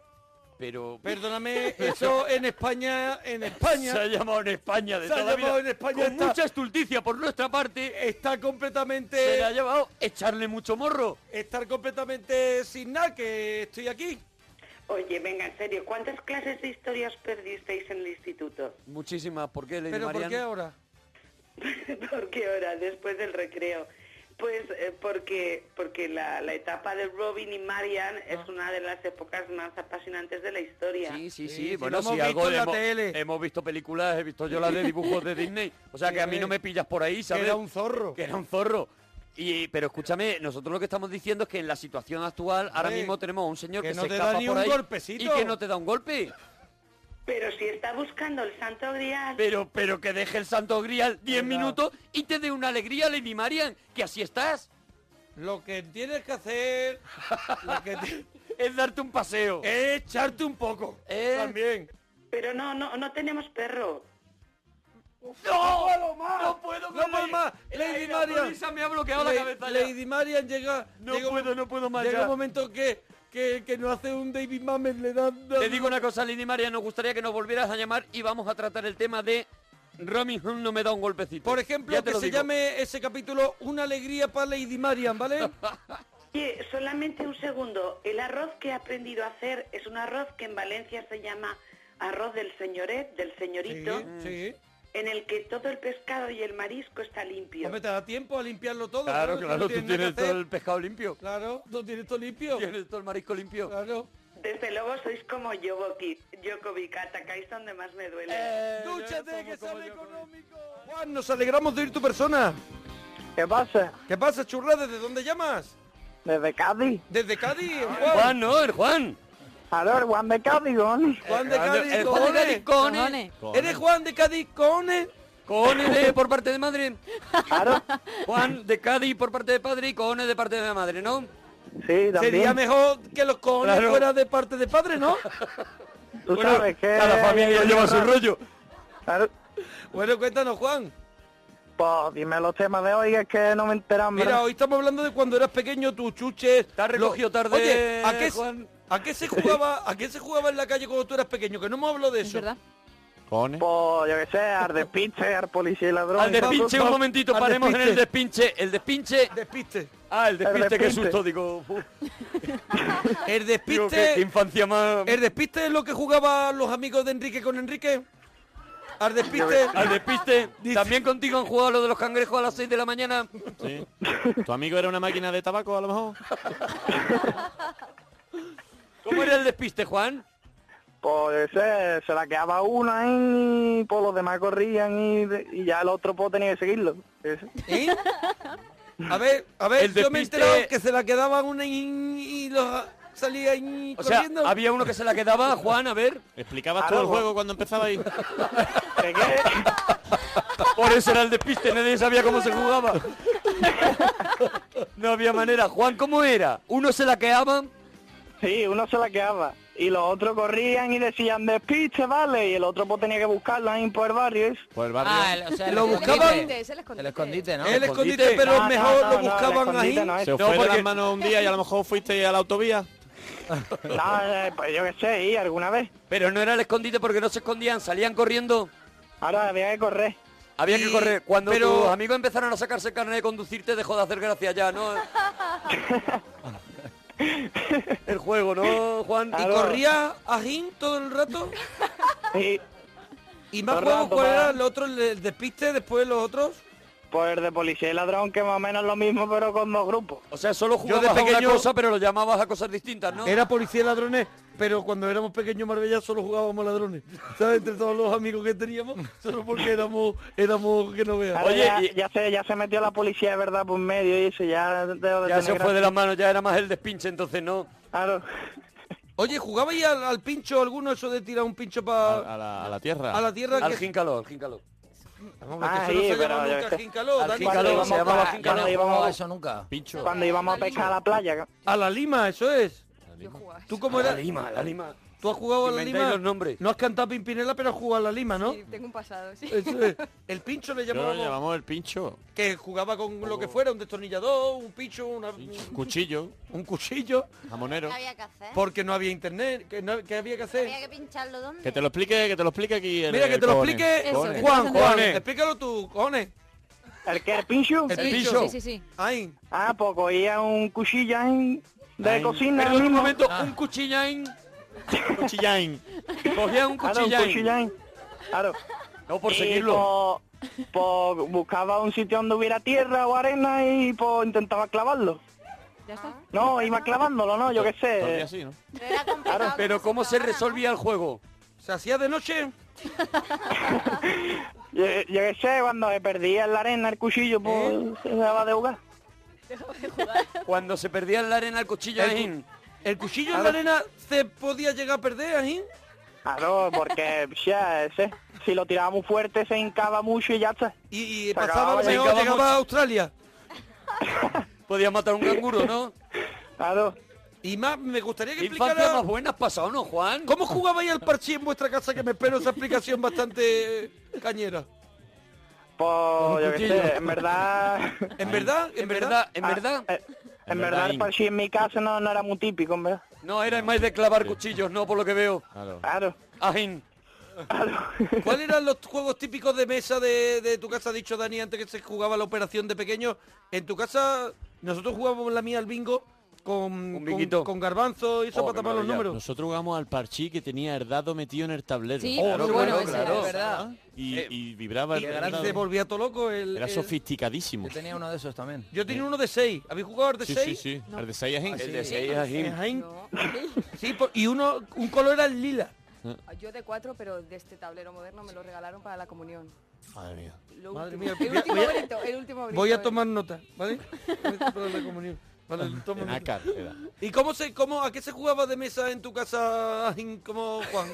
O: Pero...
E: Perdóname, eso en España, en España.
F: Se ha llamado en España de
E: se ha
F: toda la
E: llamado en
F: vida,
E: España
F: con mucha estulticia por nuestra
E: parte. Está completamente.
F: Se le ha llamado echarle mucho morro.
E: Estar completamente sin nada, que estoy aquí.
N: Oye, venga, en serio, ¿cuántas clases de historia os perdisteis en el instituto?
O: Muchísimas, ¿por qué, Lady
E: ¿Pero por
O: Marian?
E: qué ahora?
N: ¿Por qué hora? Después del recreo. Pues eh, porque, porque la, la etapa de Robin y Marian es una de las épocas más apasionantes de la historia.
O: Sí, sí, sí,
F: Ah. Sí,
O: bueno,
F: bueno,
O: si
F: sí,
O: algo
F: algo
O: de
F: hemos,
O: mo-
F: hemos visto películas, he visto yo las de dibujos de Disney. O sea que a mí no me pillas por ahí, ¿sabes?
E: era un zorro.
F: Que era un zorro. Y, pero escúchame, nosotros lo que estamos diciendo es que en la situación actual ahora
E: Hombre,
F: mismo tenemos a un señor
E: que
F: que,
E: no
F: se
E: te da
F: escapa
E: ni
F: por
E: un
F: ahí
E: golpecito.
F: y que no te da un golpe.
N: Pero si está buscando el santo grial...
F: Pero, pero que deje el santo grial 10 minutos y te dé una alegría, Lady Marian, que así estás.
E: Lo que tienes que hacer lo que ti-
F: es darte un paseo.
E: Es echarte un poco. También.
N: Pero no, no, no tenemos perro.
F: ¡No!
N: puedo más!
F: ¡No puedo
E: No puedo más. Lady Marian.
F: me ha bloqueado la
E: Le-
F: cabeza ya.
E: Lady Marian llega.
F: No puedo, no puedo más
E: Llega
F: ya.
E: un momento que, que, que no hace un David Mamet, le da... da-
F: Te digo una cosa, Lady María, nos gustaría que nos volvieras a llamar y vamos a tratar el tema de Robin Hood no me da un golpecito.
E: Por ejemplo,
F: Ya
E: que
F: te lo
E: se
F: digo.
E: llame ese capítulo Una alegría para Lady Marian, ¿vale?
N: Oye, solamente un segundo. El arroz que he aprendido a hacer es un arroz que en Valencia se llama arroz del señoret, del señorito,
E: Sí.
N: en el que todo el pescado y el marisco está limpio.
E: Hombre, te da tiempo a limpiarlo todo.
F: Claro,
E: que
F: claro,
E: no
F: tú
E: nada que
F: tienes todo
E: hacer.
F: el pescado limpio.
E: Claro, tú tienes todo limpio.
F: Tienes todo el marisco limpio.
E: Claro.
N: Desde luego sois como Jovoki, Jokovic, atacáis donde más me duele.
E: Eh, ¡Dúchate, que sale económico! Juan, nos alegramos de oír tu persona.
P: ¿Qué pasa?
E: ¿Qué pasa, churra? ¿Desde dónde llamas?
P: Desde Cádiz.
E: Desde Cádiz, Juan.
F: Ah, Juan, no, el Juan.
P: Ahora, Juan de Cádiz, ¿no?
F: Eh,
E: Juan de Cádiz,
F: el Juan
E: Cone.
F: de Cádiz, Cone. Cone.
E: ¿Eres Juan de Cádiz, Cone?
F: Cone de por parte de madre. Juan de Cádiz por parte de padre y Cone de parte de madre, ¿no?
P: Sí, también.
E: Sería mejor que los cones
F: Claro.
E: fuera de parte de padre, ¿no?
P: Tú
E: Bueno,
P: sabes que...
F: cada familia lleva su rollo.
P: Claro.
E: Bueno, cuéntanos, Juan.
P: Pues dime los temas de hoy, es que no me enteran.
E: Mira,
P: ¿verdad?
E: hoy estamos hablando de cuando eras pequeño, tus chuches. Te has
F: recogido tarde,
E: Oye, ¿a qué,
F: Juan?
E: ¿a qué se jugaba? ¿A qué se jugaba en la calle cuando tú eras pequeño? Que no hemos hablado de eso.
P: Pues yo qué sé, al despinche, al policía y ladrón.
F: Al despinche, un momentito,
P: Al
F: paremos en el
P: despinche.
F: despinche. El despinche.
E: Despiste.
F: Ah, el despiste, qué
P: despiste.
F: susto, digo. uf.
E: El
F: Digo, qué- qué
E: despiste.
F: infancia más...
E: ¿El despiste es lo que jugaban los amigos de Enrique con Enrique? ¿Al despiste?
F: Al despiste. También contigo han jugado lo de los cangrejos a las 6 de la mañana.
Q: Sí. ¿Tu amigo era una máquina de tabaco a lo mejor?
F: ¿Cómo era el despiste, Juan?
P: Pues ese, se la quedaba uno ahí, pues los demás corrían y, y ya el otro pues tenía que seguirlo. Ese.
E: ¿Eh? A ver, a ver,
F: El
E: yo me he
F: despiste-
E: enterado que se la quedaban una y, y los salía y
F: O sea,
E: corriendo.
F: había uno que se la quedaba, Juan, a ver.
Q: ¿Explicabas todo el juego cuando empezaba ahí?
F: Por eso era el despiste, nadie sabía cómo se jugaba. No había manera. Juan, ¿cómo era? Uno se la quedaba
P: Sí, uno se la quedaba. y los otros corrían y decían despiste, vale, y el otro pues tenía que buscarlo ahí por el barrio.
F: Por el
P: barrio.
R: Ah, el- o sea, el
P: lo
R: escondite.
P: buscaban.
R: Es El escondite, el escondite ¿no?
E: El escondite, pero
P: No, no,
E: mejor
P: no,
E: lo
P: no, el
E: buscaban
P: escondite
E: ahí.
P: no es.
F: Se os
P: No,
F: fue de
P: porque-
F: las manos un día y a lo mejor fuiste a la autovía.
P: No, eh, pues yo qué sé, y alguna vez.
C: Pero no era el escondite porque no se escondían, salían corriendo.
P: Ahora había que correr.
C: Había que
P: Y-
C: correr. Cuando
P: pero-
C: tus amigos empezaron a sacarse el carnet de conducir, te dejó de hacer gracia ya, ¿no? el juego, ¿no, Juan?
E: ¿Y corría Ajín todo el rato? ¿Y más
P: Todo el
E: juegos
P: rato,
E: cuál
P: para-
E: era el otro, el de- el despiste, después los otros?
P: Pues el de policía y ladrón, que más o menos lo mismo, pero con dos grupos.
C: O sea, solo
E: Yo de
C: jugabas a una
E: pequeño-
C: cosa, pero lo llamabas a cosas distintas, ¿no?
E: Era policía y ladrones, pero cuando éramos pequeños en Marbella solo jugábamos a ladrones. ¿Sabes? Entre todos los amigos que teníamos, solo porque éramos, éramos que no veas.
P: Ahora ya, ya se, ya se metió la policía de verdad por medio y eso ya dejo de
C: Ya
P: tener
C: se os fue
P: gracia.
C: de las manos, ya era más el despinche, entonces no.
P: Claro.
E: Oye, ¿jugabais al, al pincho alguno eso de tirar un pincho para...
F: A la, a la tierra.
E: A la tierra
C: Al
E: que-
C: jincaló, al jincaló.
E: Ah, que eso no sí, se pero llama yo nunca qué sé. jincaló,
C: Al
E: Dani.
C: jincaló, se
E: Cuando
C: llamaba
E: íbamos a-
C: jincaló.
E: cuando íbamos a-
R: Eso nunca.
F: Pincho.
P: Cuando íbamos a pescar a la playa.
E: A la lima, eso es. ¿Tú cómo
C: A la
E: eras?
C: lima, a la lima.
E: ¿Tú has jugado a la
C: Inventáis
E: lima?
C: los nombres.
E: No has cantado Pimpinela, pero has jugado a la lima, ¿no?
R: Tengo un pasado, sí.
E: Eso es. El pincho le
F: Yo lo
E: llamábamos...
F: llamamos el pincho.
E: que jugaba con lo que fuera, un destornillador, un pincho, una-
F: Cuchillo.
E: un cuchillo,
F: Jamonero.
J: ¿Qué había que hacer?
E: porque no había internet, que, no- que había que hacer.
J: Había que pincharlo dónde.
F: Que te lo explique, que te lo explique aquí el
E: Mira, que
F: el
E: te lo
F: Cone.
E: explique
F: Cone.
E: Juan, Juan,
F: Cone.
E: explícalo tú, Cone.
P: ¿El qué? ¿El pincho?
E: El Sí, pincho. sí, sí,
P: Ay. Ah, pues cogía un cuchillo ahí de
F: Ay.
P: cocina.
F: Perdón, un momento,
E: Ah.
C: un cuchillain.
F: Cuchillain.
C: Cogía un
P: Claro,
C: cuchillain.
P: un cuchillain. Claro.
C: No, por
P: Y,
C: seguirlo.
P: pues, pues, buscaba un sitio donde hubiera tierra o arena y pues intentaba clavarlo.
R: ¿Ya está?
P: No, iba clavándolo, ¿no? Yo qué sé.
C: Todo el día así, ¿no? Claro, pero ¿cómo se resolvía el juego?
E: ¿Se hacía de noche?
P: Yo, yo qué sé, cuando se perdía en la arena el cuchillo, pues
C: ¿Eh?
P: se daba de jugar.
C: Cuando se perdía en la arena el cuchillo
E: El
C: ahí.
E: ¿El cuchillo en la arena se podía llegar a perder, Ajín?
P: Claro, porque ya, ese, si lo tiraba muy fuerte se hincaba mucho y ya está.
E: Y, pasaba lo mejor, llegaba a Australia.
C: Podía matar un canguro, ¿no?
P: Claro.
E: Y más, me gustaría que
C: Infancia
E: explicara...
C: más buena has pasado, ¿no, Juan?
E: ¿Cómo jugabais al parche en vuestra casa? Que me espero esa explicación bastante eh, cañera.
P: Pues yo qué
E: cuchillo.
P: sé, en verdad... ah,
E: ¿En verdad? ¿En verdad?
C: ¿En verdad?
P: eh, En verdad el parchís en mi casa no, no era muy típico, en verdad.
C: No, era más de clavar cuchillos, no, por lo que veo.
P: Claro.
C: Ajín.
E: ¿Cuáles eran los juegos típicos de mesa de, de tu casa? Ha dicho Dani antes que se jugaba la operación de pequeño. En tu casa, nosotros jugábamos en la mía al bingo con,
F: binguito.
E: con, con garbanzo
C: Oh,
E: y eso para tapar los números.
F: Nosotros jugamos al parchí que tenía el dado metido en el tablero.
C: Oh,
E: Sí, Claro, muy bueno, claro, ese era, claro. es
R: verdad.
F: Y, y vibraba
E: Eh, Y
F: el, el
E: se
F: dado.
E: volvía todo loco. El,
F: Era
E: el-
F: sofisticadísimo.
R: Yo tenía uno de esos también.
E: Yo tenía uno de 6. ¿Habéis jugado al de
F: Sí,
E: 6?
F: sí, sí. El de
E: Ah,
F: 6 ajín.
C: El de seis ajín.
E: Sí, por- y uno, un color era el lila.
N: Yo de cuatro, pero de este tablero moderno me lo regalaron para la comunión.
F: Madre mía.
N: Lo
E: Madre
N: último.
E: mía, voy
N: el
E: a-
N: último
E: voy a-
N: grito, el último grito.
E: Voy
N: eh.
E: a tomar nota, ¿vale? Para la comunión. Vale, tomo
F: En
E: nota.
F: ácar era.
E: ¿Y cómo se, cómo, a qué se jugaba de mesa en tu casa, como Juan?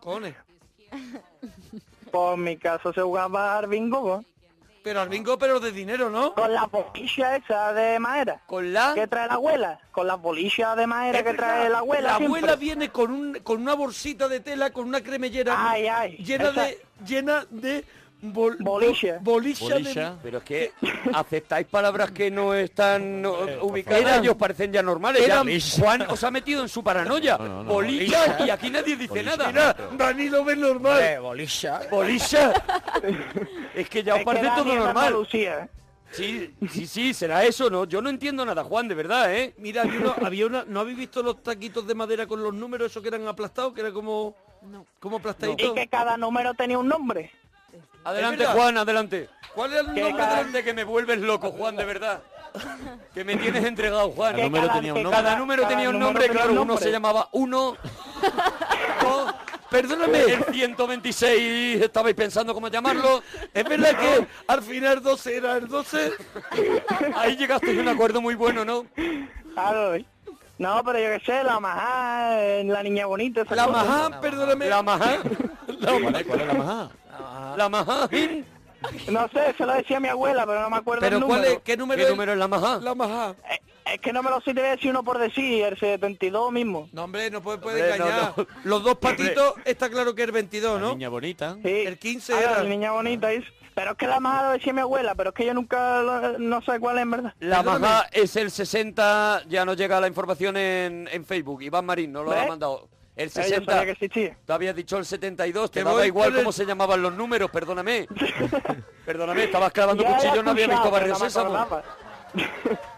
E: Cone.
P: Pues en mi caso se jugaba al bingo, ¿no?
E: Pero al bingo, pero de dinero, ¿no?
P: Con las bolillas esas de madera.
C: ¿Con la?
P: Que trae la abuela. Con las bolillas de madera que trae la abuela.
E: La
P: siempre.
E: abuela viene con, un, con una bolsita de tela, con una cremellera
P: Ay, ay,
E: llena
P: esa-
E: de llena de bol-
P: Bolilla.
E: bolilla de-
C: Pero es que aceptáis palabras que no están no, ubicadas.
E: favor.
C: Ellos parecen ya normales.
E: Eran-
C: Ya Juan os ha metido en su paranoia. bolilla
R: bolilla.
C: y aquí nadie dice
R: Bolilla,
C: nada.
R: Mira,
E: Dani lo ve
R: Hombre,
E: normal.
R: bolilla.
C: Bolilla. es que ya os
R: Es que
C: parece
R: Dani
C: todo
R: es de
C: normal.
P: Andalucía, ¿eh?
C: Sí, sí, sí, será eso, ¿no? Yo no entiendo nada, Juan, de verdad, ¿eh?
E: Mira, hay uno- había una, ¿no habéis visto los taquitos de madera con los números esos que eran aplastados, que era como como aplastaditos?
P: Y que cada número tenía un nombre.
C: Adelante,
E: ¿Es verdad?
C: Juan, adelante.
E: ¿Cuál era el
P: Que
E: nombre
P: cada-
E: del-
C: Adelante, que me vuelves loco, Juan, de verdad. Que me tienes entregado, Juan.
F: Cada número tenía un nombre.
C: Cada número
F: Cada
C: tenía un
F: número
C: nombre,
F: tenía
C: claro.
F: un
C: Uno
F: nombre.
C: se llamaba uno. dos,
E: Perdóname.
C: El 126 estabais pensando cómo llamarlo.
E: Es verdad que al final 12 era el 12.
C: Ahí llegaste a un acuerdo muy bueno, ¿no?
P: Claro. ¿eh? No, pero yo qué sé, la majá, eh, la niña bonita.
E: La majá, perdóname. La
C: majá.
F: ¿Cuál es, cuál es la majá?
C: La majá.
P: No sé, se lo decía mi abuela, pero no me acuerdo
E: Pero
P: el
E: ¿cuál
P: número.
E: es, qué número
P: es?
E: es la majá? La majá.
P: es que no me lo sé te voy a decir uno por decir, el 72 mismo.
K: No, hombre, no puede, puede
P: Hombre, no,
K: engañar. Los dos patitos, está claro que el 22, ¿no? niña
S: bonita.
K: El 15
P: Ah,
K: era...
P: la niña bonita es. Pero es que la más decía mi abuela, pero es que yo nunca lo- no sé cuál es en verdad.
E: La
P: más
E: maja es el 60, ya nos llega la información en, en Facebook. Iván Marín no lo ha
P: ¿Ves?
E: mandado. El
P: yo
E: 60.
P: sabía que
E: Tú habías dicho el 72, te
P: Que
E: daba
P: voy
E: igual
P: con el-
E: cómo se llamaban los números, perdóname. perdóname, estabas clavando
P: Ya la he
E: cuchillos, no había visto
P: escuchado,
E: Barrio
P: pero no me
E: Sésamo.
P: acordaba.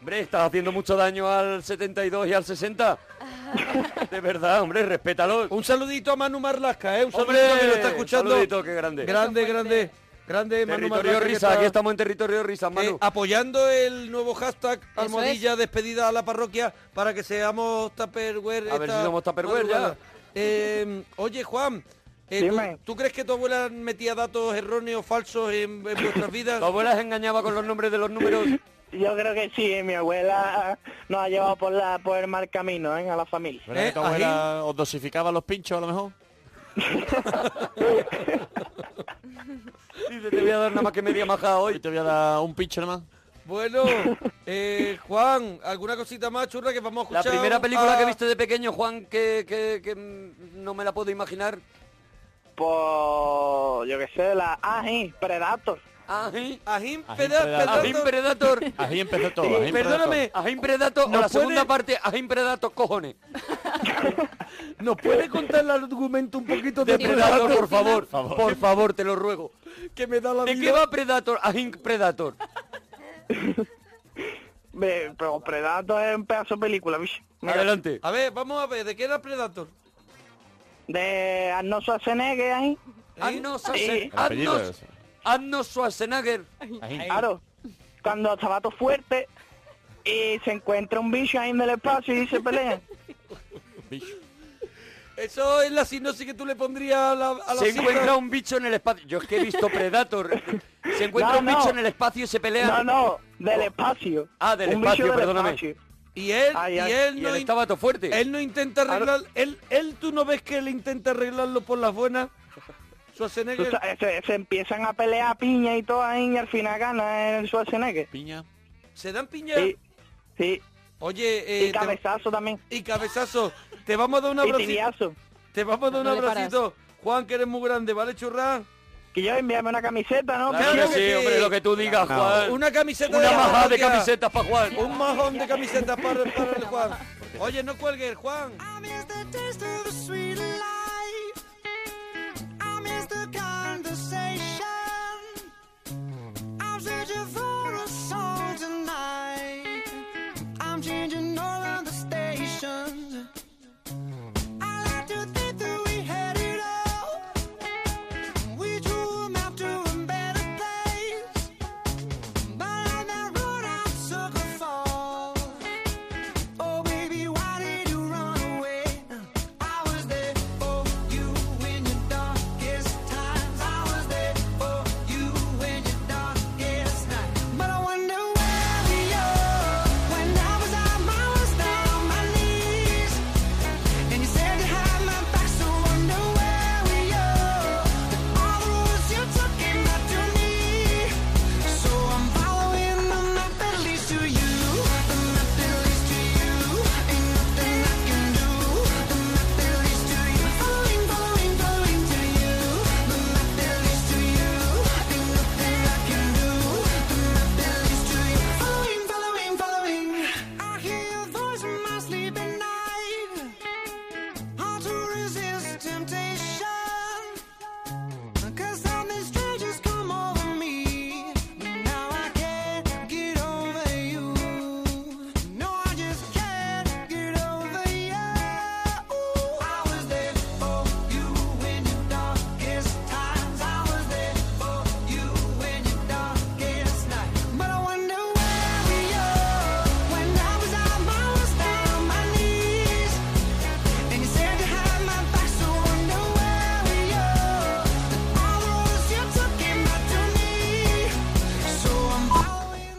E: Hombre, estás haciendo mucho daño al 72 y al 60. De verdad, hombre, respétalo.
K: Un saludito a Manu Marlasca, ¿eh? Un
E: Hombre,
K: saludito que lo está escuchando.
E: saludito, qué grande.
K: Grande, grande. Grande, Manu
E: Territorio
K: Marlasca, que
E: Risa,
K: está-
E: aquí estamos en Territorio Risa, Manu.
K: Eh, apoyando el nuevo hashtag almohadilla despedida a la parroquia para que seamos Tupperware.
E: A ver
K: esta
E: si somos Tupperware ya.
K: madrugada. Eh, oye, Juan, eh, ¿tú-
E: Dime.
K: ¿tú, crees que tu abuela metía datos erróneos, falsos en, en vuestras vidas?
E: Tu abuela se engañaba con los nombres de los números.
P: Yo creo que sí, mi abuela nos ha llevado por la por el mal camino, ¿eh? A la familia.
S: ¿Verdad que tu abuela os dosificaba los pinchos a lo mejor?
E: Dice, te voy a dar nada más que media maja hoy.
S: Te voy a dar un pincho nada más.
K: Bueno, eh, Juan, ¿alguna cosita más churra que vamos a
E: La
K: escuchar? Ah.
E: primera película
K: a-
E: que viste de pequeño, Juan, que, que- que, mm, no me la puedo imaginar.
P: Pues yo qué sé, la Aji, Predator.
E: Ají,
K: ají,
P: Predator.
E: Ají Predator.
S: Ahí empezó todo.
E: Sí,
S: ahí empezó
E: Perdóname, Ají Predator, o
K: ¿Nos
E: la
K: puede-
E: segunda parte, Ají Predator, cojones.
K: ¿Nos puede contar el argumento un poquito
E: De
K: de
E: Predator, por favor,
S: favor.
E: por favor, te lo ruego.
K: Que me da la
E: ¿De qué va Predator? Ají Predator.
P: Ve, Pero Predator es un pedazo de película, bicho. Mira,
E: Adelante.
K: A ver, vamos a ver, ¿de qué era Predator?
P: De Arnold Schwarzenegger ahí.
K: ¿Eh?
E: Arnold
P: Sí.
E: Schwarzenegger. Arnold- Arnold Schwarzenegger.
P: Claro. Cuando estaba todo fuerte y se encuentra un bicho ahí en el espacio y se pelean.
K: Eso es la sinopsis que tú le pondrías a la, a la
E: Se
K: cinta.
E: encuentra un bicho en el espacio. Yo es que he visto Predator. Se encuentra
P: No,
E: un
P: no.
E: bicho en el espacio y se pelea.
P: No, no, del espacio.
E: Ah, del
P: Un bicho
E: espacio,
P: del
E: perdóname.
P: espacio.
K: Y él,
P: Ay, ay.
K: y él
P: Y
K: no
P: él
K: in-
E: Estaba todo fuerte.
K: Él no intenta arreglar, él, él tú no ves que él intenta arreglarlo por las buenas.
P: Tú
K: Schwarzenegger,
P: sabes, se, se empiezan a pelear a piña y todo ahí y al final gana el Schwarzenegger.
S: Piña.
K: ¿se dan piña?
P: Sí, sí.
K: Oye, eh,
P: y
K: te-
P: cabezazo también.
K: y cabezazo. Te vamos a dar un
P: Y
K: abracito.
P: tibiazo.
K: Te vamos a dar un
P: No le paras.
K: abracito. Juan, que eres muy grande, ¿vale, churra?
P: Que yo envíame una camiseta, ¿no?
E: Claro que sí, hombre, lo que tú digas, Juan.
K: Una camiseta
E: Una
K: de la
E: majada de
K: parroquia.
E: camisetas para Juan.
K: Un majón de camisetas para, para el Juan. Oye, no cuelgues, Juan.
C: I'm changing all of the stations. I like to think that we had it all. We drew a map to a better place. But on that road I took a fall. Oh baby, why did you run away? I was there for you in your darkest times. I was there for you in your darkest night. But I wonder where we are. When I was out, I was down on my knees, and you said you had my back. So I wonder where we are. All the roads you took came back to me. So I'm following the map that leads to you. The map that leads to you. Ain't nothing I can do. The map that leads to you. Following, following, following to you. The map that leads to you. Ain't nothing I can do. The map that leads to you. Following, following, following. I hear your voice in my sleep at night. Hard to resist temptation. Cause something strange has come over me. Now I can't get over you. No, I just can't get over you. I was there for you in your darkest times. I was there for you in your darkest night. But I wonder where we are. When I was out, I was down on my knees. And you said you had my back, so I wonder where we are. All the roads you took came back to me. So I'm following.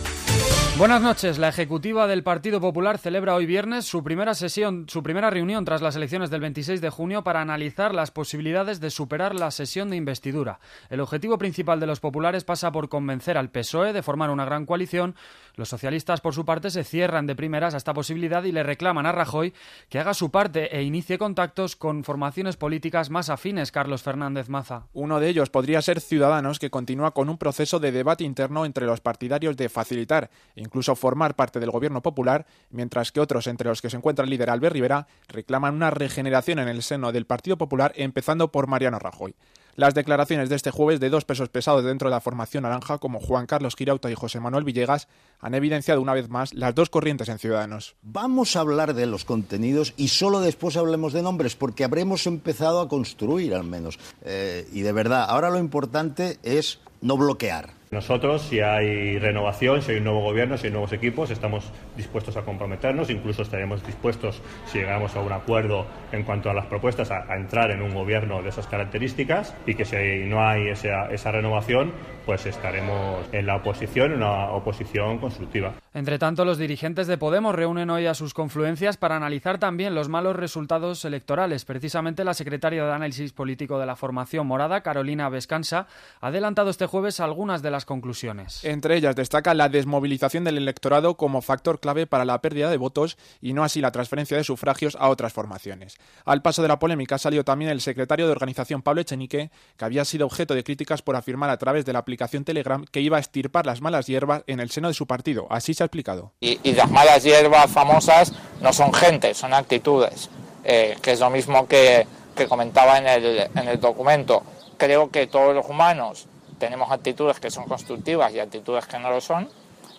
T: Buenas noches. La ejecutiva del Partido Popular celebra hoy viernes su primera sesión, su primera reunión tras las elecciones del 26 de junio para analizar las posibilidades de superar la sesión de investidura. El objetivo principal de los populares pasa por convencer al PSOE E de formar una gran coalición. Los socialistas, por su parte, se cierran de primeras a esta posibilidad y le reclaman a Rajoy que haga su parte e inicie contactos con formaciones políticas más afines. Carlos Fernández Maza.
U: Uno de ellos podría ser Ciudadanos, que continúa con un proceso de debate interno entre los partidarios de facilitar e incluso formar parte del gobierno popular, mientras que otros, entre los que se encuentra el líder Albert Rivera, reclaman una regeneración en el seno del Partido Popular, empezando por Mariano Rajoy. Las declaraciones de este jueves de dos pesos pesados dentro de la formación naranja, como Juan Carlos Girauta y José Manuel Villegas, han evidenciado una vez más las dos corrientes en Ciudadanos.
V: Vamos a hablar de los contenidos y solo después hablemos de nombres, porque habremos em- empezado a construir al menos. Eh, y de verdad, ahora lo importante es no bloquear.
Q: Nosotros, si hay renovación, si hay un nuevo gobierno, si hay nuevos equipos, estamos dispuestos a comprometernos, incluso estaremos dispuestos, si llegamos a un acuerdo en cuanto a las propuestas, a, a entrar en un gobierno de esas características y que si no hay esa, esa renovación, pues estaremos en la oposición, en una oposición constructiva.
T: Entre tanto, los dirigentes de Podemos reúnen hoy a sus confluencias para analizar también los malos resultados electorales. Precisamente la secretaria de Análisis Político de la Formación Morada, Carolina Vescansa, ha adelantado este jueves algunas de las conclusiones.
U: Entre ellas destaca la desmovilización del electorado como factor clave para la pérdida de votos y no así la transferencia de sufragios a otras formaciones. Al paso de la polémica salió también el secretario de organización Pablo Echenique, que había sido objeto de críticas por afirmar a través de la aplicación Telegram que iba a estirpar las malas hierbas en el seno de su partido. Así se ha explicado.
R: Y, y las malas hierbas famosas no son gente, son actitudes, eh, que es lo mismo que, que comentaba en el, en el documento. Creo que todos los humanos tenemos actitudes que son constructivas y actitudes que no lo son.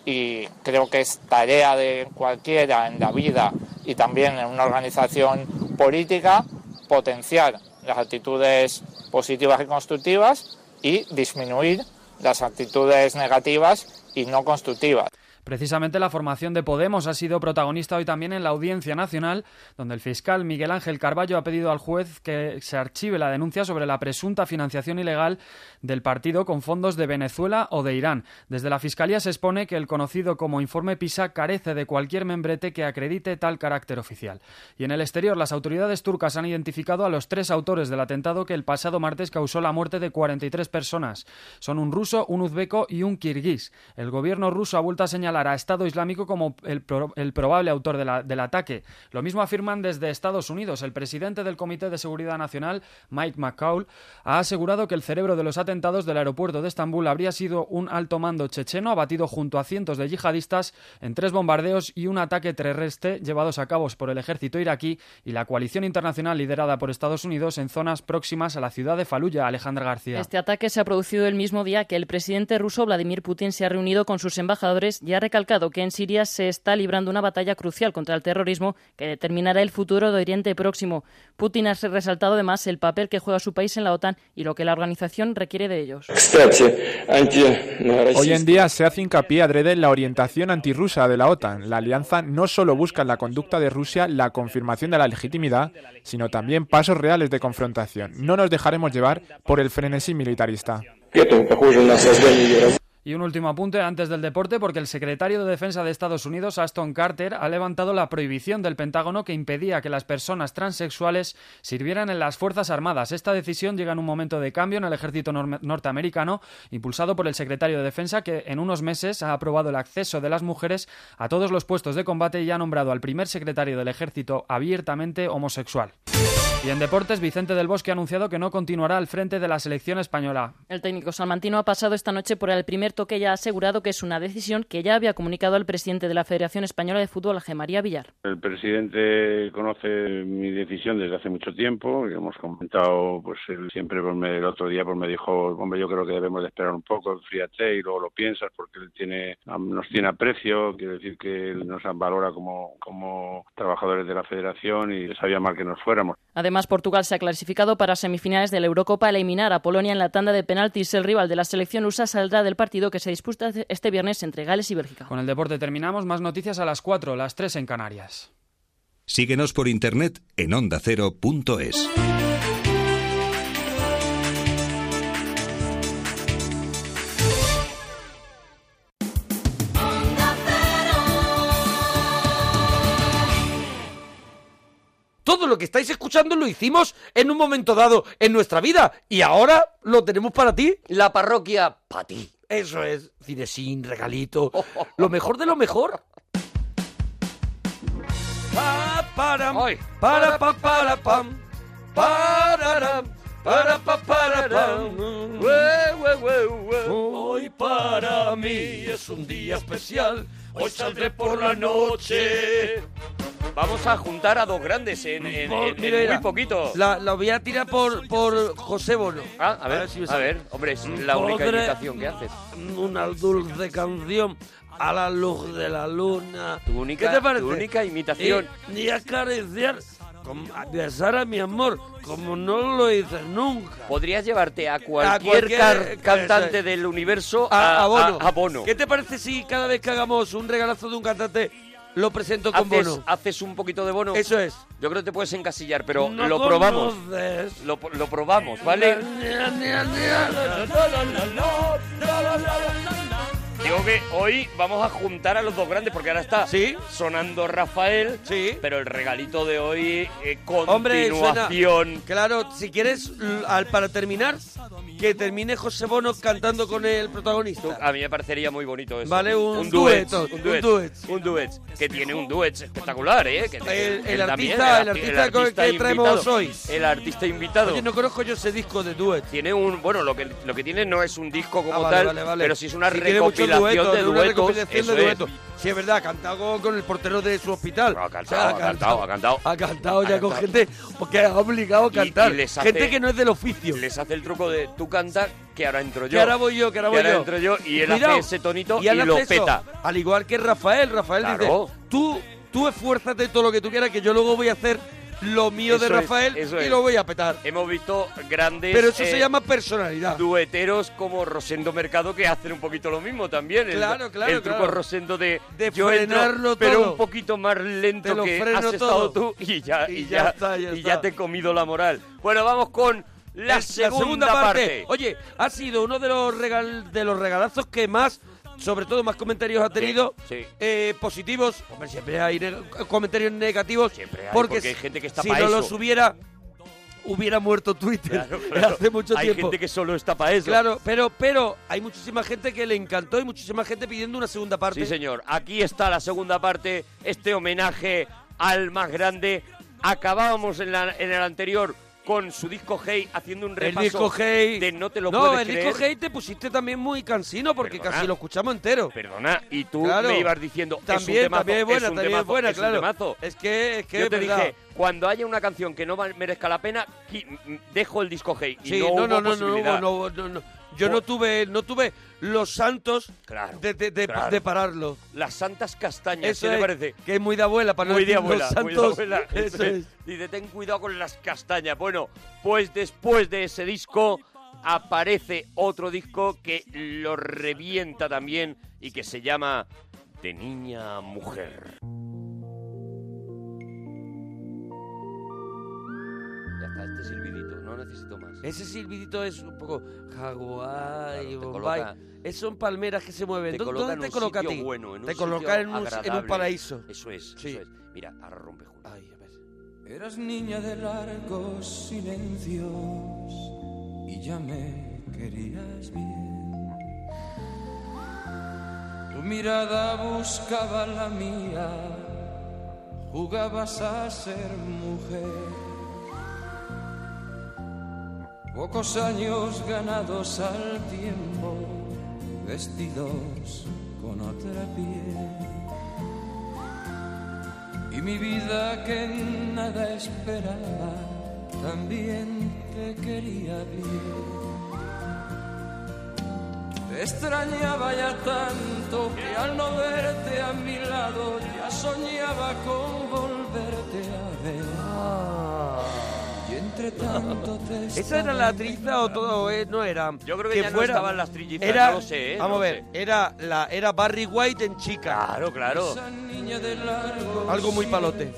R: Y creo que es tarea de cualquiera en la vida y también en una organización política potenciar las actitudes positivas y constructivas y disminuir las actitudes negativas y no constructivas.
T: Precisamente la formación de Podemos ha sido protagonista hoy también en la Audiencia Nacional, donde el fiscal Miguel Ángel Carballo ha pedido al juez que se archive la denuncia sobre la presunta financiación ilegal del partido con fondos de Venezuela o de Irán. Desde la Fiscalía se expone que el conocido como informe PISA carece de cualquier membrete que acredite tal carácter oficial. Y en el exterior, las autoridades turcas han identificado a los tres autores del atentado que el pasado martes causó la muerte de 43 personas. Son un ruso, un uzbeco y un kirguís. El gobierno ruso ha vuelto a señalar a Estado Islámico como el, pro- el probable autor de la- del ataque. Lo mismo afirman desde Estados Unidos. El presidente del Comité de Seguridad Nacional, Mike McCaul, ha asegurado que el cerebro de los atentados del aeropuerto de Estambul habría sido un alto mando checheno abatido junto a cientos de yihadistas en tres bombardeos y un ataque terrestre llevados a cabo por el ejército iraquí y la coalición internacional liderada por Estados Unidos en zonas próximas a la ciudad de Faluya. Alejandra García.
B: Este ataque se ha producido el mismo día que el presidente ruso Vladimir Putin se ha reunido con sus embajadores y ha recalcado que en Siria se está librando una batalla crucial contra el terrorismo que determinará el futuro de Oriente Próximo. Putin ha resaltado además el papel que juega su país en la OTAN y lo que la organización requiere de ellos.
U: Hoy en día se hace hincapié adrede en la orientación antirrusa de la OTAN. La alianza no solo busca en la conducta de Rusia la confirmación de la legitimidad, sino también pasos reales de confrontación. No nos dejaremos llevar por el frenesí militarista.
T: Eh, Y un último apunte antes del deporte, porque el secretario de Defensa de Estados Unidos, Aston Carter, ha levantado la prohibición del Pentágono que impedía que las personas transexuales sirvieran en las Fuerzas Armadas. Esta decisión llega en un momento de cambio en el ejército norme- norteamericano, impulsado por el secretario de Defensa, que en unos meses ha aprobado el acceso de las mujeres a todos los puestos de combate y ha nombrado al primer secretario del ejército abiertamente homosexual. Y en deportes, Vicente del Bosque ha anunciado que no continuará al frente de la selección española.
B: El técnico salmantino ha pasado esta noche por el primer toque y ha asegurado que es una decisión que ya había comunicado al presidente de la Federación Española de Fútbol, Ángel María Villar.
W: El presidente conoce mi decisión desde hace mucho tiempo. y Hemos comentado, pues él siempre pues, me- el otro día pues me dijo, hombre, yo creo que debemos de esperar un poco, enfríate y luego lo piensas porque él tiene, nos tiene aprecio, quiere decir que él nos valora como, como trabajadores de la federación y sabía mal que nos fuéramos.
B: Además, Portugal se ha clasificado para semifinales de la Eurocopa al eliminar a Polonia en la tanda de penaltis. El rival de la selección USA saldrá del partido que se disputa este viernes entre Gales y Bélgica.
T: Con el deporte terminamos, más noticias a las 4, las 3 en Canarias.
X: Síguenos por internet en ondacero.es.
D: todo lo que estáis escuchando lo hicimos en un momento dado en nuestra vida y ahora lo tenemos para ti. La parroquia para ti. Eso es, cine sin regalito, lo mejor de lo mejor.
K: Pa, para, para, pa, para, pam, para, para, pa, para, pam. Ue, ue, ue, ue. Hoy para mí es un día especial, hoy saldré por la noche.
E: Vamos a juntar a dos grandes en, en-
K: Por-
E: en- en
K: mira, mira,
E: muy poquito.
K: La, la voy a tirar por, por José Bono.
E: Ah, a ver,
K: me
E: a
K: sale.
E: ver, hombre, es la única
K: Podré-
E: invitación que haces.
K: Una dulce canción a la luz de la luna.
E: Tu única-
K: ¿Qué te parece? Eh,
E: tu única imitación.
K: Y, y acariciar, con-
E: ah,
K: a besar a mi amor, como no lo hice nunca.
E: Podrías llevarte a cualquier, car- cantante del universo
K: a, a Bono.
E: a- a Bono.
K: ¿Qué te parece si cada vez que hagamos un regalazo de un cantante lo presento con
E: ¿Haces-
K: Bono?
E: ¿Haces un poquito de bono?
K: Eso es.
E: Yo creo que te puedes encasillar, pero
K: No
E: lo probamos.
K: conoces.
E: Lo, lo probamos, ¿vale? Digo que hoy vamos a juntar a los dos grandes porque ahora está sonando Rafael, pero el regalito de hoy eh,
K: Hombre, suena-
E: continuación.
K: Claro, si quieres, l- al- para terminar, que termine José Bono cantando con el protagonista.
E: A mí me parecería muy bonito eso.
K: Vale, un
E: duet,
K: dueto,
E: Un duet.
K: un duet.
E: un duet, Que tiene un duet espectacular, ¿eh? Que- que-
K: El-
E: que
K: el
E: también,
K: artista- el
E: arti-
K: artista con el
E: artista
K: que traemos
E: invitado.
K: hoy.
E: El artista invitado.
K: Oye, no conozco yo ese disco de duet.
E: Tiene un. Bueno, lo que, lo que tiene no es un disco como
K: Ah, vale,
E: tal,
K: vale, vale.
E: pero sí es una
K: Sí, tiene muchos
E: recopilación
K: duetos,
E: de
K: una
E: duetos.
K: recopilación
E: eso
K: de
E: es.
K: duetos. Sí, es verdad, ha cantado con el portero de su hospital. ha
E: cantado, ha cantado, ha cantado.
K: Ha cantado ya con gente que ha obligado a
E: Y-
K: cantar.
E: y les hace-
K: gente que no es del oficio.
E: Les hace el truco de tú canta, que ahora entro yo.
K: Que ahora voy yo, que ahora voy yo.
E: entro yo y él
K: Cuidado.
E: hace ese tonito y,
K: él hace
E: lo
K: eso.
E: peta.
K: Al igual que Rafael. Rafael
E: Claro.
K: dice, tú, tú esfuérzate todo lo que tú quieras, que yo luego voy a hacer lo mío de
E: Eso es,
K: Rafael
E: eso
K: y
E: es.
K: lo voy a petar.
E: Hemos visto grandes.
K: Pero eso
E: eh,
K: se llama personalidad.
E: dueteros como Rosendo Mercado que hacen un poquito lo mismo también. El-
K: Claro, claro,
E: El truco
K: claro.
E: Rosendo de,
K: De
E: yo entro,
K: frenarlo
E: pero
K: todo.
E: un poquito más lento
K: Te lo
E: que
K: freno
E: has estado
K: todo.
E: tú y ya,
K: Y
E: y
K: ya
E: ya,
K: está, ya
E: y
K: está.
E: ya te he comido la moral. Bueno, vamos con la,
K: Es
E: segunda, parte.
K: Oye, ha sido uno de los regal, de los regalazos que más, sobre todo más comentarios ha tenido.
E: Sí.
K: eh, positivos. Hombre, siempre hay neg- comentarios negativos.
E: Siempre hay,
K: porque,
E: porque hay
K: si-
E: gente que está
K: si
E: pa'
K: no
E: eso.
K: los hubiera, hubiera muerto Twitter
E: Claro, claro.
K: hace mucho
E: Hay
K: tiempo.
E: gente que solo está para eso.
K: Claro, pero, pero hay muchísima gente que le encantó y muchísima gente pidiendo una segunda parte.
E: Sí, señor. Aquí está la segunda parte, este homenaje al más grande. Acabábamos en, la- en el anterior con su disco Hey haciendo un
K: El
E: repaso
K: disco Hey.
E: de No te lo
K: no,
E: puedes
K: el
E: creer.
K: disco Hey te pusiste también muy cansino porque
E: Perdona.
K: casi lo escuchamos entero.
E: Perdona, y tú
K: Claro.
E: me ibas diciendo, es un
K: También,
E: temazo,
K: también es buena,
E: es un
K: también es
E: temazo,
K: buena,
E: es un
K: claro.
E: temazo.
K: Es que, es que
E: Yo
K: es
E: te
K: verdad.
E: dije, cuando haya una canción que no val- merezca la pena, qui- m- dejo el disco Hey. Y
K: Sí,
E: no,
K: no,
E: hubo
K: no, no, no,
E: posibilidad.
K: no, no, no. Yo no tuve, no tuve los santos de, de- de-
E: claro.
K: de pararlo.
E: Las santas castañas,
K: Eso
E: ¿qué te
K: es,
E: parece?
K: Que es muy de abuela, para no
E: muy de
K: decir
E: abuela,
K: los
E: muy
K: santos.
E: de abuela.
K: Eso es.
E: Dice, ten cuidado con las castañas. Bueno, pues después de ese disco aparece otro disco que lo revienta también y que se llama De Niña a Mujer. Ya está, este silbidito, no necesito más.
K: Ese silbidito es un poco jaguar y Bombay.
E: coloca-
K: Es- son palmeras que se mueven.
E: Te
K: ¿Dó-
E: coloca
K: ¿Dónde
E: en
K: te
E: un
K: coloca a
E: sitio
K: ti?
E: bueno, en un
K: te
E: sitio
K: coloca en, un, en un
E: agradable.
K: paraíso.
E: Eso es, eso es. Mira, ahora rompe junto.
Y: Eras niña de largos silencios y ya me querías bien. Tu mirada buscaba la mía, jugabas a ser mujer. Pocos años ganados al tiempo, vestidos con otra piel. Y mi vida que en nada esperaba, también te quería bien. Te extrañaba ya tanto que al no verte a mi lado, ya soñaba con volverte a ver. Y entre tanto te
K: ¿Esa era la triza o todo? eh? no era. Yo
E: creo que ya no estaban las trillizas,
K: Era,
E: no lo sé, eh,
K: Vamos
E: no
K: a ver, era, la, era Barry White en chica.
E: Claro, claro.
Y: Niña de largo
K: Algo muy palote.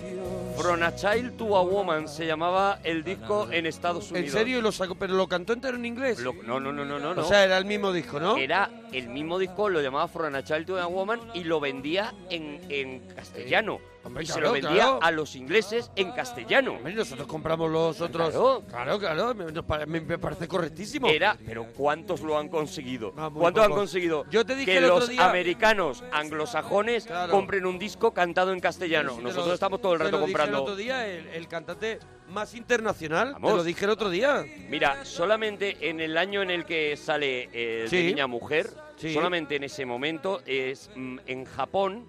E: From a Child to a Woman se llamaba el disco en Estados
D: ¿En
E: Unidos.
D: serio? ¿Y lo sacó? ¿Pero lo cantó entero en inglés?
E: no, no, no, no, no.
D: O sea, era el mismo disco, ¿no?
E: Era el mismo disco, lo llamaba From a Child to a Woman y lo vendía en, en castellano.
D: hombre,
E: y se
D: claro,
E: lo vendía
D: claro.
E: a los ingleses en castellano.
D: nosotros compramos los otros.
E: Claro.
D: claro, claro, Me, nos pare- me- me parece correctísimo.
E: Era, pero ¿cuántos lo han conseguido?
D: muy
E: ¿Cuántos han
D: poco.
E: conseguido?
D: Yo te dije
E: que
D: el otro
E: los
D: día-
E: americanos anglosajones compren un disco cantado en castellano.
D: Te lo-
E: Nosotros estamos todo el
D: te
E: rato
D: lo dije
E: comprando.
D: el otro día, el, el cantante más internacional.
E: Vamos.
D: Te lo dije el otro día.
E: Mira, solamente en el año en el que sale eh,
D: Sí.
E: de Niña a Mujer,
D: Sí.
E: solamente en ese momento, es mm, en Japón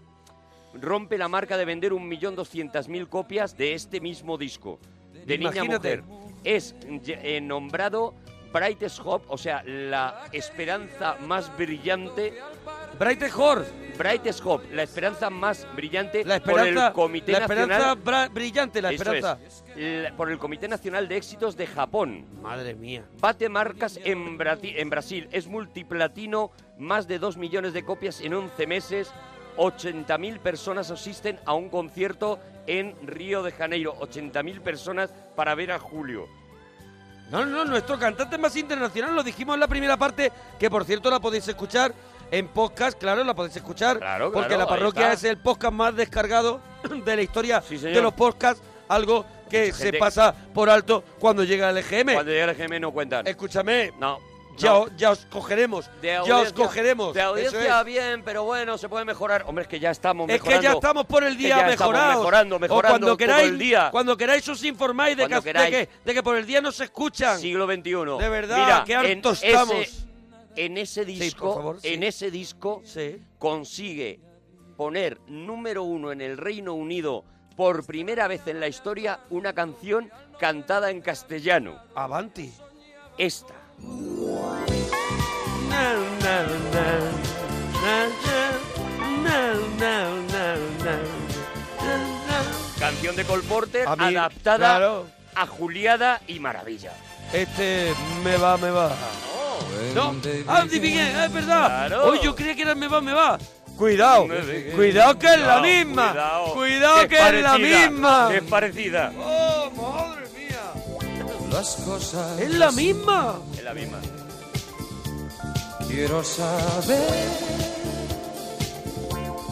E: rompe la marca de vender 1.200.000 copias de este mismo disco, de Niña a
D: Imagínate.
E: Mujer. Es mm, ye- eh, nombrado Brightest Hope, o sea, la esperanza más brillante.
D: Brightest Hope.
E: Brightest Hope, la esperanza más brillante
D: La
E: por
D: esperanza-
E: el Comité
D: la esperanza
E: Nacional.
D: bra- brillante, la
E: Eso
D: esperanza.
E: es. La- por el Comité Nacional de Éxitos de Japón.
D: Madre mía.
E: Bate marcas en, Brati- en Brasil. Es multiplatino, más de 2 millones de copias en 11 meses. 80.000 personas asisten a un concierto en Río de Janeiro. 80.000 personas para ver a Julio.
D: No, no, nuestro cantante más internacional, lo dijimos en la primera parte, que por cierto la podéis escuchar en podcast, claro, la podéis escuchar.
E: Claro,
D: Porque
E: claro,
D: la
E: ahí
D: parroquia es
E: está.
D: el podcast más descargado de la historia de los podcasts, algo que
E: Mucha
D: se
E: gente-
D: pasa por alto cuando llega el EGM.
E: Cuando llega el EGM no cuentan.
D: Escúchame.
E: No.
D: Ya,
E: no.
D: o- ya os cogeremos.
E: De
D: ya os
E: audiencia-
D: cogeremos.
E: De
D: Eso
E: audiencia
D: es.
E: bien, pero bueno, se puede mejorar. Hombre, es que ya estamos
D: Es
E: mejorando.
D: que ya estamos por el
E: Es que
D: día
E: ya estamos
D: mejorados.
E: mejorando, mejorando
D: O cuando
E: todo
D: queráis,
E: el día.
D: cuando queráis os informáis de que,
E: Cuando
D: de
E: queráis.
D: que- de que por el día no se escuchan.
E: Siglo XXI.
D: De verdad,
E: Mira,
D: qué
E: en
D: hartos
E: ese-
D: estamos.
E: en ese
D: Sí,
E: disco,
D: por favor, sí.
E: en ese disco, consigue poner número uno en el Reino Unido por primera vez en la historia una canción cantada en castellano.
D: Avanti.
E: Esta. Canción de Cole Porter
D: A mí,
E: adaptada
D: claro.
E: a Juliada y Maravilla.
D: Este me va, me va. No, ah, Miguel, es verdad.
E: Claro. eh.
D: Hoy yo creía que era me va, me va. Cuidado, cuidado que es la
E: Cuidado,
D: misma.
E: cuidado,
D: Cuidado que es la
E: parecida,
D: misma.
E: Es parecida.
D: Oh, madre mía. Es la misma.
E: Es la misma.
Y: Quiero saber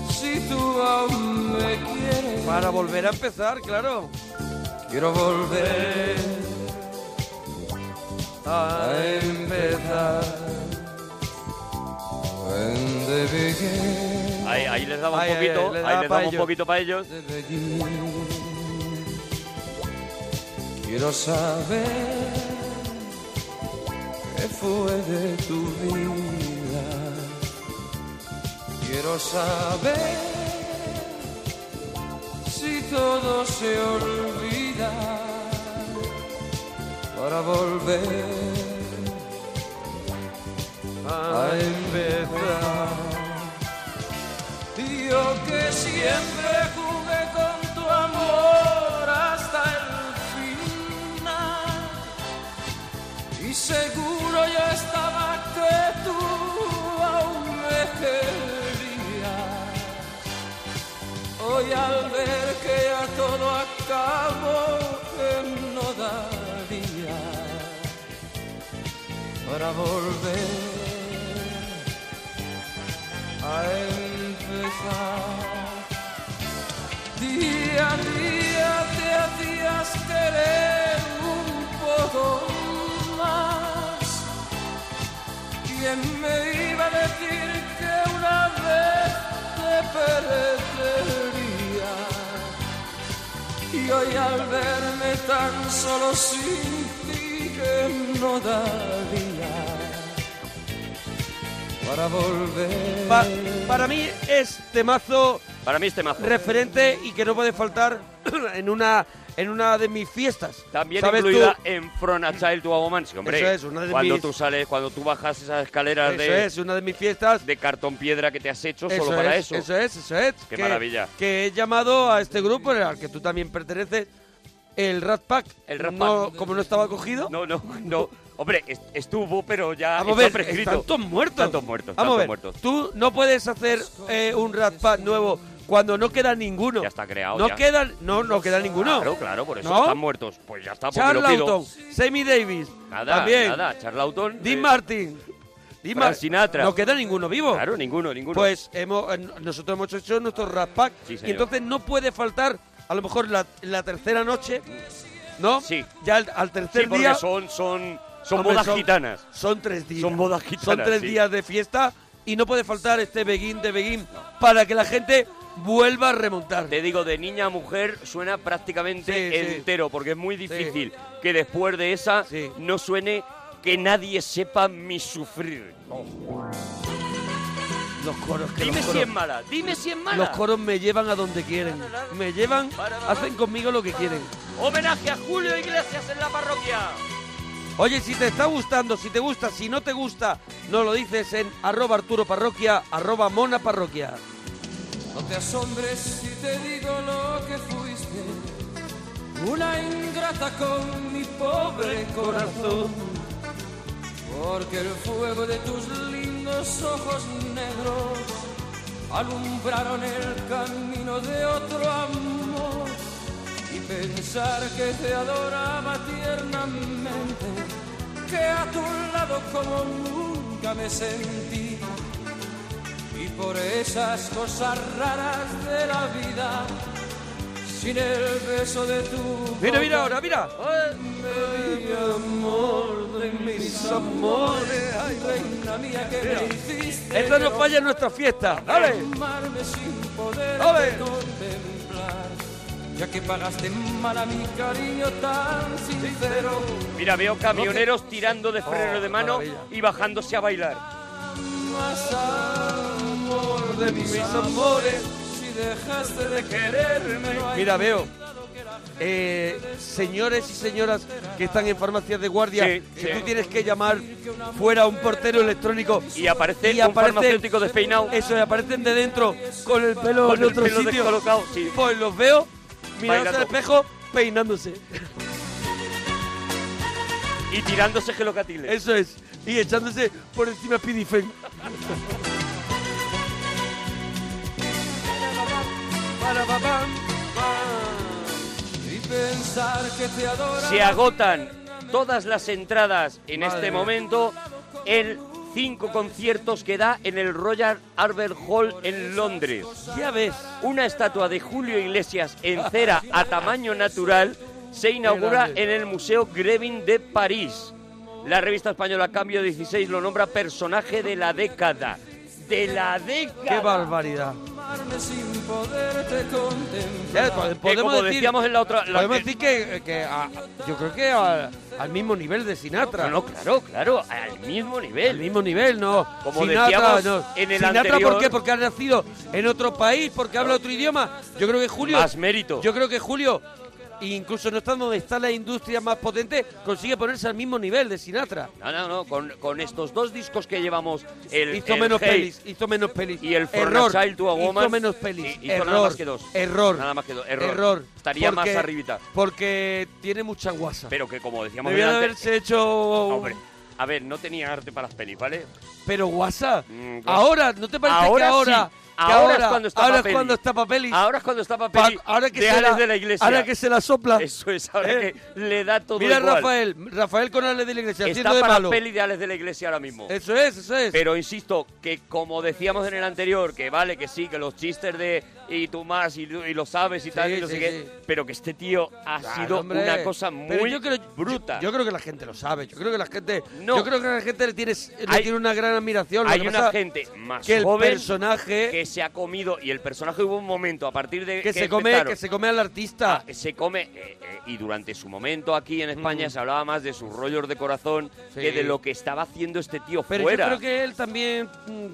Y: si tú aún me quieres.
D: Para volver a empezar, claro.
Y: Quiero volver a empezar. When the beginning
E: Ahí, ahí les damos
Y: Ahí,
E: un
Y: ahí,
E: poquito,
Y: le
E: ahí,
Y: da
E: les
Y: pa'
E: damos un
Y: ellos.
E: poquito para ellos.
Y: Quiero saber qué fue de tu vida. Quiero saber si todo se olvida para volver a empezar. Yo que siempre jugué con tu amor hasta el final. Y seguro yo estaba que tú aún me querías. Hoy al ver que ya todo acabó, que no daría para volver a empezar. Día a día te hacías querer un poco más. ¿Quién me iba a decir que una vez te perdería? Y hoy al verme tan solo sin ti que no daría para volver.
D: para mí es temazo.
E: Para mí es temazo.
D: Referente y que no puede faltar en una en una de mis fiestas.
E: También
D: ¿Sabes tú?
E: incluida en From a Child to a Woman. Sí, hombre,
D: Eso es, una de
E: cuando
D: mis-
E: tú sales, cuando tú bajas esas escaleras
D: Eso
E: de...
D: es, una de mis fiestas.
E: De cartón piedra que te has hecho
D: Eso
E: solo para
D: es,
E: eso.
D: Eso es, eso es.
E: Qué maravilla.
D: Que he llamado a este grupo, al que tú también perteneces, el Rat Pack.
E: El Rat
D: No,
E: Pack.
D: como no estaba cogido.
E: No, no, no. Hombre, est- estuvo, pero ya
D: Vamos a
E: está
D: ver,
E: prescrito.
D: están todos muertos.
E: Tantos muertos, tantos
D: Vamos a ver,
E: muertos.
D: tú no puedes hacer eh, un Rat Pack nuevo cuando no queda ninguno.
E: Ya está creado.
D: No
E: ya.
D: queda, no, no queda ninguno.
E: Claro, claro, por eso
D: ¿No?
E: están muertos. Pues ya está, porque lo
D: Charlton,
E: pido.
D: Sammy Davis,
E: Nada,
D: también.
E: nada, Charlton.
D: Dean
E: eh,
D: Martin. Dean
E: Frank
D: Mar-
E: Sinatra.
D: No queda ninguno vivo.
E: Claro, ninguno, ninguno.
D: Pues hemos, eh, nosotros hemos hecho nuestro Rat Pack. y
E: señor.
D: entonces no puede faltar, a lo mejor la, la tercera noche, ¿no? Sí. Ya al, al tercer
E: Sí, porque
D: día.
E: son- son- son
D: Hombre,
E: bodas gitanas.
D: Son tres días.
E: Son bodas
D: Son
E: gitanas,
D: tres
E: sí.
D: días de fiesta y no puede faltar este beguín de beguín para que la gente vuelva a remontar.
E: Te digo, de niña a mujer suena prácticamente
D: Sí, sí.
E: entero, porque es muy difícil que después de esa no suene que nadie sepa mi sufrir.
D: Los coros que
E: Dime
D: los
E: si
D: coros-
E: es mala, dime si es mala.
D: Los coros me llevan a donde quieren. Me llevan, hacen conmigo lo que quieren.
E: Homenaje a Julio Iglesias en la parroquia.
D: Oye, si te está gustando, si te gusta, si no te gusta, nos lo dices en arroba Arturo Parroquia, arroba Mona Parroquia.
Y: No te asombres si te digo lo que fuiste, una ingrata con mi pobre corazón, porque el fuego de tus lindos ojos negros alumbraron el camino de otro amor y pensar que te adoraba tiernamente, que a tu lado como nunca me sentí y por esas cosas raras de la vida, sin el beso de tu.
D: Mira,
Y: boca,
D: mira ahora, mira.
Y: Ay, amor de mis amores, ay, reina mía que
D: Mira.
Y: me hiciste.
D: Esto no falla en nuestra fiesta. Dale.
Y: Amarme sin poder
D: Dale.
Y: contemplar, ya que pagaste mal a mi cariño tan sincero.
E: Mira, veo camioneros tirando
Y: Oh,
E: de freno de mano y bajándose a bailar.
Y: Más amor de mis amores, si dejaste de quererme. no hay
D: Mira, veo. eh, señores y señoras que están en farmacias de guardia,
E: Sí, sí.
D: que tú tienes que llamar fuera un portero electrónico
E: Y aparece un farmacéutico despeinado.
D: Eso, y aparecen de dentro con el pelo
E: Con
D: en
E: el
D: otro
E: pelo
D: sitio.
E: descolocado, sí.
D: Pues los veo mirándose al
E: Bailando.
D: espejo, peinándose.
E: Y tirándose gelocatiles.
D: Eso es. Y echándose por encima Pidifen.
Y: Y pensar que te adoro.
E: Se agotan todas las entradas en
Y: Madre
E: este
Y: mía.
E: momento en cinco conciertos que da en el Royal Albert Hall en Londres.
D: Ya ves,
E: una estatua de Julio Iglesias en cera a tamaño natural se inaugura
D: grande.
E: en el Museo Grevin de París. La revista española Cambio 16 lo nombra personaje de la década. De la década.
D: ¡Qué barbaridad!
Y: Amarme sin poderte contemplar.
D: Ya, po- podemos decir, podemos decir que, que a- yo creo que a- al mismo nivel de Sinatra.
E: No, claro, claro, al mismo nivel.
D: Al mismo nivel, no.
E: Como
D: Sinatra,
E: decíamos
D: no.
E: en el
D: Sinatra, ¿por
E: anterior-
D: qué? Porque ha nacido en otro país, porque habla otro idioma. Yo creo que Julio.
E: Más mérito.
D: Yo creo que Julio, incluso no estando donde está la industria más potente, consigue ponerse al mismo nivel de Sinatra.
E: No, no, no, con, con estos dos discos que llevamos, el
D: hizo
E: el
D: menos
E: Hey
D: pelis, hizo menos pelis.
E: y el For
D: error,
E: a Child to a Woman,
D: hizo menos pelis.
E: sí, hizo
D: error,
E: nada más que dos.
D: Error.
E: Nada más que dos, error.
D: Error.
E: Estaría más
D: Porque-
E: arribita.
D: Porque tiene mucha guasa.
E: Pero que como decíamos
D: Debía de
E: delante-
D: haberse hecho...
E: Hombre, a ver, no tenía arte para las pelis, ¿vale?
D: Pero guasa,
E: Mm,
D: ahora, ¿no te parece
E: ahora
D: que ahora?
E: sí.
D: que
E: Ahora es cuando está
D: ahora es
E: Papeli.
D: cuando está Papelis.
E: Ahora es cuando está Papeli
D: Pa- ahora que
E: de
D: se
E: Ales
D: la,
E: de la Iglesia.
D: Ahora que se la sopla.
E: Eso es, ahora
D: ¿Eh?
E: que le da todo
D: Mira
E: igual.
D: Rafael, Rafael con Ales de la Iglesia,
E: Está
D: haciendo de
E: para
D: malo.
E: peli de Alex de la Iglesia ahora mismo.
D: Eso es, eso es.
E: Pero insisto, que como decíamos en el anterior, que vale, que sí, que los chistes de y tú más y, y lo sabes y tal, y no
D: sí,
E: sé qué,
D: sí.
E: pero que este tío ha
D: Claro,
E: sido
D: hombre.
E: una cosa
D: Pero
E: muy
D: yo creo-
E: bruta.
D: Yo creo que la gente lo sabe, yo creo que la gente,
E: No.
D: yo creo que la gente le tiene, le
E: Hay-
D: tiene una gran admiración. Lo
E: Hay
D: que
E: una
D: pasa
E: gente más
D: que el
E: joven
D: personaje
E: que se ha comido y el personaje hubo un momento a partir de
D: que, se come,
E: empezaron-
D: que se come al artista.
E: Ah, se come eh, eh, y durante su momento aquí en España se hablaba más de sus rollos de corazón
D: Mm. Sí.
E: que de lo que estaba haciendo este tío
D: Pero
E: fuera.
D: yo creo que él también mm,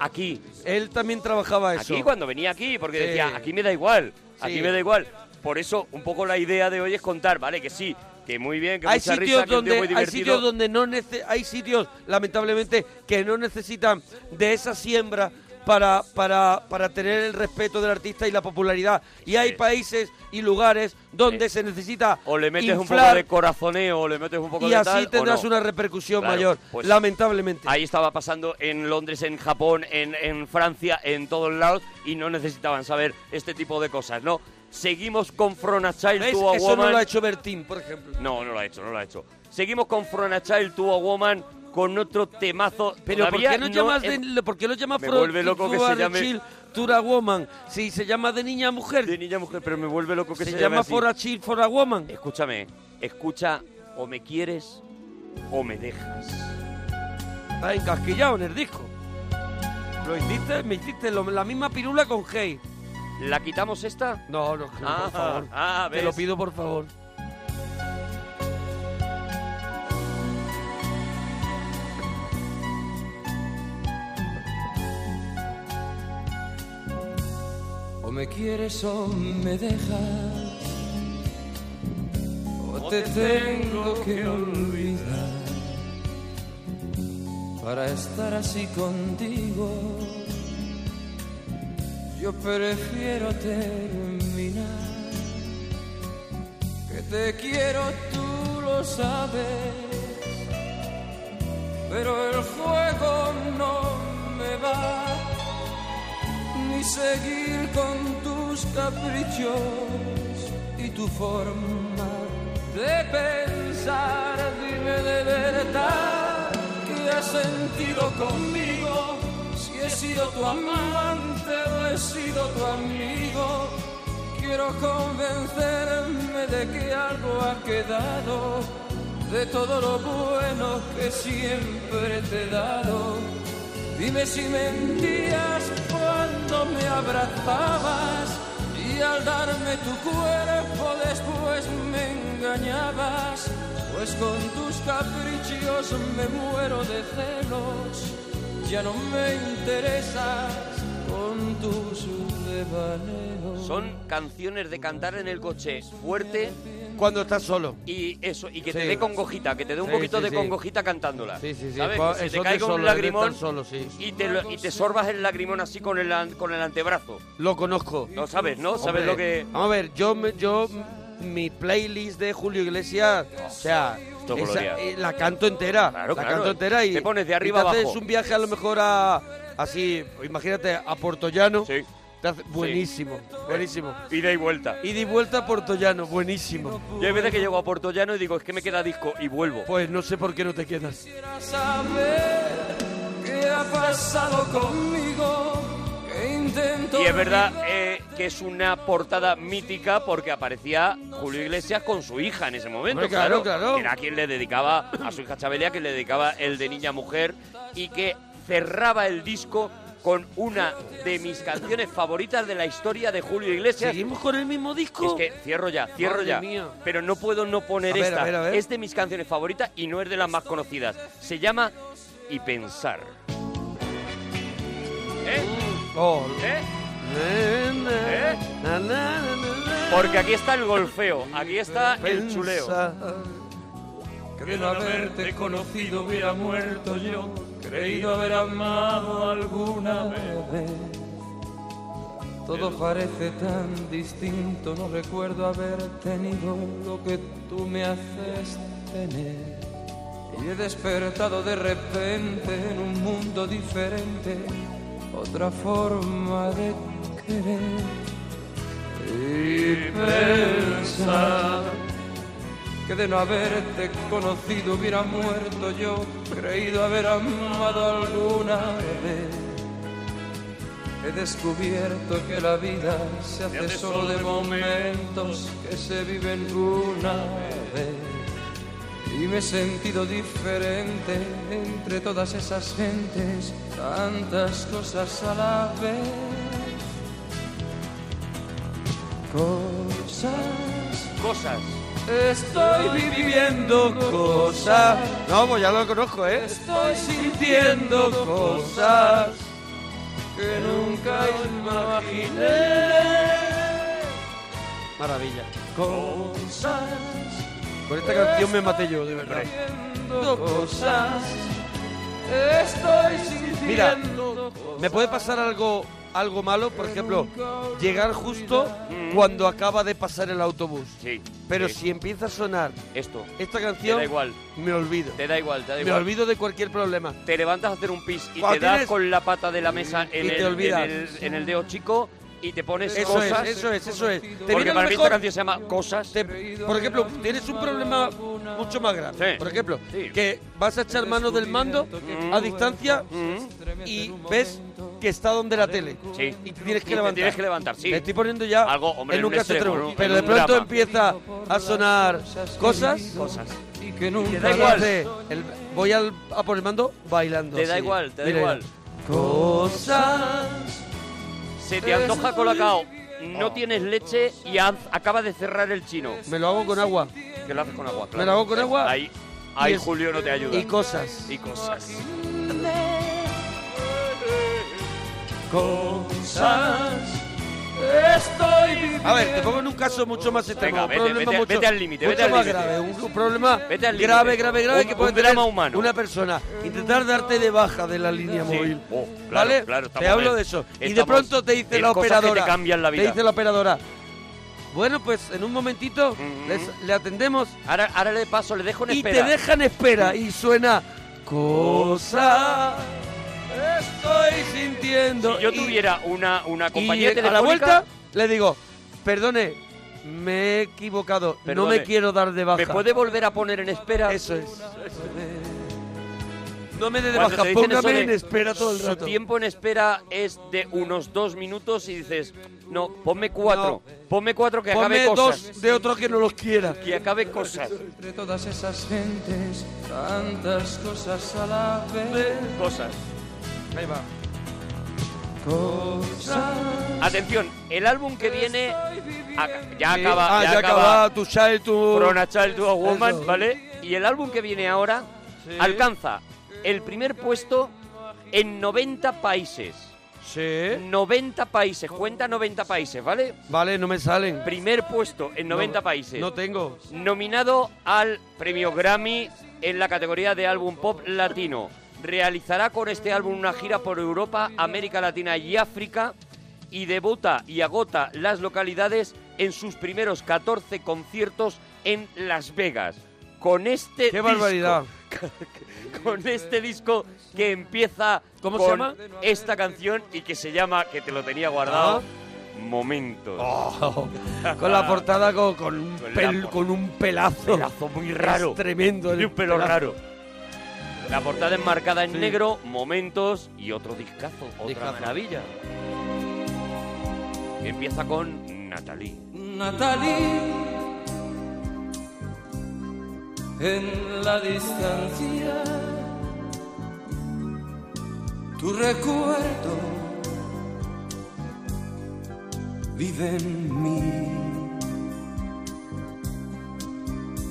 E: aquí,
D: él también trabajaba eso.
E: Aquí cuando venía aquí, porque
D: Sí.
E: decía, aquí me da igual, aquí
D: Sí.
E: me da igual. Por eso, un poco la idea de hoy es contar, ¿vale? Que sí, que muy bien, que
D: hay
E: mucha
D: sitios
E: risa, que un tío
D: donde
E: muy
D: hay
E: divertido.
D: sitios donde no nece- hay sitios lamentablemente que no necesitan de esa siembra para, para, para tener el respeto del artista y la popularidad. Y hay países y lugares donde se necesita
E: O le metes un poco
D: inflar
E: de corazoneo, o le metes un poco
D: y
E: de
D: así
E: tal, o
D: tendrás
E: no.
D: una repercusión
E: Claro,
D: mayor.
E: pues-
D: lamentablemente.
E: Ahí estaba pasando en Londres, en Japón, en, en Francia, en todos lados, y no necesitaban saber este tipo de cosas, ¿no? Seguimos con From a Child
D: ¿Ves?
E: to a
D: Eso
E: Woman.
D: no lo ha hecho Bertín, por ejemplo.
E: No, no lo ha hecho, no lo ha hecho. Seguimos con From a Child to a Woman con otro temazo.
D: Pero ¿por
E: Todavía
D: qué no, llamas
E: he-
D: de, ¿por qué lo llamas
E: Me
D: From
E: vuelve loco que
D: to
E: se
D: a
E: llame-
D: Chill to a Woman? Si se llama de niña a mujer. De
E: niña a mujer, pero me vuelve loco que se llame
D: llama
E: así.
D: For a Chill for a Woman.
E: Escúchame, escucha o me quieres o me dejas.
D: Está encasquillado en el disco. Lo hiciste, me hiciste lo- la misma pirula con Hey.
E: ¿La quitamos esta?
D: No, no, no,
E: Ah,
D: por favor.
E: ah,
D: Te lo
E: ves.
D: pido por favor.
Y: O me quieres o me dejas, o te tengo que olvidar para estar así contigo. Yo prefiero terminar, que te quiero tú lo sabes, pero el juego no me va ni seguir con tus caprichos y tu forma de pensar. Dime de verdad que has sentido conmigo, si he sido tu amante o he sido tu amigo. Quiero convencerme de que algo ha quedado de todo lo bueno que siempre te he dado. Dime si mentías cuando me abrazabas y al darme tu cuerpo después me engañabas, pues con tus caprichos me muero de celos, ya no me interesas con tus devaneos.
E: Son canciones de cantar en el coche fuerte
D: Cuando estás solo.
E: y eso y que te
D: Sí.
E: dé congojita, que te dé un
D: Sí,
E: poquito
D: sí,
E: de
D: sí.
E: congojita cantándola.
D: Sí, sí, sí.
E: ¿sabes?
D: Pa-
E: Que se
D: eso
E: te
D: de
E: caiga
D: solo,
E: un
D: de estar
E: lagrimón
D: solo, sí.
E: y te lo- y te sorbas el lagrimón así con el an- con el antebrazo.
D: Lo conozco.
E: Lo sabes, ¿no? Sabes
D: Hombre,
E: lo que
D: Vamos a ver, yo, me- yo mi playlist de Julio Iglesias, o sea,
E: Esto es
D: esa-
E: gloria.
D: eh, la canto entera.
E: Claro,
D: la
E: claro.
D: canto entera y
E: Te pones de arriba
D: y te haces
E: abajo.
D: un viaje a lo mejor a así, imagínate a Portollano. Te hace- buenísimo, buenísimo.
E: Ida y vuelta.
D: Ida y vuelta a Portollano, buenísimo.
E: Yo hay veces que llego a Portollano y digo, es que me queda disco y vuelvo.
D: Pues no sé por qué no te quedas.
Y: saber qué ha pasado conmigo, que intento
E: Y es verdad eh, que es una portada mítica porque aparecía Julio Iglesias con su hija en ese momento.
D: Hombre, claro, claro.
E: que Era quien le dedicaba a su hija Chabelia, quien le dedicaba el de Niña Mujer y que cerraba el disco con una de mis canciones favoritas de la historia de Julio Iglesias.
D: ¿Seguimos con el mismo disco?
E: Es que cierro ya, cierro
D: Madre
E: ya.
D: mía.
E: Pero no puedo no poner
D: A ver,
E: esta.
D: a ver, a ver.
E: Es de mis canciones favoritas y no es de las más conocidas. Se llama Y Pensar. ¿Eh?
D: Oh.
E: ¿Eh?
D: ¿Eh?
E: Porque aquí está el golfeo, aquí está el chuleo.
Y: Que de haberte conocido hubiera muerto yo, creído haber amado alguna vez. Todo parece tan distinto, no recuerdo haber tenido lo que tú me haces tener. Y he despertado de repente en un mundo diferente, otra forma de querer. Y pensar que de no haberte conocido hubiera muerto yo, creído haber amado alguna vez. He descubierto que la vida se hace solo de momentos que se viven una vez. Y me he sentido diferente entre todas esas gentes, tantas cosas a la vez. Cosas.
E: Cosas.
Y: Estoy viviendo cosas.
D: No, pues ya lo conozco, ¿eh?
Y: Estoy sintiendo cosas que nunca imaginé.
D: Maravilla.
Y: Cosas.
D: Con esta canción me maté yo, de verdad.
Y: Viviendo cosas Estoy sintiendo
D: Mira, me puede pasar algo, algo malo, por ejemplo, llegar justo cuando acaba de pasar el autobús. Pero
E: sí.
D: si empieza a sonar
E: esto,
D: esta canción,
E: da igual.
D: me olvido.
E: Te da igual, te da
D: Me
E: igual.
D: olvido de cualquier problema.
E: Te levantas a hacer un pis y
D: Cuando
E: te das
D: tienes- Mm,
E: con la pata de la mesa en,
D: Y te
E: el, en,
D: olvidas.
E: el, en el dedo chico y te pones
D: Eso
E: cosas.
D: es, eso es, eso es. Te viene
E: Porque
D: lo
E: para mí
D: mejor-
E: esta canción se llama Cosas.
D: Por ejemplo, tienes un problema mucho más grave. Por ejemplo, que vas a echar mano del mando
E: Mm.
D: a distancia y ves que está donde la tele. Y te tienes
E: Y te
D: que levantar.
E: tienes que levantar, sí.
D: Me estoy poniendo ya
E: Algo, hombre,
D: en
E: en
D: un
E: un extremo,
D: caso
E: ¿no?
D: Pero
E: En
D: de
E: un
D: pronto
E: drama.
D: empieza a sonar cosas.
E: Cosas.
D: Y que
E: nunca
D: da
E: las
D: igual.
E: he-
D: El- voy al, a por el mando bailando.
E: Te da
D: así.
E: igual, te da
D: Mira,
E: igual.
D: Cosas.
E: Se te antoja colacao, no
D: Oh.
E: tienes leche y haz- acaba de cerrar el chino.
D: Me lo hago con agua.
E: Que lo haces con agua, claro.
D: Me lo hago con agua.
E: Ahí, ahí
D: Y es-
E: Julio no te ayuda.
D: y cosas.
E: Y cosas.
Y: Cosas estoy viviendo.
D: A ver, te pongo en un caso mucho más extremo.
E: Venga,
D: un
E: vete,
D: problema
E: vete,
D: mucho,
E: vete al límite, vete
D: mucho
E: al
D: más
E: límite.
D: grave, un, un problema
E: Vete al límite.
D: grave, grave, grave
E: Un-
D: que puede
E: un
D: tener
E: drama humano.
D: una persona. Intentar darte de baja de la línea
E: Sí.
D: móvil.
E: Oh, claro,
D: ¿Vale?
E: claro, estamos
D: te hablo
E: en-
D: de eso. y de
E: estamos
D: pronto te dice
E: en
D: la
E: cosas que te
D: operadora.
E: cambian la vida.
D: Te dice la operadora. Bueno, pues en un momentito les- le atendemos.
E: Ahora, ahora le paso, le dejo en
D: y
E: espera.
D: te dejan espera y suena cosa. Estoy sintiendo.
E: Si yo tuviera una, una compañía
D: y a la
E: telefónica-
D: vuelta le digo, perdone, me he equivocado, no me
E: Perdone,
D: quiero dar de baja.
E: ¿Me puede volver a poner en espera?
D: Eso es. No me dé de
E: Cuando
D: baja,
E: te dicen eso
D: póngame
E: de,
D: en espera todo el
E: "Su
D: rato.
E: tiempo en espera es de unos dos minutos y dices, no, ponme cuatro. Ponme cuatro que
D: Ponme
E: acabe cosas.
D: dos de otro que no los quiera.
E: Que acabe cosas.
Y: Entre todas esas gentes, tantas cosas a la vez.
E: Cosas.
D: Ahí va.
E: Atención, el álbum que viene ac- ya
D: Sí.
E: acaba,
D: Ah,
E: ya,
D: ya
E: acaba,
D: acaba, tu child, tu-
E: Corona Child to a Woman,
D: Eso.
E: ¿vale? Y el álbum que viene ahora alcanza el primer puesto en 90 países.
D: Sí.
E: 90 países, cuenta 90 países, ¿vale?
D: Vale, no me salen.
E: Primer puesto en 90 países.
D: No tengo.
E: Nominado al premio Grammy en la categoría de álbum pop latino. Realizará con este álbum una gira por Europa, América Latina y África y debuta y agota las localidades en sus primeros 14 conciertos en Las Vegas. Con este
D: ¡Qué
E: disco-
D: barbaridad!
E: con este disco que empieza
D: ¿Cómo se
E: con
D: llama?
E: esta canción y que se llama que te lo tenía guardado Oh. Momentos.
D: Oh. Ah. Con la portada con, con un,
E: Con la
D: pel-
E: por-
D: con un pelazo.
E: Pelazo muy raro.
D: Es tremendo. el
E: De un pelo
D: pelazo.
E: raro. La portada enmarcada en
D: Sí.
E: negro, momentos y otro discazo, otra
D: Discazo.
E: maravilla. Y empieza con Natalie.
Y: Natalie, en la distancia, tu recuerdo vive en mí.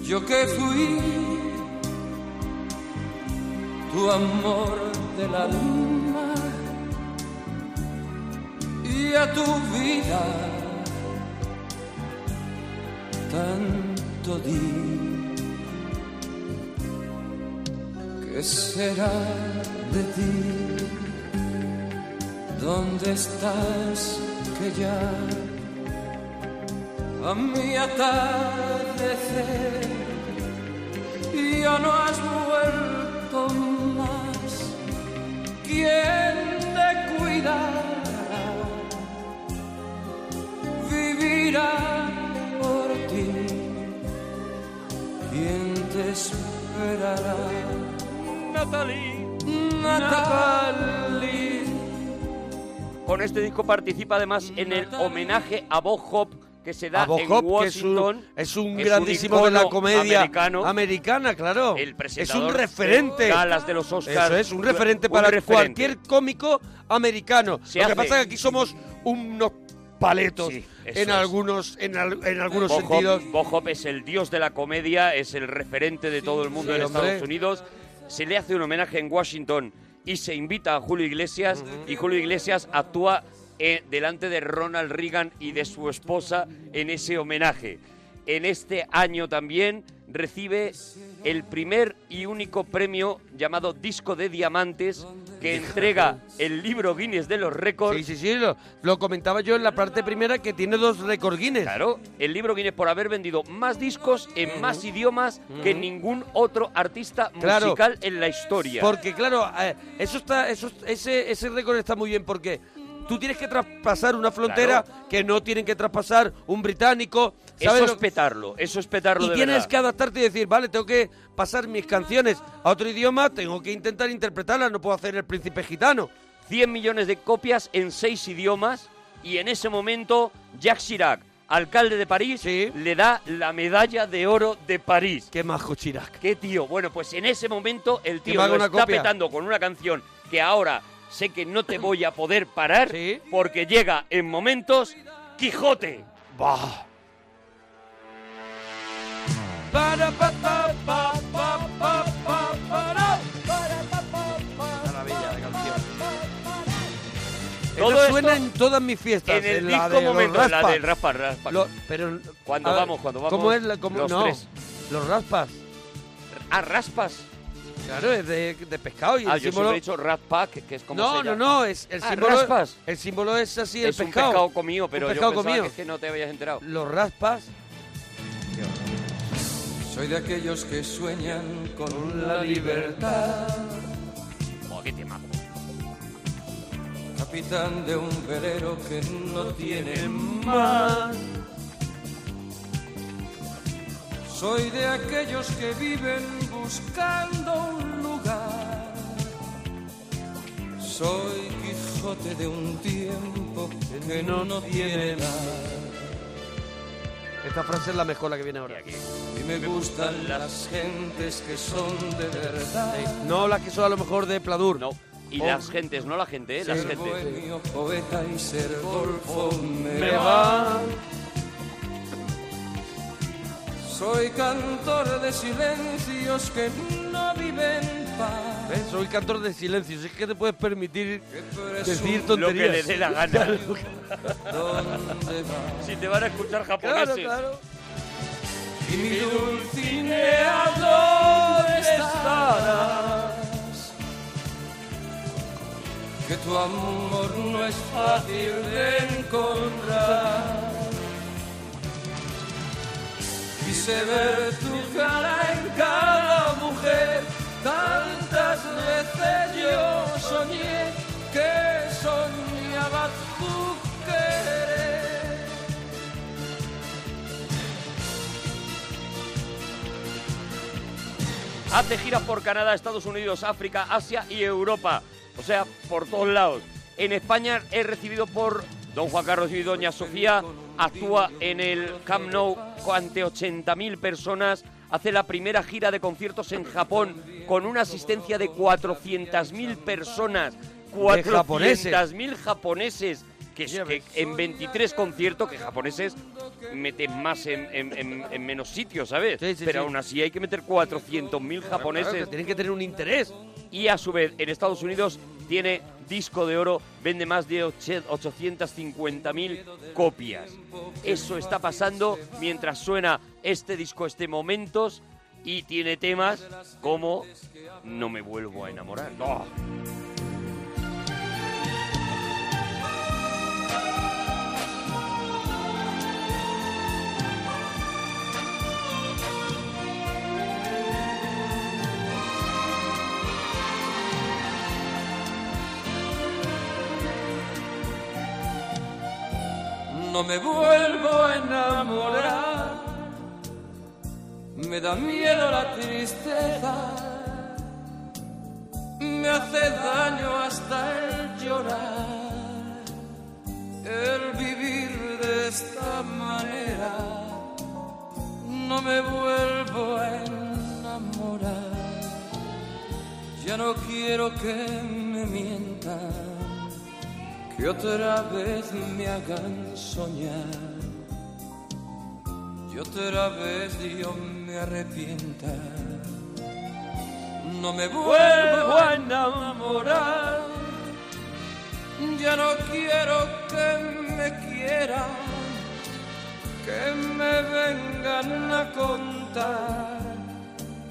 Y: Yo que fui tu amor del alma y a tu vida. tanto di que será de ti dónde estás que ya a mi atardecer ya no has vuelto más quién te cuidará vivirá por ti. ¿Quién te esperará?
E: Natalie.
Y: Natalie.
E: Con este disco participa además en el homenaje a Bob Hope que se da
D: A Bob
E: en
D: Hope, que es un-
E: Washington.
D: es un
E: que
D: grandísimo de
E: icono
D: la comedia
E: americano.
D: americana, claro.
E: El
D: es
E: presentador
D: un
E: de
D: referente.
E: galas de los Oscars.
D: Eso es, un referente
E: Un
D: para
E: referente.
D: cualquier cómico americano.
E: Se
D: Lo
E: hace.
D: que pasa es que aquí somos unos paletos
E: Sí, eso
D: en
E: es.
D: algunos en, al- en algunos
E: Bob Hope-
D: sentidos.
E: Bob Hope es el dios de la comedia, es el referente de todo el mundo
D: Sí,
E: en
D: hombre.
E: Estados Unidos. Se le hace un homenaje en Washington y se invita a Julio Iglesias y Julio Iglesias actúa eh, delante de Ronald Reagan y de su esposa en ese homenaje. En este año también recibe el primer y único premio llamado Disco de Diamantes que entrega el libro Guinness de los récords.
D: Sí, sí, sí, lo, lo comentaba yo en la parte primera que tiene dos récords Guinness.
E: Claro, el libro Guinness por haber vendido más discos en más idiomas que ningún otro artista
D: Claro.
E: musical en la historia.
D: Porque claro, eh, eso está, eso, ese, ese récord está muy bien porque tú tienes que traspasar una frontera que no tienen que traspasar un británico. ¿sabes
E: Eso es
D: lo-
E: petarlo, eso es petarlo
D: y
E: de
D: tienes
E: verdad.
D: que adaptarte y decir, vale, tengo que pasar mis canciones a otro idioma, tengo que intentar interpretarlas, no puedo hacer el príncipe gitano.
E: 100 millones de copias en seis idiomas y en ese momento Jacques Chirac, alcalde de París, le da la medalla de oro de París.
D: Qué majo Chirac.
E: Qué tío. Bueno, pues en ese momento el
D: Que me
E: tío
D: haga
E: lo
D: una
E: está
D: copia.
E: petando con una canción que ahora sé que no te voy a poder parar porque llega en momentos Quijote.
D: Bah.
K: Para pa pa pa pa pa pa para.
D: Maravilla de canción.
E: Todo
D: Eso suena
E: esto
D: en todas mis fiestas.
E: en el
D: la
E: disco
D: de los
E: momento, en la
D: raspas.
E: del raspa, raspa.
D: Lo- pero
E: Cuando
D: a ver,
E: vamos, cuando vamos,
D: ¿Cómo es la, cómo,
E: los
D: no,
E: tres.
D: Los raspas.
E: Ah, raspas.
D: Claro, es de, de pescado y
E: Ah,
D: el
E: yo siempre
D: símbolo.
E: he dicho raspa, que, que es como
D: no,
E: se
D: no,
E: llama.
D: no, es el
E: Ah,
D: símbolo.
E: raspas.
D: El símbolo es así,
E: es
D: el
E: un
D: pescado.
E: pescado comido, pero
D: Un pescado
E: yo pensaba
D: comido.
E: que es que no te habías enterado.
D: Los raspas.
Y: Soy de aquellos que sueñan con la libertad.
E: Oh,
Y: Capitán de un velero que no tiene mar. Soy de aquellos que viven buscando un lugar. Soy Quijote de un tiempo que no, tiene mar.
D: Esta frase es la mejor la que viene ahora.
Y: Y me gustan las gentes que son de verdad.
D: Sí. No las que son a lo mejor de Pladur. No.
E: Y las gentes, no la gente, eh, las
Y: Ser
E: gentes.
Y: bohemio, poeta y ser golfo me,
E: Me
Y: va. Soy cantor de silencios que no viven paz.
D: ¿Ves? Soy cantor de silencios. Es que te puedes permitir
Y: eres
D: decir
Y: un-
E: Lo
D: tonterías.
E: que le dé la gana.
Y: ¿Dónde vas?
E: Si te van a escuchar
Y: Claro,
E: japoneses.
Y: claro. Y mi dulcinea, ¿dónde estarás? Que tu amor no es fácil de encontrar. Quise ver tu cara en cada mujer. Tantas veces yo soñé que soñaba tu querer.
E: Hace giras por Canadá, Estados Unidos, África, Asia y Europa. O sea, por todos lados. En España es recibido por don Juan Carlos y doña Sofía. Actúa en el Camp Nou ante 80.000 personas. Hace la primera gira de conciertos en Japón con una asistencia de 400.000 personas.
D: japoneses.
E: 400.000 japoneses. Que, es- que en 23 conciertos, que japoneses meten más en, en- en- en menos sitios, ¿sabes?
D: sí,
E: Pero
D: sí.
E: aún así hay que meter 400.000 japoneses.
D: Claro, que tienen que tener un interés.
E: Y a su vez, en Estados Unidos tiene disco de oro, vende más de oche- 850.000 copias. Eso está pasando mientras suena este disco, este Momentos, y tiene temas como No me vuelvo a enamorar. ¡Oh!
Y: No me vuelvo a enamorar. Me da miedo la tristeza. Me hace daño hasta el llorar. El vivir de esta manera. No me vuelvo a enamorar. Ya no quiero que me mientan que otra vez me hagan soñar y otra vez yo me arrepienta. No me vuelvo a enamorar, ya no quiero que me quieran, que me vengan a contar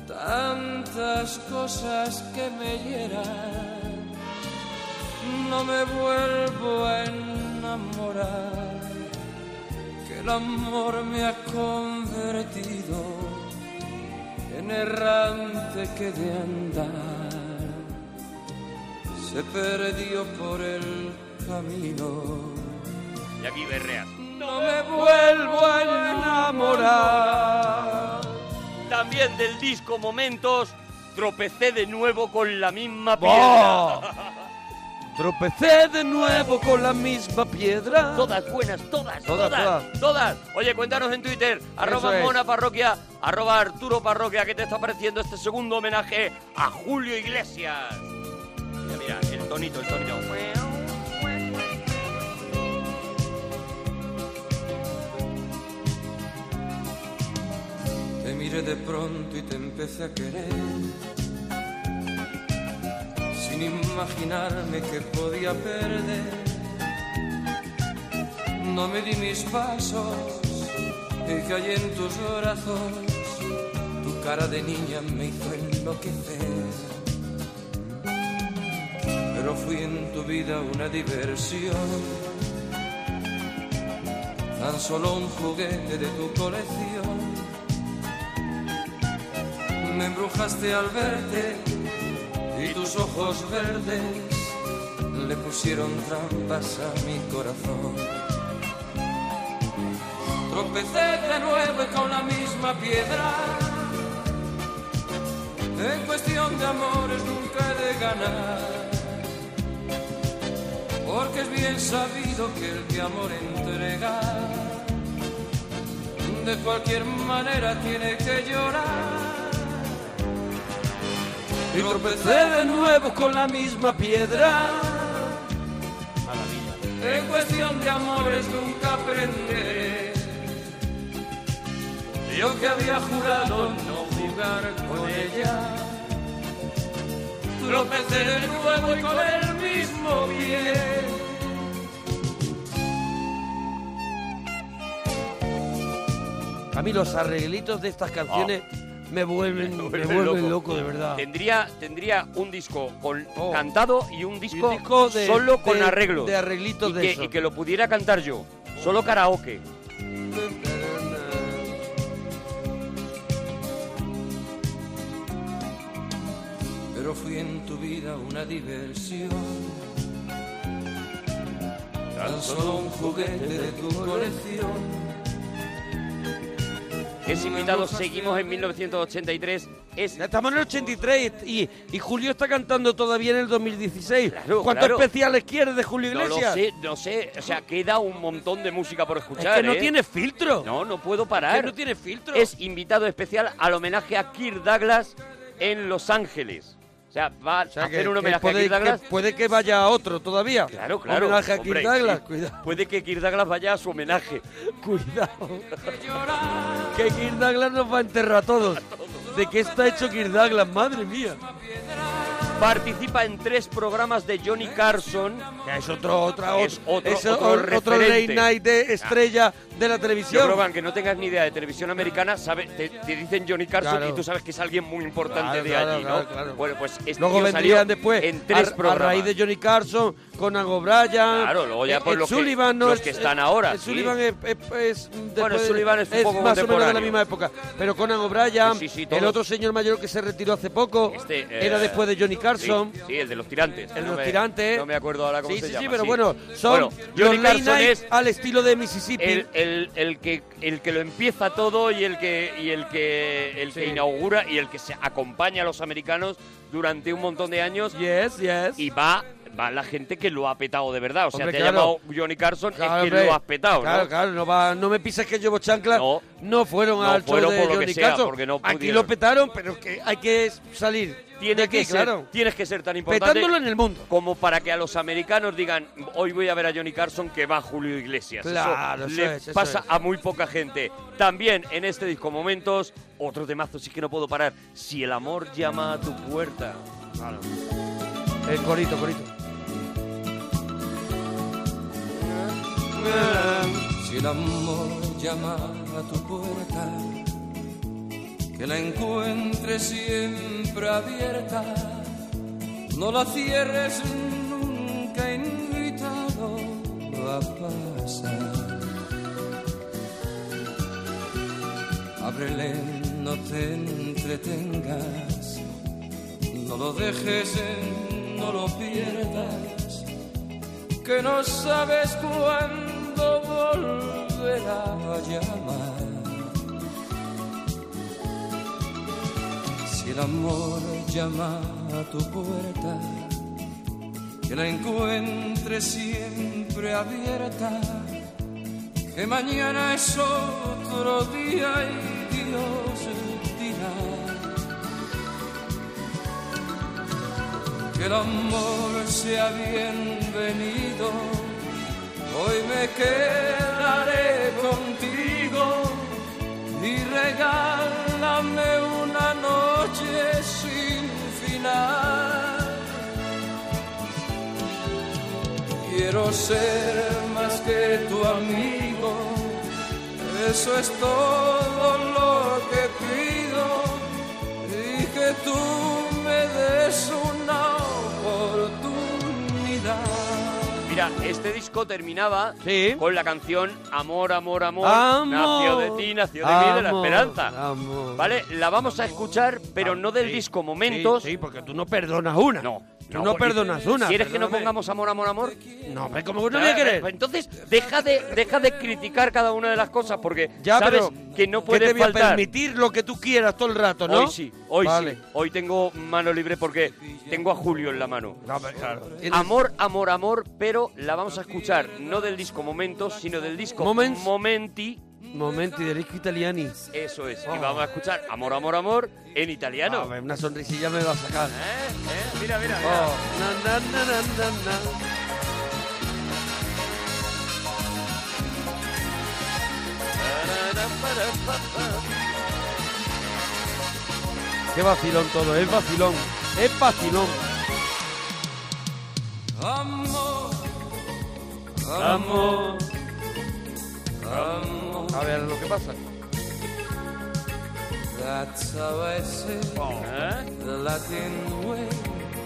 Y: tantas cosas que me hieran, no me vuelvo a enamorar, que el amor me ha convertido en errante que de andar se perdió por el camino.
E: Y aquí berreas.
Y: No me vuelvo a enamorar.
E: También del disco Momentos, tropecé de nuevo con la misma piedra.
D: Tropecé de nuevo con la misma piedra.
E: Todas buenas, todas,
D: Todas,
E: todas, todas, Oye, cuéntanos en Twitter, arroba
D: es.
E: Mona Parroquia, arroba Arturo Parroquia, ¿qué te está pareciendo este segundo homenaje a Julio Iglesias? Mira, mira, el tonito, el tonito.
Y: Te miré de pronto y te empecé a querer. Sin imaginarme que podía perder. No me di mis pasos y caí en tus brazos. Tu cara de niña me hizo enloquecer. Pero fui en tu vida una diversión. Tan solo un juguete de tu colección. Me embrujaste al verte y tus ojos verdes le pusieron trampas a mi corazón. Tropecé de nuevo y con la misma piedra. En cuestión de amores nunca he de ganar. Porque es bien sabido que el que amor entrega de cualquier manera tiene que llorar.
D: Y tropecé de nuevo con la misma piedra.
Y: En cuestión de amores nunca aprenderé. Yo que había jurado no jugar con ella. Tropecé de nuevo y con el mismo bien.
D: A mí los arreglitos de estas canciones
E: Ah.
D: me vuelven, me vuelven, loco. de verdad. Oh.
E: Tendría, tendría un disco con cantado y un disco,
D: disco de-
E: solo con
D: de-
E: arreglos.
D: de arreglitos
E: y
D: de
E: que,
D: esos.
E: y que lo pudiera cantar yo. Solo karaoke.
Y: Pero fui en tu vida una diversión. Tan solo un juguete de tu colección.
E: Es invitado, seguimos en 1983. Es...
D: Estamos en el 83 y, y Julio está cantando todavía en el 2016. ¿Cuántos
E: claro.
D: especiales quieres de Julio
E: No lo
D: Iglesias?
E: sé, no sé. O sea, queda un montón de música por escuchar.
D: que no
E: ¿eh?
D: tiene filtro.
E: No, no puedo parar.
D: Es que no tiene filtro.
E: Es invitado especial al homenaje a Kirk Douglas en Los Ángeles. O sea, va
D: O sea,
E: a hacer
D: que-
E: un
D: que
E: homenaje a
D: puede,
E: Kirk Douglas.
D: que puede que vaya a otro todavía.
E: Claro, claro.
D: Homenaje a Kirk
E: hombre,
D: Douglas.
E: sí.
D: Cuidado.
E: Puede que Kirk Douglas vaya a su homenaje.
D: Cuidado. que Kirk Douglas nos va a enterrar a todos. ¿De qué está hecho Kirk Douglas? Madre mía.
E: Participa en tres programas de Johnny Carson.
D: es otro, otra,
E: es otro,
D: es
E: otro
D: o- otro
E: referente. Ah.
D: late night de estrella de la
E: Yo
D: televisión.
E: creo, que no tengas ni idea de televisión americana, sabe- te, te dicen Johnny Carson
D: Claro.
E: y tú sabes que es alguien muy importante
D: Claro,
E: de
D: claro,
E: allí,
D: claro,
E: ¿no?
D: claro.
E: Bueno, pues este
D: Luego
E: tío
D: vendrían
E: salió
D: después
E: en tres
D: a- a,
E: programas.
D: raíz de Johnny Carson, Conan O'Brien.
E: Claro, luego ya
D: eh,
E: por
D: Ed
E: los que-
D: Sullivan, no,
E: los
D: es-
E: que están
D: eh,
E: ahora,
D: Ed
E: sí.
D: Sullivan es, es- es
E: Bueno,
D: después-
E: Sullivan es un poco
D: más o menos de la
E: contemporáneo.
D: misma época. Pero Conan O'Brien,
E: Sí, sí, todos.
D: el otro señor mayor que se retiró hace poco,
E: Este, eh,
D: era después de Johnny Carson.
E: Sí, sí, el de los tirantes.
D: El de
E: No
D: los
E: me-
D: tirantes.
E: No me acuerdo ahora cómo
D: sí,
E: se
D: sí,
E: llama.
D: sí, pero bueno, son
E: Bueno,
D: los
E: Johnny
D: late
E: Carson
D: night
E: es
D: al estilo de Mississippi.
E: El, el- el que, el que lo empieza todo y el que, y el que, el que
D: Sí.
E: inaugura y el que se acompaña a los americanos durante un montón de años.
D: Yes, yes.
E: Y va, va la gente que lo ha petado de verdad. O sea, te
D: Hombre,
E: ha
D: claro.
E: llamado Johnny Carson,
D: Claro,
E: es que
D: hombre.
E: lo has petado,
D: Claro,
E: ¿no?
D: claro, no, va- no me pises que llevo chancla. No, fueron
E: No
D: al
E: fueron
D: show de
E: por lo que
D: Johnny
E: sea,
D: Carson.
E: porque no
D: Aquí
E: pudieron.
D: lo petaron, pero que hay que salir.
E: Tienes
D: de aquí,
E: que, ser,
D: claro.
E: tienes que ser tan importante
D: Petándolo en el mundo.
E: como para que a los americanos digan hoy voy a ver a Johnny Carson que va Julio Iglesias. Eso
D: Claro, eso
E: le
D: es, eso
E: pasa
D: es.
E: a muy poca gente. También en este disco Momentos, otro temazo, sí que no puedo parar. Si el amor llama a tu puerta.
D: El corito, corito.
Y: Si el amor llama a tu puerta, que la encuentre siempre abierta, no la cierres nunca invitado a pasar. Ábrele, no te entretengas, no lo dejes, no lo pierdas, que no sabes cuándo volverá a llamar. Si el amor llama a tu puerta, que la encuentre siempre abierta, que mañana es otro día y Dios dirá que el amor sea bienvenido. Hoy me quedaré contigo y regálame una noche sin final. Quiero ser más que tu amigo, eso es todo lo que pido y que tú me des una oportunidad.
E: Mira, este disco terminaba con la canción Amor, Amor, Amor.
D: Amor.
E: nació de ti, nació de mí, de la
D: Amor,
E: esperanza. ¿Vale? La vamos a escuchar, pero no del disco Momentos.
D: Sí, sí, porque tú no perdonas una.
E: No. pues,
D: Tú no, perdonas una.
E: ¿Quieres que no
D: perdóname.
E: pongamos amor, amor, amor? pues,
D: No, hombre, ¿cómo que no voy a querer?
E: Entonces, deja de, deja de criticar cada una de las cosas porque
D: Ya,
E: sabes
D: pero
E: que no
D: que
E: puedes
D: te voy a
E: faltar.
D: permitir lo que tú quieras todo el rato, ¿no?
E: Hoy sí, hoy
D: Vale.
E: sí. Hoy tengo mano libre porque tengo a Julio en la mano.
D: Tienes-
E: Amor, amor, amor, pero la vamos a escuchar no del disco Momentos, sino del disco
D: Moments.
E: Momenti.
D: Momenti del disco italiani.
E: Eso es. Y
D: Oh.
E: vamos a escuchar Amor, amor, amor en italiano.
D: A ver, una sonrisilla me va a sacar.
E: Mira, mira, mira.
D: Oh, na, na, na, na, na, na. Qué vacilón todo, es vacilón. Es vacilón.
Y: Amor, amor, amor.
D: A ver lo que pasa.
Y: That's how I say
D: Oh.
Y: the Latin way.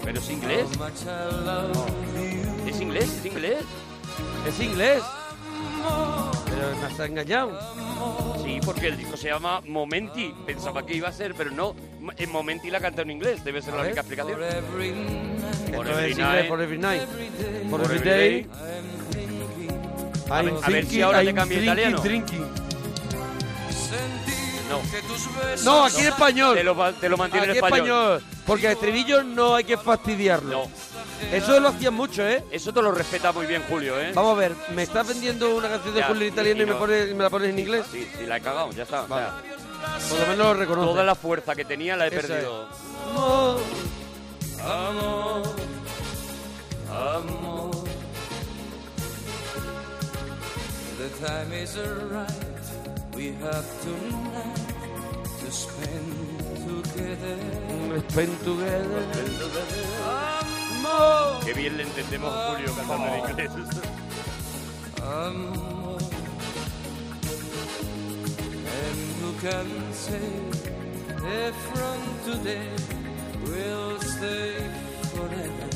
E: Pero es inglés.
Y: How much I love you.
E: Es inglés, es inglés.
D: Es inglés. Pero me has engañado.
E: Sí, porque el disco se llama Momenti. Pensaba que iba a ser, pero no. En Momenti la canta en inglés. Debe ser la única explicación.
D: Esto
E: Por
D: es
E: every
D: inglés,
E: night.
D: for every night. For
E: For every
D: every day.
E: A ver-
D: I'm
E: a ver si
D: thinking,
E: ahora te
D: I'm
E: cambia
D: drinking,
E: italiano.
D: drinking.
E: No.
D: No, aquí en español.
E: Te lo, va- te lo mantiene
D: Aquí
E: en español.
D: Porque el estribillo no hay que fastidiarlo. Eso lo hacían mucho, ¿eh?
E: Eso te lo respeta muy bien Julio, ¿eh?
D: Vamos a ver, ¿me estás vendiendo una canción de
E: Ya,
D: Julio
E: y-
D: italiano y
E: y
D: me,
E: no.
D: pones- me la pones en inglés?
E: Sí, sí, la he cagado, ya está. o sea,
D: Por lo menos lo reconoce.
E: Toda la fuerza que tenía la he
D: Eso es.
E: perdido.
D: Amor,
Y: amor, amor. The time is right, we have tonight to spend together.
D: Spend together.
Y: Amor,
E: Qué bien le entendemos a Julio cantando en inglés.
Y: amor. And who can say if from today we'll stay forever?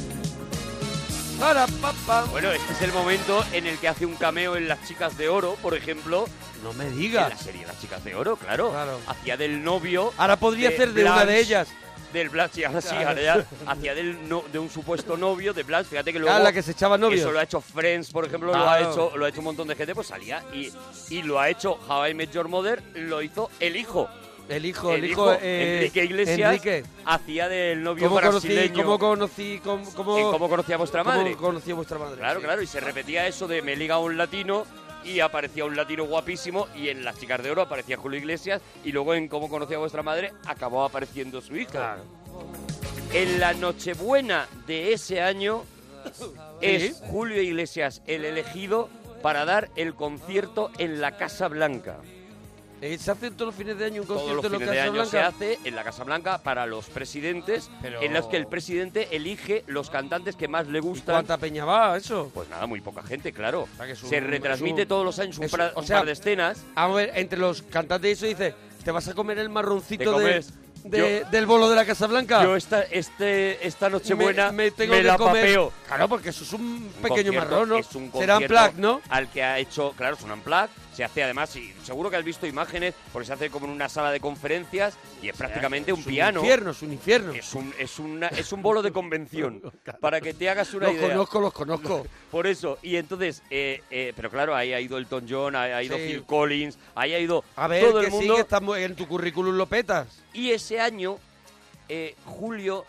E: Bueno, este es el momento en el que hace un cameo en Las Chicas de Oro, por ejemplo.
D: No me digas.
E: En la serie Las Chicas de Oro, claro. Hacía del novio.
D: Ahora podría hacer de una
E: Blanche-
D: de ellas.
E: Del Blanche, sí, ahora sí,
D: Claro.
E: ahora ya. Hacía del no- de un supuesto novio de Blanche. Fíjate que luego.
D: Ah, la que se echaba novios.
E: Eso lo ha hecho Friends, por ejemplo, lo,
D: Claro.
E: ha hecho, lo ha hecho un montón de gente, pues salía. Y, y lo ha hecho How I Met Your Mother, lo hizo el hijo.
D: El hijo, el hijo, eh,
E: Enrique Iglesias
D: Enrique.
E: hacía del novio
D: ¿Cómo conocí,
E: brasileño.
D: cómo conocí, cómo, cómo,
E: ¿Y cómo conocí a vuestra madre?
D: ¿Cómo conocí a vuestra madre?
E: Claro,
D: Sí.
E: claro, y se repetía eso de me liga un latino y aparecía un latino guapísimo y en Las Chicas de Oro aparecía Julio Iglesias y luego en Cómo conocí a vuestra madre acabó apareciendo su hija. En la Nochebuena de ese año es Julio Iglesias el elegido para dar el concierto en la Casa Blanca.
D: Eh, se hacen todos los fines de año un
E: Todos los
D: concierto
E: fines
D: en la
E: de
D: Casa
E: año
D: Blanca.
E: se hace en la Casa Blanca para los presidentes,
D: Pero-
E: en los que el presidente elige los cantantes que más le gustan.
D: ¿Cuánta peña va eso?
E: Pues nada, muy poca gente, claro.
D: sea, que es un-
E: se retransmite
D: es un-
E: todos los años un,
D: es
E: pra-
D: un- o
E: un
D: sea,
E: par de escenas.
D: Vamos a ver, entre los cantantes y eso dice,
F: ¿Te vas a comer el marroncito
E: Te
F: de,
E: comes-
F: de-
E: yo-
F: del bolo de la Casa Blanca?
E: Yo esta, este, esta Nochebuena
F: me,
E: me,
F: tengo que
E: la
F: comer.
E: papeo.
F: Claro, porque eso es un
E: Un
F: pequeño
E: concierto,
F: marrón, ¿no?
E: Es un
F: Será
E: concierto
F: en plac, ¿no?
E: Al que ha hecho, claro, es un amplac. Se hace además, y seguro que has visto imágenes, porque se hace como en una sala de conferencias y es prácticamente un
F: Es
E: piano.
F: Un infierno, es un infierno.
E: Es un, es, una- es un bolo de convención. Para que te hagas una
F: los
E: idea.
F: conozco, los conozco.
E: Por eso, y entonces, eh, eh, pero claro, ahí ha ido Elton John, ahí ha ido
F: Sí.
E: Phil Collins, ahí ha ido
F: A ver,
E: todo
F: que
E: el mundo.
F: sí, que está mu- en tu currículum lo petas.
E: Y ese año, eh, Julio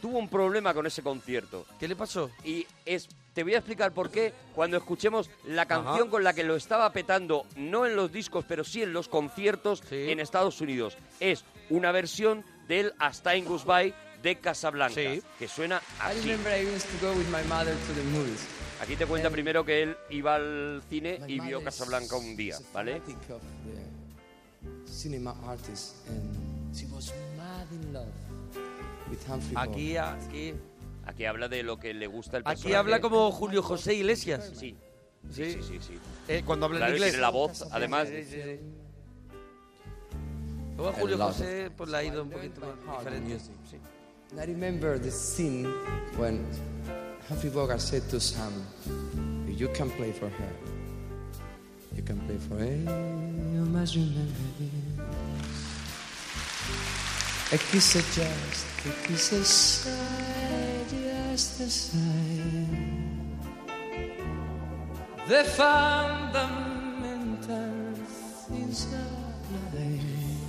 E: tuvo un problema con ese concierto.
F: ¿Qué le pasó?
E: Y es, te voy a explicar por qué cuando escuchemos la canción con la que lo estaba petando, no en los discos, pero sí en los conciertos en Estados Unidos. Es una versión del Hasta en Goodbye de Casablanca, que suena
Y: I
E: así.
Y: remember I used to go with my mother to the movies.
E: Aquí te cuenta primero que él iba al cine y vio Casablanca un día, ¿vale?
Y: fanatic of the cinema artist and she was mad in love with Humphrey Bogart.
F: Aquí, aquí.
E: Aquí habla de lo que le gusta el personaje.
F: Aquí habla como Julio José Iglesias.
E: Sí. Sí, sí, sí. sí.
F: Eh, cuando habla en
E: Claro,
F: inglés.
E: Tiene la voz,
F: Sí,
E: además.
F: sí, sí, sí. Luego
Y: I
F: Julio
Y: love
F: José pues la ha ido un poquito más diferente.
Y: And I remember the scene when Humphrey Bogart said to Sam, "You can play for her. You can play for her. You must remember this. A kiss is just a kiss aside, just a sign. The fundamentals inside my brain.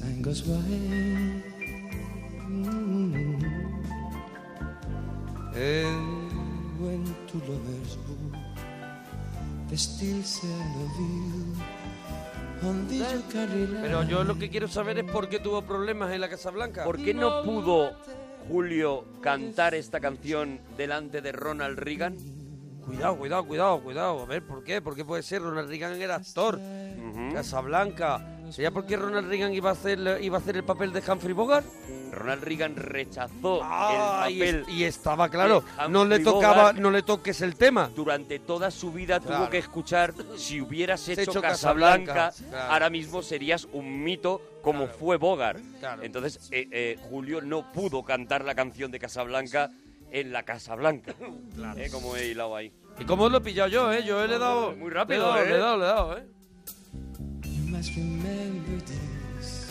Y: Time goes by. Mm-hmm. Mm. And when two lovers woo, there's still some of you. On this you can rely.
F: Pero yo lo que quiero saber es por qué tuvo problemas en la Casa Blanca.
E: ¿Por qué no pudo Julio cantar esta canción delante de Ronald Reagan?
F: Cuidado, cuidado, cuidado, cuidado. A ver, ¿por qué? ¿Por qué puede ser? Ronald Reagan era actor. Casablanca. ¿Sería porque Ronald Reagan iba a hacer iba a hacer el papel de Humphrey Bogart?
E: Ronald Reagan rechazó
F: Ah,
E: el
F: y
E: papel.
F: es- y estaba claro,
E: de
F: no le
E: Humphrey
F: tocaba-
E: Bogart.
F: no le toques el tema.
E: Durante toda su vida tuvo
F: Claro.
E: que escuchar si hubieras
F: Se
E: hecho,
F: hecho
E: Casablanca,
F: Casablanca, claro.
E: ahora mismo serías un mito como fue Bogart. Entonces eh, eh, Julio no pudo cantar la canción de Casablanca en la Casablanca. Blanca. Eh, como he hilado ahí.
F: ¿Y cómo lo he pillado yo, eh? Yo le he dado...
E: Muy rápido,
F: le he dado,
E: ¿eh?
F: Le he dado, le he dado, eh.
Y: You must remember this.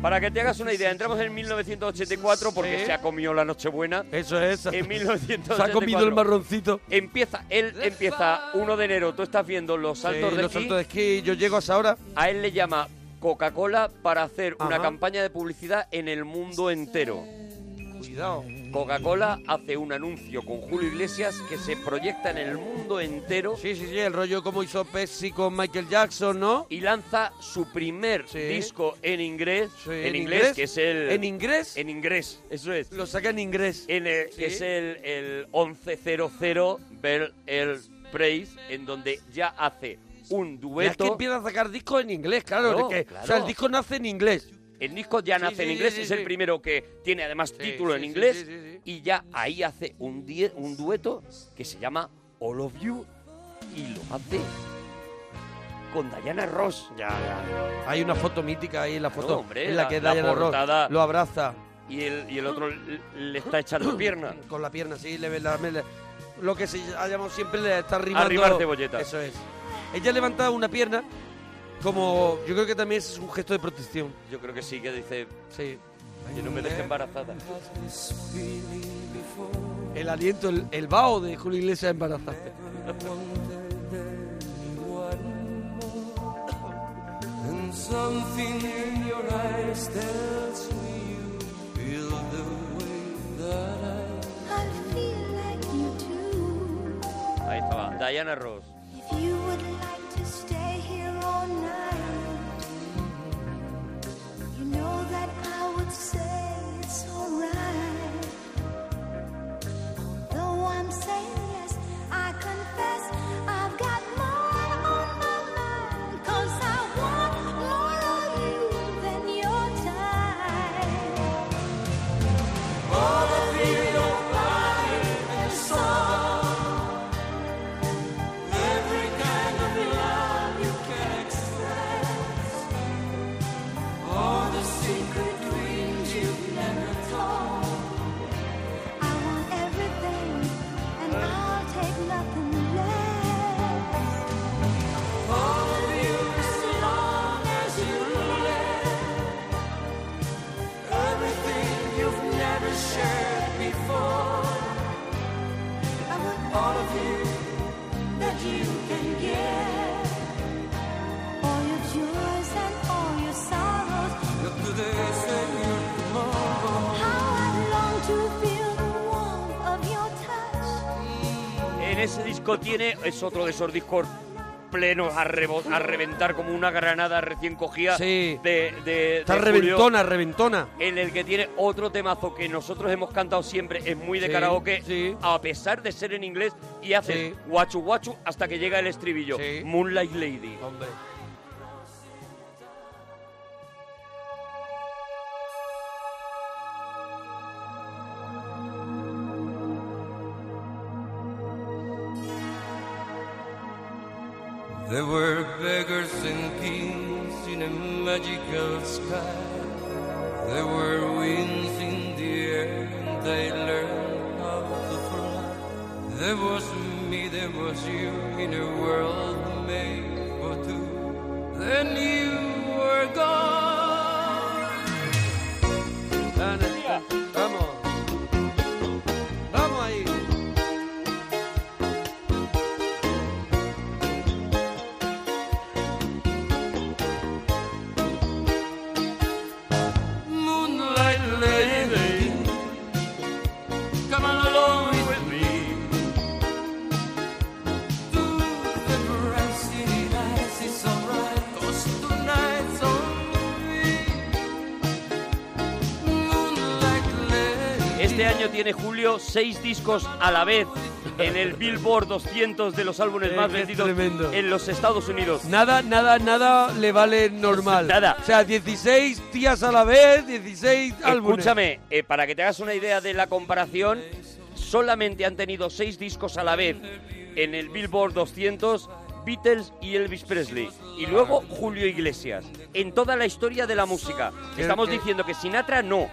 E: Para que te hagas una idea, entramos en 1984 porque
F: Sí.
E: se ha comido la Nochebuena.
F: Eso es.
E: En 1984.
F: Se ha comido el marroncito.
E: Empieza, él empieza 1 de enero. Tú estás viendo los saltos
F: Sí,
E: de
F: los
E: esquí.
F: saltos de esquí, yo llego hasta ahora.
E: A él le llama Coca-Cola para hacer una
F: Ajá.
E: campaña de publicidad en el mundo entero.
F: Cuidado.
E: Coca-Cola hace un anuncio con Julio Iglesias que se proyecta en el mundo entero.
F: Sí, sí, sí, el rollo como hizo Pepsi con Michael Jackson, ¿no?
E: Y lanza su primer disco en inglés. en,
F: en
E: inglés,
F: inglés.
E: que es el.
F: ¿En inglés?
E: En inglés, eso es.
F: Lo saca en inglés.
E: En el-
F: Sí.
E: Es el, el 1100 Bell El Praise, en donde ya hace un
F: Mira, Es que
E: dueto.
F: empieza a sacar discos en inglés, claro.
E: Claro,
F: que- O sea,
E: claro.
F: el disco nace en inglés.
E: El disco ya
F: Sí,
E: nace
F: sí,
E: en
F: sí,
E: inglés,
F: sí,
E: es
F: sí.
E: el primero que tiene además título
F: sí,
E: en
F: sí,
E: inglés.
F: sí, sí, sí.
E: Y ya ahí hace un, die- un dueto que se llama All of You y lo hace con Diana Ross. Ya, ya.
F: Hay una foto mítica ahí, la foto
E: No, hombre,
F: en la,
E: la-
F: que
E: la
F: Diana Ross
E: portada.
F: lo abraza.
E: Y el, y el otro le, le está echando pierna.
F: Con la pierna, sí, le ve la- me le- lo que se ha llamado siempre le está arrimando.
E: Arrimar cebolletas.
F: Eso es. Ella levanta una pierna como... Yo creo que también es un gesto de protección.
E: Yo creo que sí, que dice
F: sí.
E: que no me deje embarazada.
F: El aliento, el, el vaho de Julio Iglesias embarazada.
Y: And something in your eyes tells me you feel the way that I
C: I feel like you do.
E: Ahí estaba, Diana Ross.
C: If you would like to stay here all night, you know that I would say it's alright. Though I'm saying yes, I confess I've got more on my mind. 'Cause I want more of you than your time. All of you, your body and soul.
Y: There
J: all of you that you can give. All your joys and all your sorrows.
Y: Yo today and your tomorrow.
J: How I long to feel the warmth of your touch.
E: En ese disco tiene, es otro de esos discos plenos a, rebo- a reventar como una granada recién cogida.
D: Sí.
E: De, de-
D: Está
E: de Julio,
D: reventona, reventona.
E: En el que tiene otro temazo que nosotros hemos cantado siempre, es muy de
D: Sí,
E: karaoke, a pesar de ser en inglés, y hace
D: Sí.
E: guachu guachu hasta que llega el estribillo. Moonlight Lady.
Y: There were beggars and kings in a magical sky. There were winds in the air, and I learned how to fly. There was me, there was you in a world made for two. Then you were gone.
D: Vamos. Vamos ahí.
Y: Moonlight lady, come on along with me to the bright city lights. It's alright, 'cause tonight's on me. Moonlight lady,
E: Este año tiene Julio seis discos a la vez en el Billboard 200 de los álbumes
D: Eh,
E: más
D: es
E: vendidos
D: tremendo.
E: en los Estados Unidos.
D: Nada, nada, nada le vale normal.
E: Nada.
D: O sea, 16 tías a la vez, 16 álbumes.
E: Escúchame, eh, para que te hagas una idea de la comparación, solamente han tenido seis discos a la vez en el Billboard 200, Beatles y Elvis Presley. Y luego Julio Iglesias. En toda la historia de la música.
D: Qué-
E: Estamos
D: qué-
E: diciendo que Sinatra no.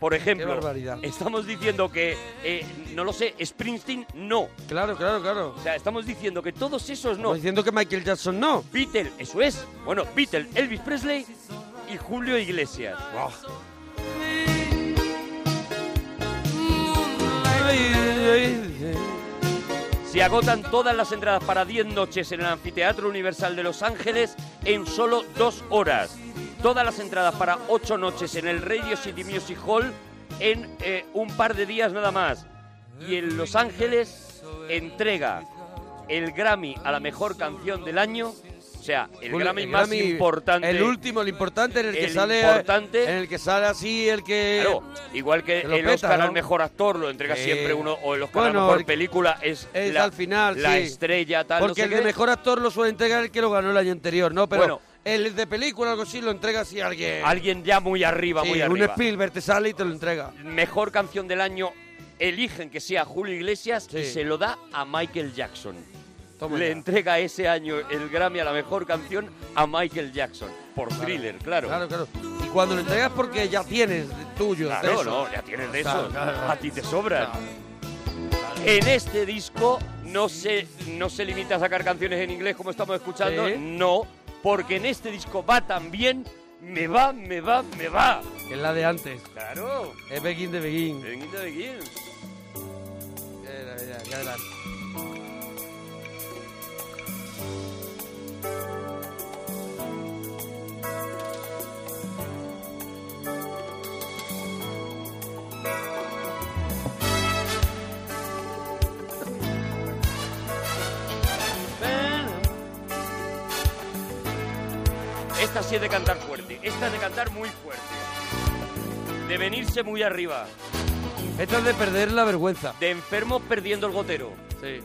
E: Por ejemplo,
D: barbaridad.
E: estamos diciendo que, eh, no lo sé, Springsteen no.
D: Claro, claro, claro.
E: O sea, estamos diciendo que todos esos no.
D: Estamos diciendo que Michael Jackson no.
E: Beatles, eso es. Bueno, Beatles, Elvis Presley y Julio Iglesias. Se agotan todas las entradas para 10 noches en el Anfiteatro Universal de Los Ángeles en solo dos horas. Todas las entradas para 8 noches en el Radio City Music Hall en eh, un par de días nada más. Y en Los Ángeles entrega el Grammy a la mejor canción del año. O sea, el
D: Julio-
E: Grammy más
D: Grammy,
E: importante.
D: El último, el importante, en el, que
E: El
D: sale.
E: importante.
D: En el que sale así, el que.
E: Claro, igual que
D: que lo
E: el
D: peta,
E: Oscar
D: ¿no?
E: al mejor actor lo entrega
D: Sí.
E: siempre uno, o el Oscar a
D: Bueno,
E: la mejor
D: el-
E: película es,
D: es
E: la,
D: al final,
E: la
D: sí.
E: estrella, tal, no
D: Porque
E: sé
D: el de
E: qué.
D: mejor actor lo suele entregar el que lo ganó el año anterior, ¿no? Pero
E: Bueno.
D: el de película o algo así lo entrega así a alguien.
E: Alguien ya muy arriba,
D: Sí,
E: muy
D: un
E: arriba.
D: Spielberg te sale y te lo entrega.
E: Mejor canción del año, eligen que sea Julio Iglesias y se lo da a Michael Jackson.
D: Toma
E: Le
D: ya.
E: entrega ese año el Grammy a la mejor canción a Michael Jackson. Por thriller, claro.
D: Claro, claro. Y cuando lo entregas porque ya tienes tuyo.
E: Claro, no, ya tienes de
D: eso.
E: esos. A ti te sobran. En este disco no se, no se limita a sacar canciones en inglés como estamos escuchando,
D: Sí.
E: no, porque en este disco va tan bien, me va, me va, me va.
D: Que es la de antes. Eh.
E: Claro.
D: Es Begin de Begin.
E: Begin de Begin. Esta sí es de cantar fuerte, esta es de cantar muy fuerte. De venirse muy arriba.
D: Esta es de perder la vergüenza.
E: De enfermos perdiendo el gotero.
D: Sí.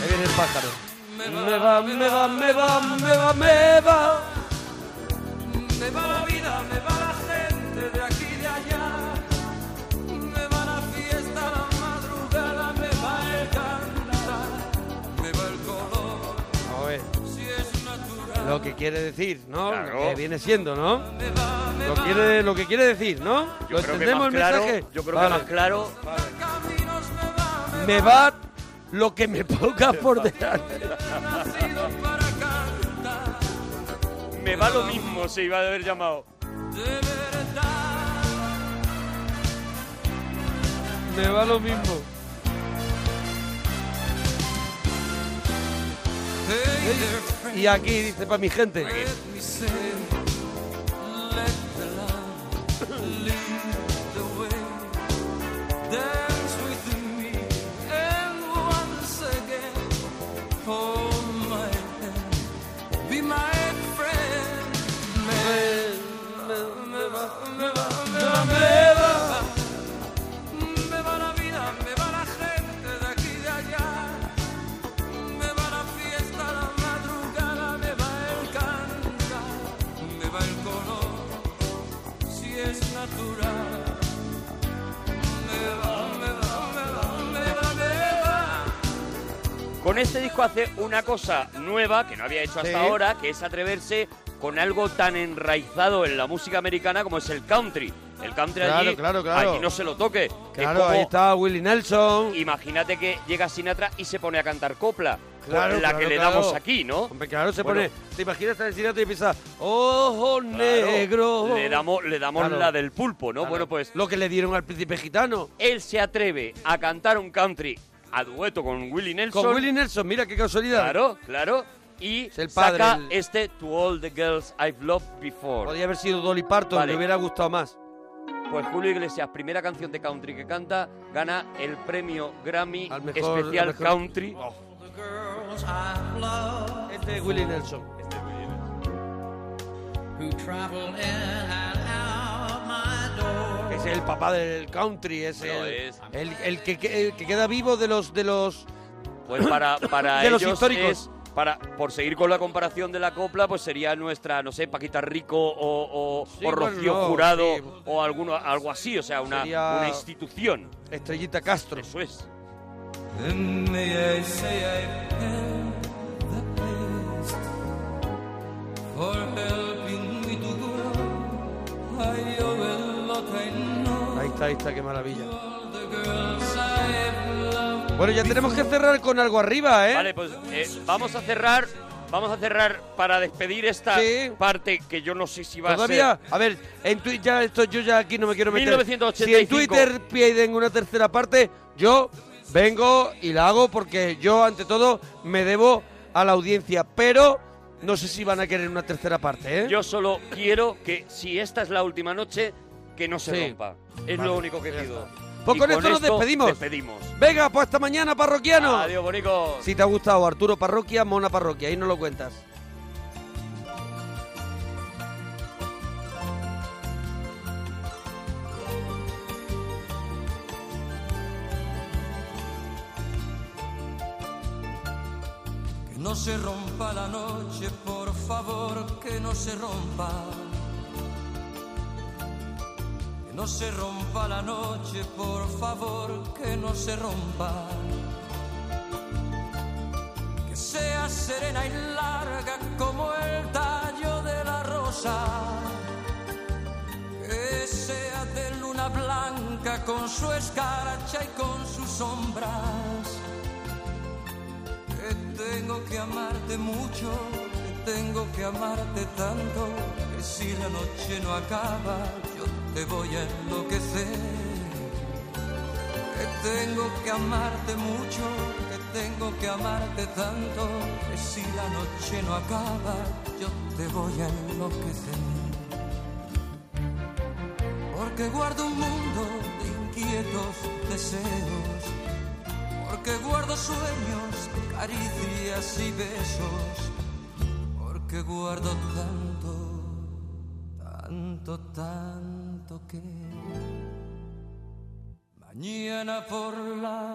D: Ahí viene el pájaro.
Y: Me va, me va, me va, me va, me va. Me va la vida, me va la gente de aquí y de allá. Me va la fiesta, la madrugada, me va el cantar. Me va el color,
D: A ver,
Y: si es natural.
D: lo que quiere decir, ¿no?
E: Claro.
D: Lo que viene siendo, ¿no? Lo, quiere, lo que quiere decir, ¿no?
E: Yo
D: ¿Lo
E: creo que
D: entendemos
E: más
D: el
E: claro,
D: mensaje?
E: Yo creo
D: Vale.
E: que más claro.
D: Me va lo que me pongas por delante.
E: me va lo mismo si iba a haber llamado.
D: Me va lo mismo. Y aquí dice para mi gente.
Y: Me va la vida, me va la gente de aquí y de allá. Me va la fiesta, la madrugada, me va el cantar, me va el color, si es natural. Me va, me va, me va, me va, me va.
E: Con este disco hace una cosa nueva que no había hecho hasta
Y: Sí.
E: ahora, que es atreverse con algo tan enraizado en la música americana como es el country. El country
D: Claro,
E: allí,
D: claro, claro.
E: allí no se lo toque. Es
D: Claro,
E: como-
D: ahí está Willie Nelson.
E: Imagínate que llega Sinatra y se pone a cantar copla, con
D: Claro,
E: la
D: claro,
E: que le
D: claro.
E: damos aquí, ¿no?
D: Claro, se
E: Bueno,
D: pone. Te imaginas estar en Sinatra y piensas, ojo
E: Claro,
D: negro.
E: Le damos, le damos
D: Claro.
E: la del pulpo, ¿no?
D: Claro.
E: Bueno, pues.
D: Lo que le dieron al príncipe gitano.
E: Él se atreve a cantar un country a dueto con Willie Nelson.
D: Con Willie Nelson, mira qué casualidad.
E: Claro, claro. Y
D: el padre,
E: saca
D: el-
E: este To All the Girls I've Loved Before.
D: Podría haber sido Dolly Parton,
E: Vale.
D: me hubiera gustado más.
E: Pues Julio Iglesias, primera canción de country que canta, gana el premio Grammy
D: mejor-
E: Especial
D: al mejor-
E: Country.
D: Este es Willie Nelson.
E: Este
C: Who travel in and out my door.
D: Ese es el papá del country, es
E: Lo
D: el,
E: es.
D: el- el que, que- el que queda vivo de los de los
E: Pues para, para
D: de los
E: ellos
D: históricos.
E: es- para, por seguir con la comparación de la copla, pues sería nuestra, no sé, Paquita Rico o, o,
D: Sí,
E: o
D: bueno,
E: Rocío
D: no,
E: Jurado
D: sí.
E: o alguno, algo así, o sea, una,
D: Sería-
E: una institución.
D: Estrellita Castro.
E: Eso es.
Y: In me I say I am the best for helping me to grow. I owe a lot I know
D: Ahí está, ahí está, qué maravilla.
Y: the girls I've loved.
D: Bueno, ya tenemos que cerrar con algo arriba, ¿eh?
E: Vale, pues eh, vamos a cerrar. Vamos a cerrar para despedir esta parte que yo no sé si va a
D: Todavía,
E: ser.
D: a ver, en Twitter ya esto yo ya aquí no me quiero meter.
E: 1985.
D: Si en Twitter piden una tercera parte, yo vengo y la hago porque yo ante todo me debo a la audiencia, pero no sé si van a querer una tercera parte, ¿eh?
E: Yo solo quiero que si esta es la última noche, que no se
D: Sí.
E: rompa. Es
D: Vale,
E: lo único que pido.
D: Pues
E: Y
D: con, esto, nos despedimos.
E: despedimos.
D: Venga, pues hasta mañana, parroquiano.
E: Adiós, bonicos.
D: Si te ha gustado Arturo Parroquia, Mona Parroquia, ahí no lo cuentas.
Y: Que no se rompa la noche, por favor, que no se rompa. Que no se rompa la noche, por favor, que no se rompa. Que sea serena y larga como el tallo de la rosa. Que sea de luna blanca con su escarcha y con sus sombras que tengo que amarte mucho, que tengo que amarte tanto, que si la noche no acaba, yo te voy a enloquecer. Que tengo que amarte mucho, que tengo que amarte tanto, que si la noche no acaba, yo te voy a enloquecer. Porque guardo un mundo de inquietos deseos porque guardo sueños, caricias y besos, porque guardo tanto, tanto, tanto que mañana por la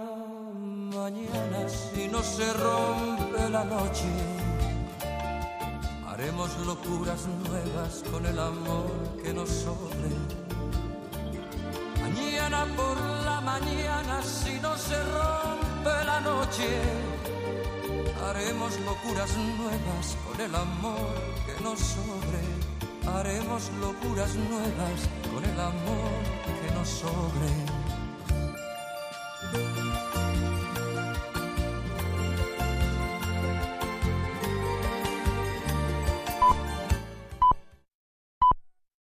Y: mañana, si no se rompe la noche, haremos locuras nuevas con el amor que nos sobre. Mañana por la mañana, si no se rompe la noche, haremos locuras nuevas con el amor que nos sobre. Haremos locuras nuevas con el amor que nos sobre.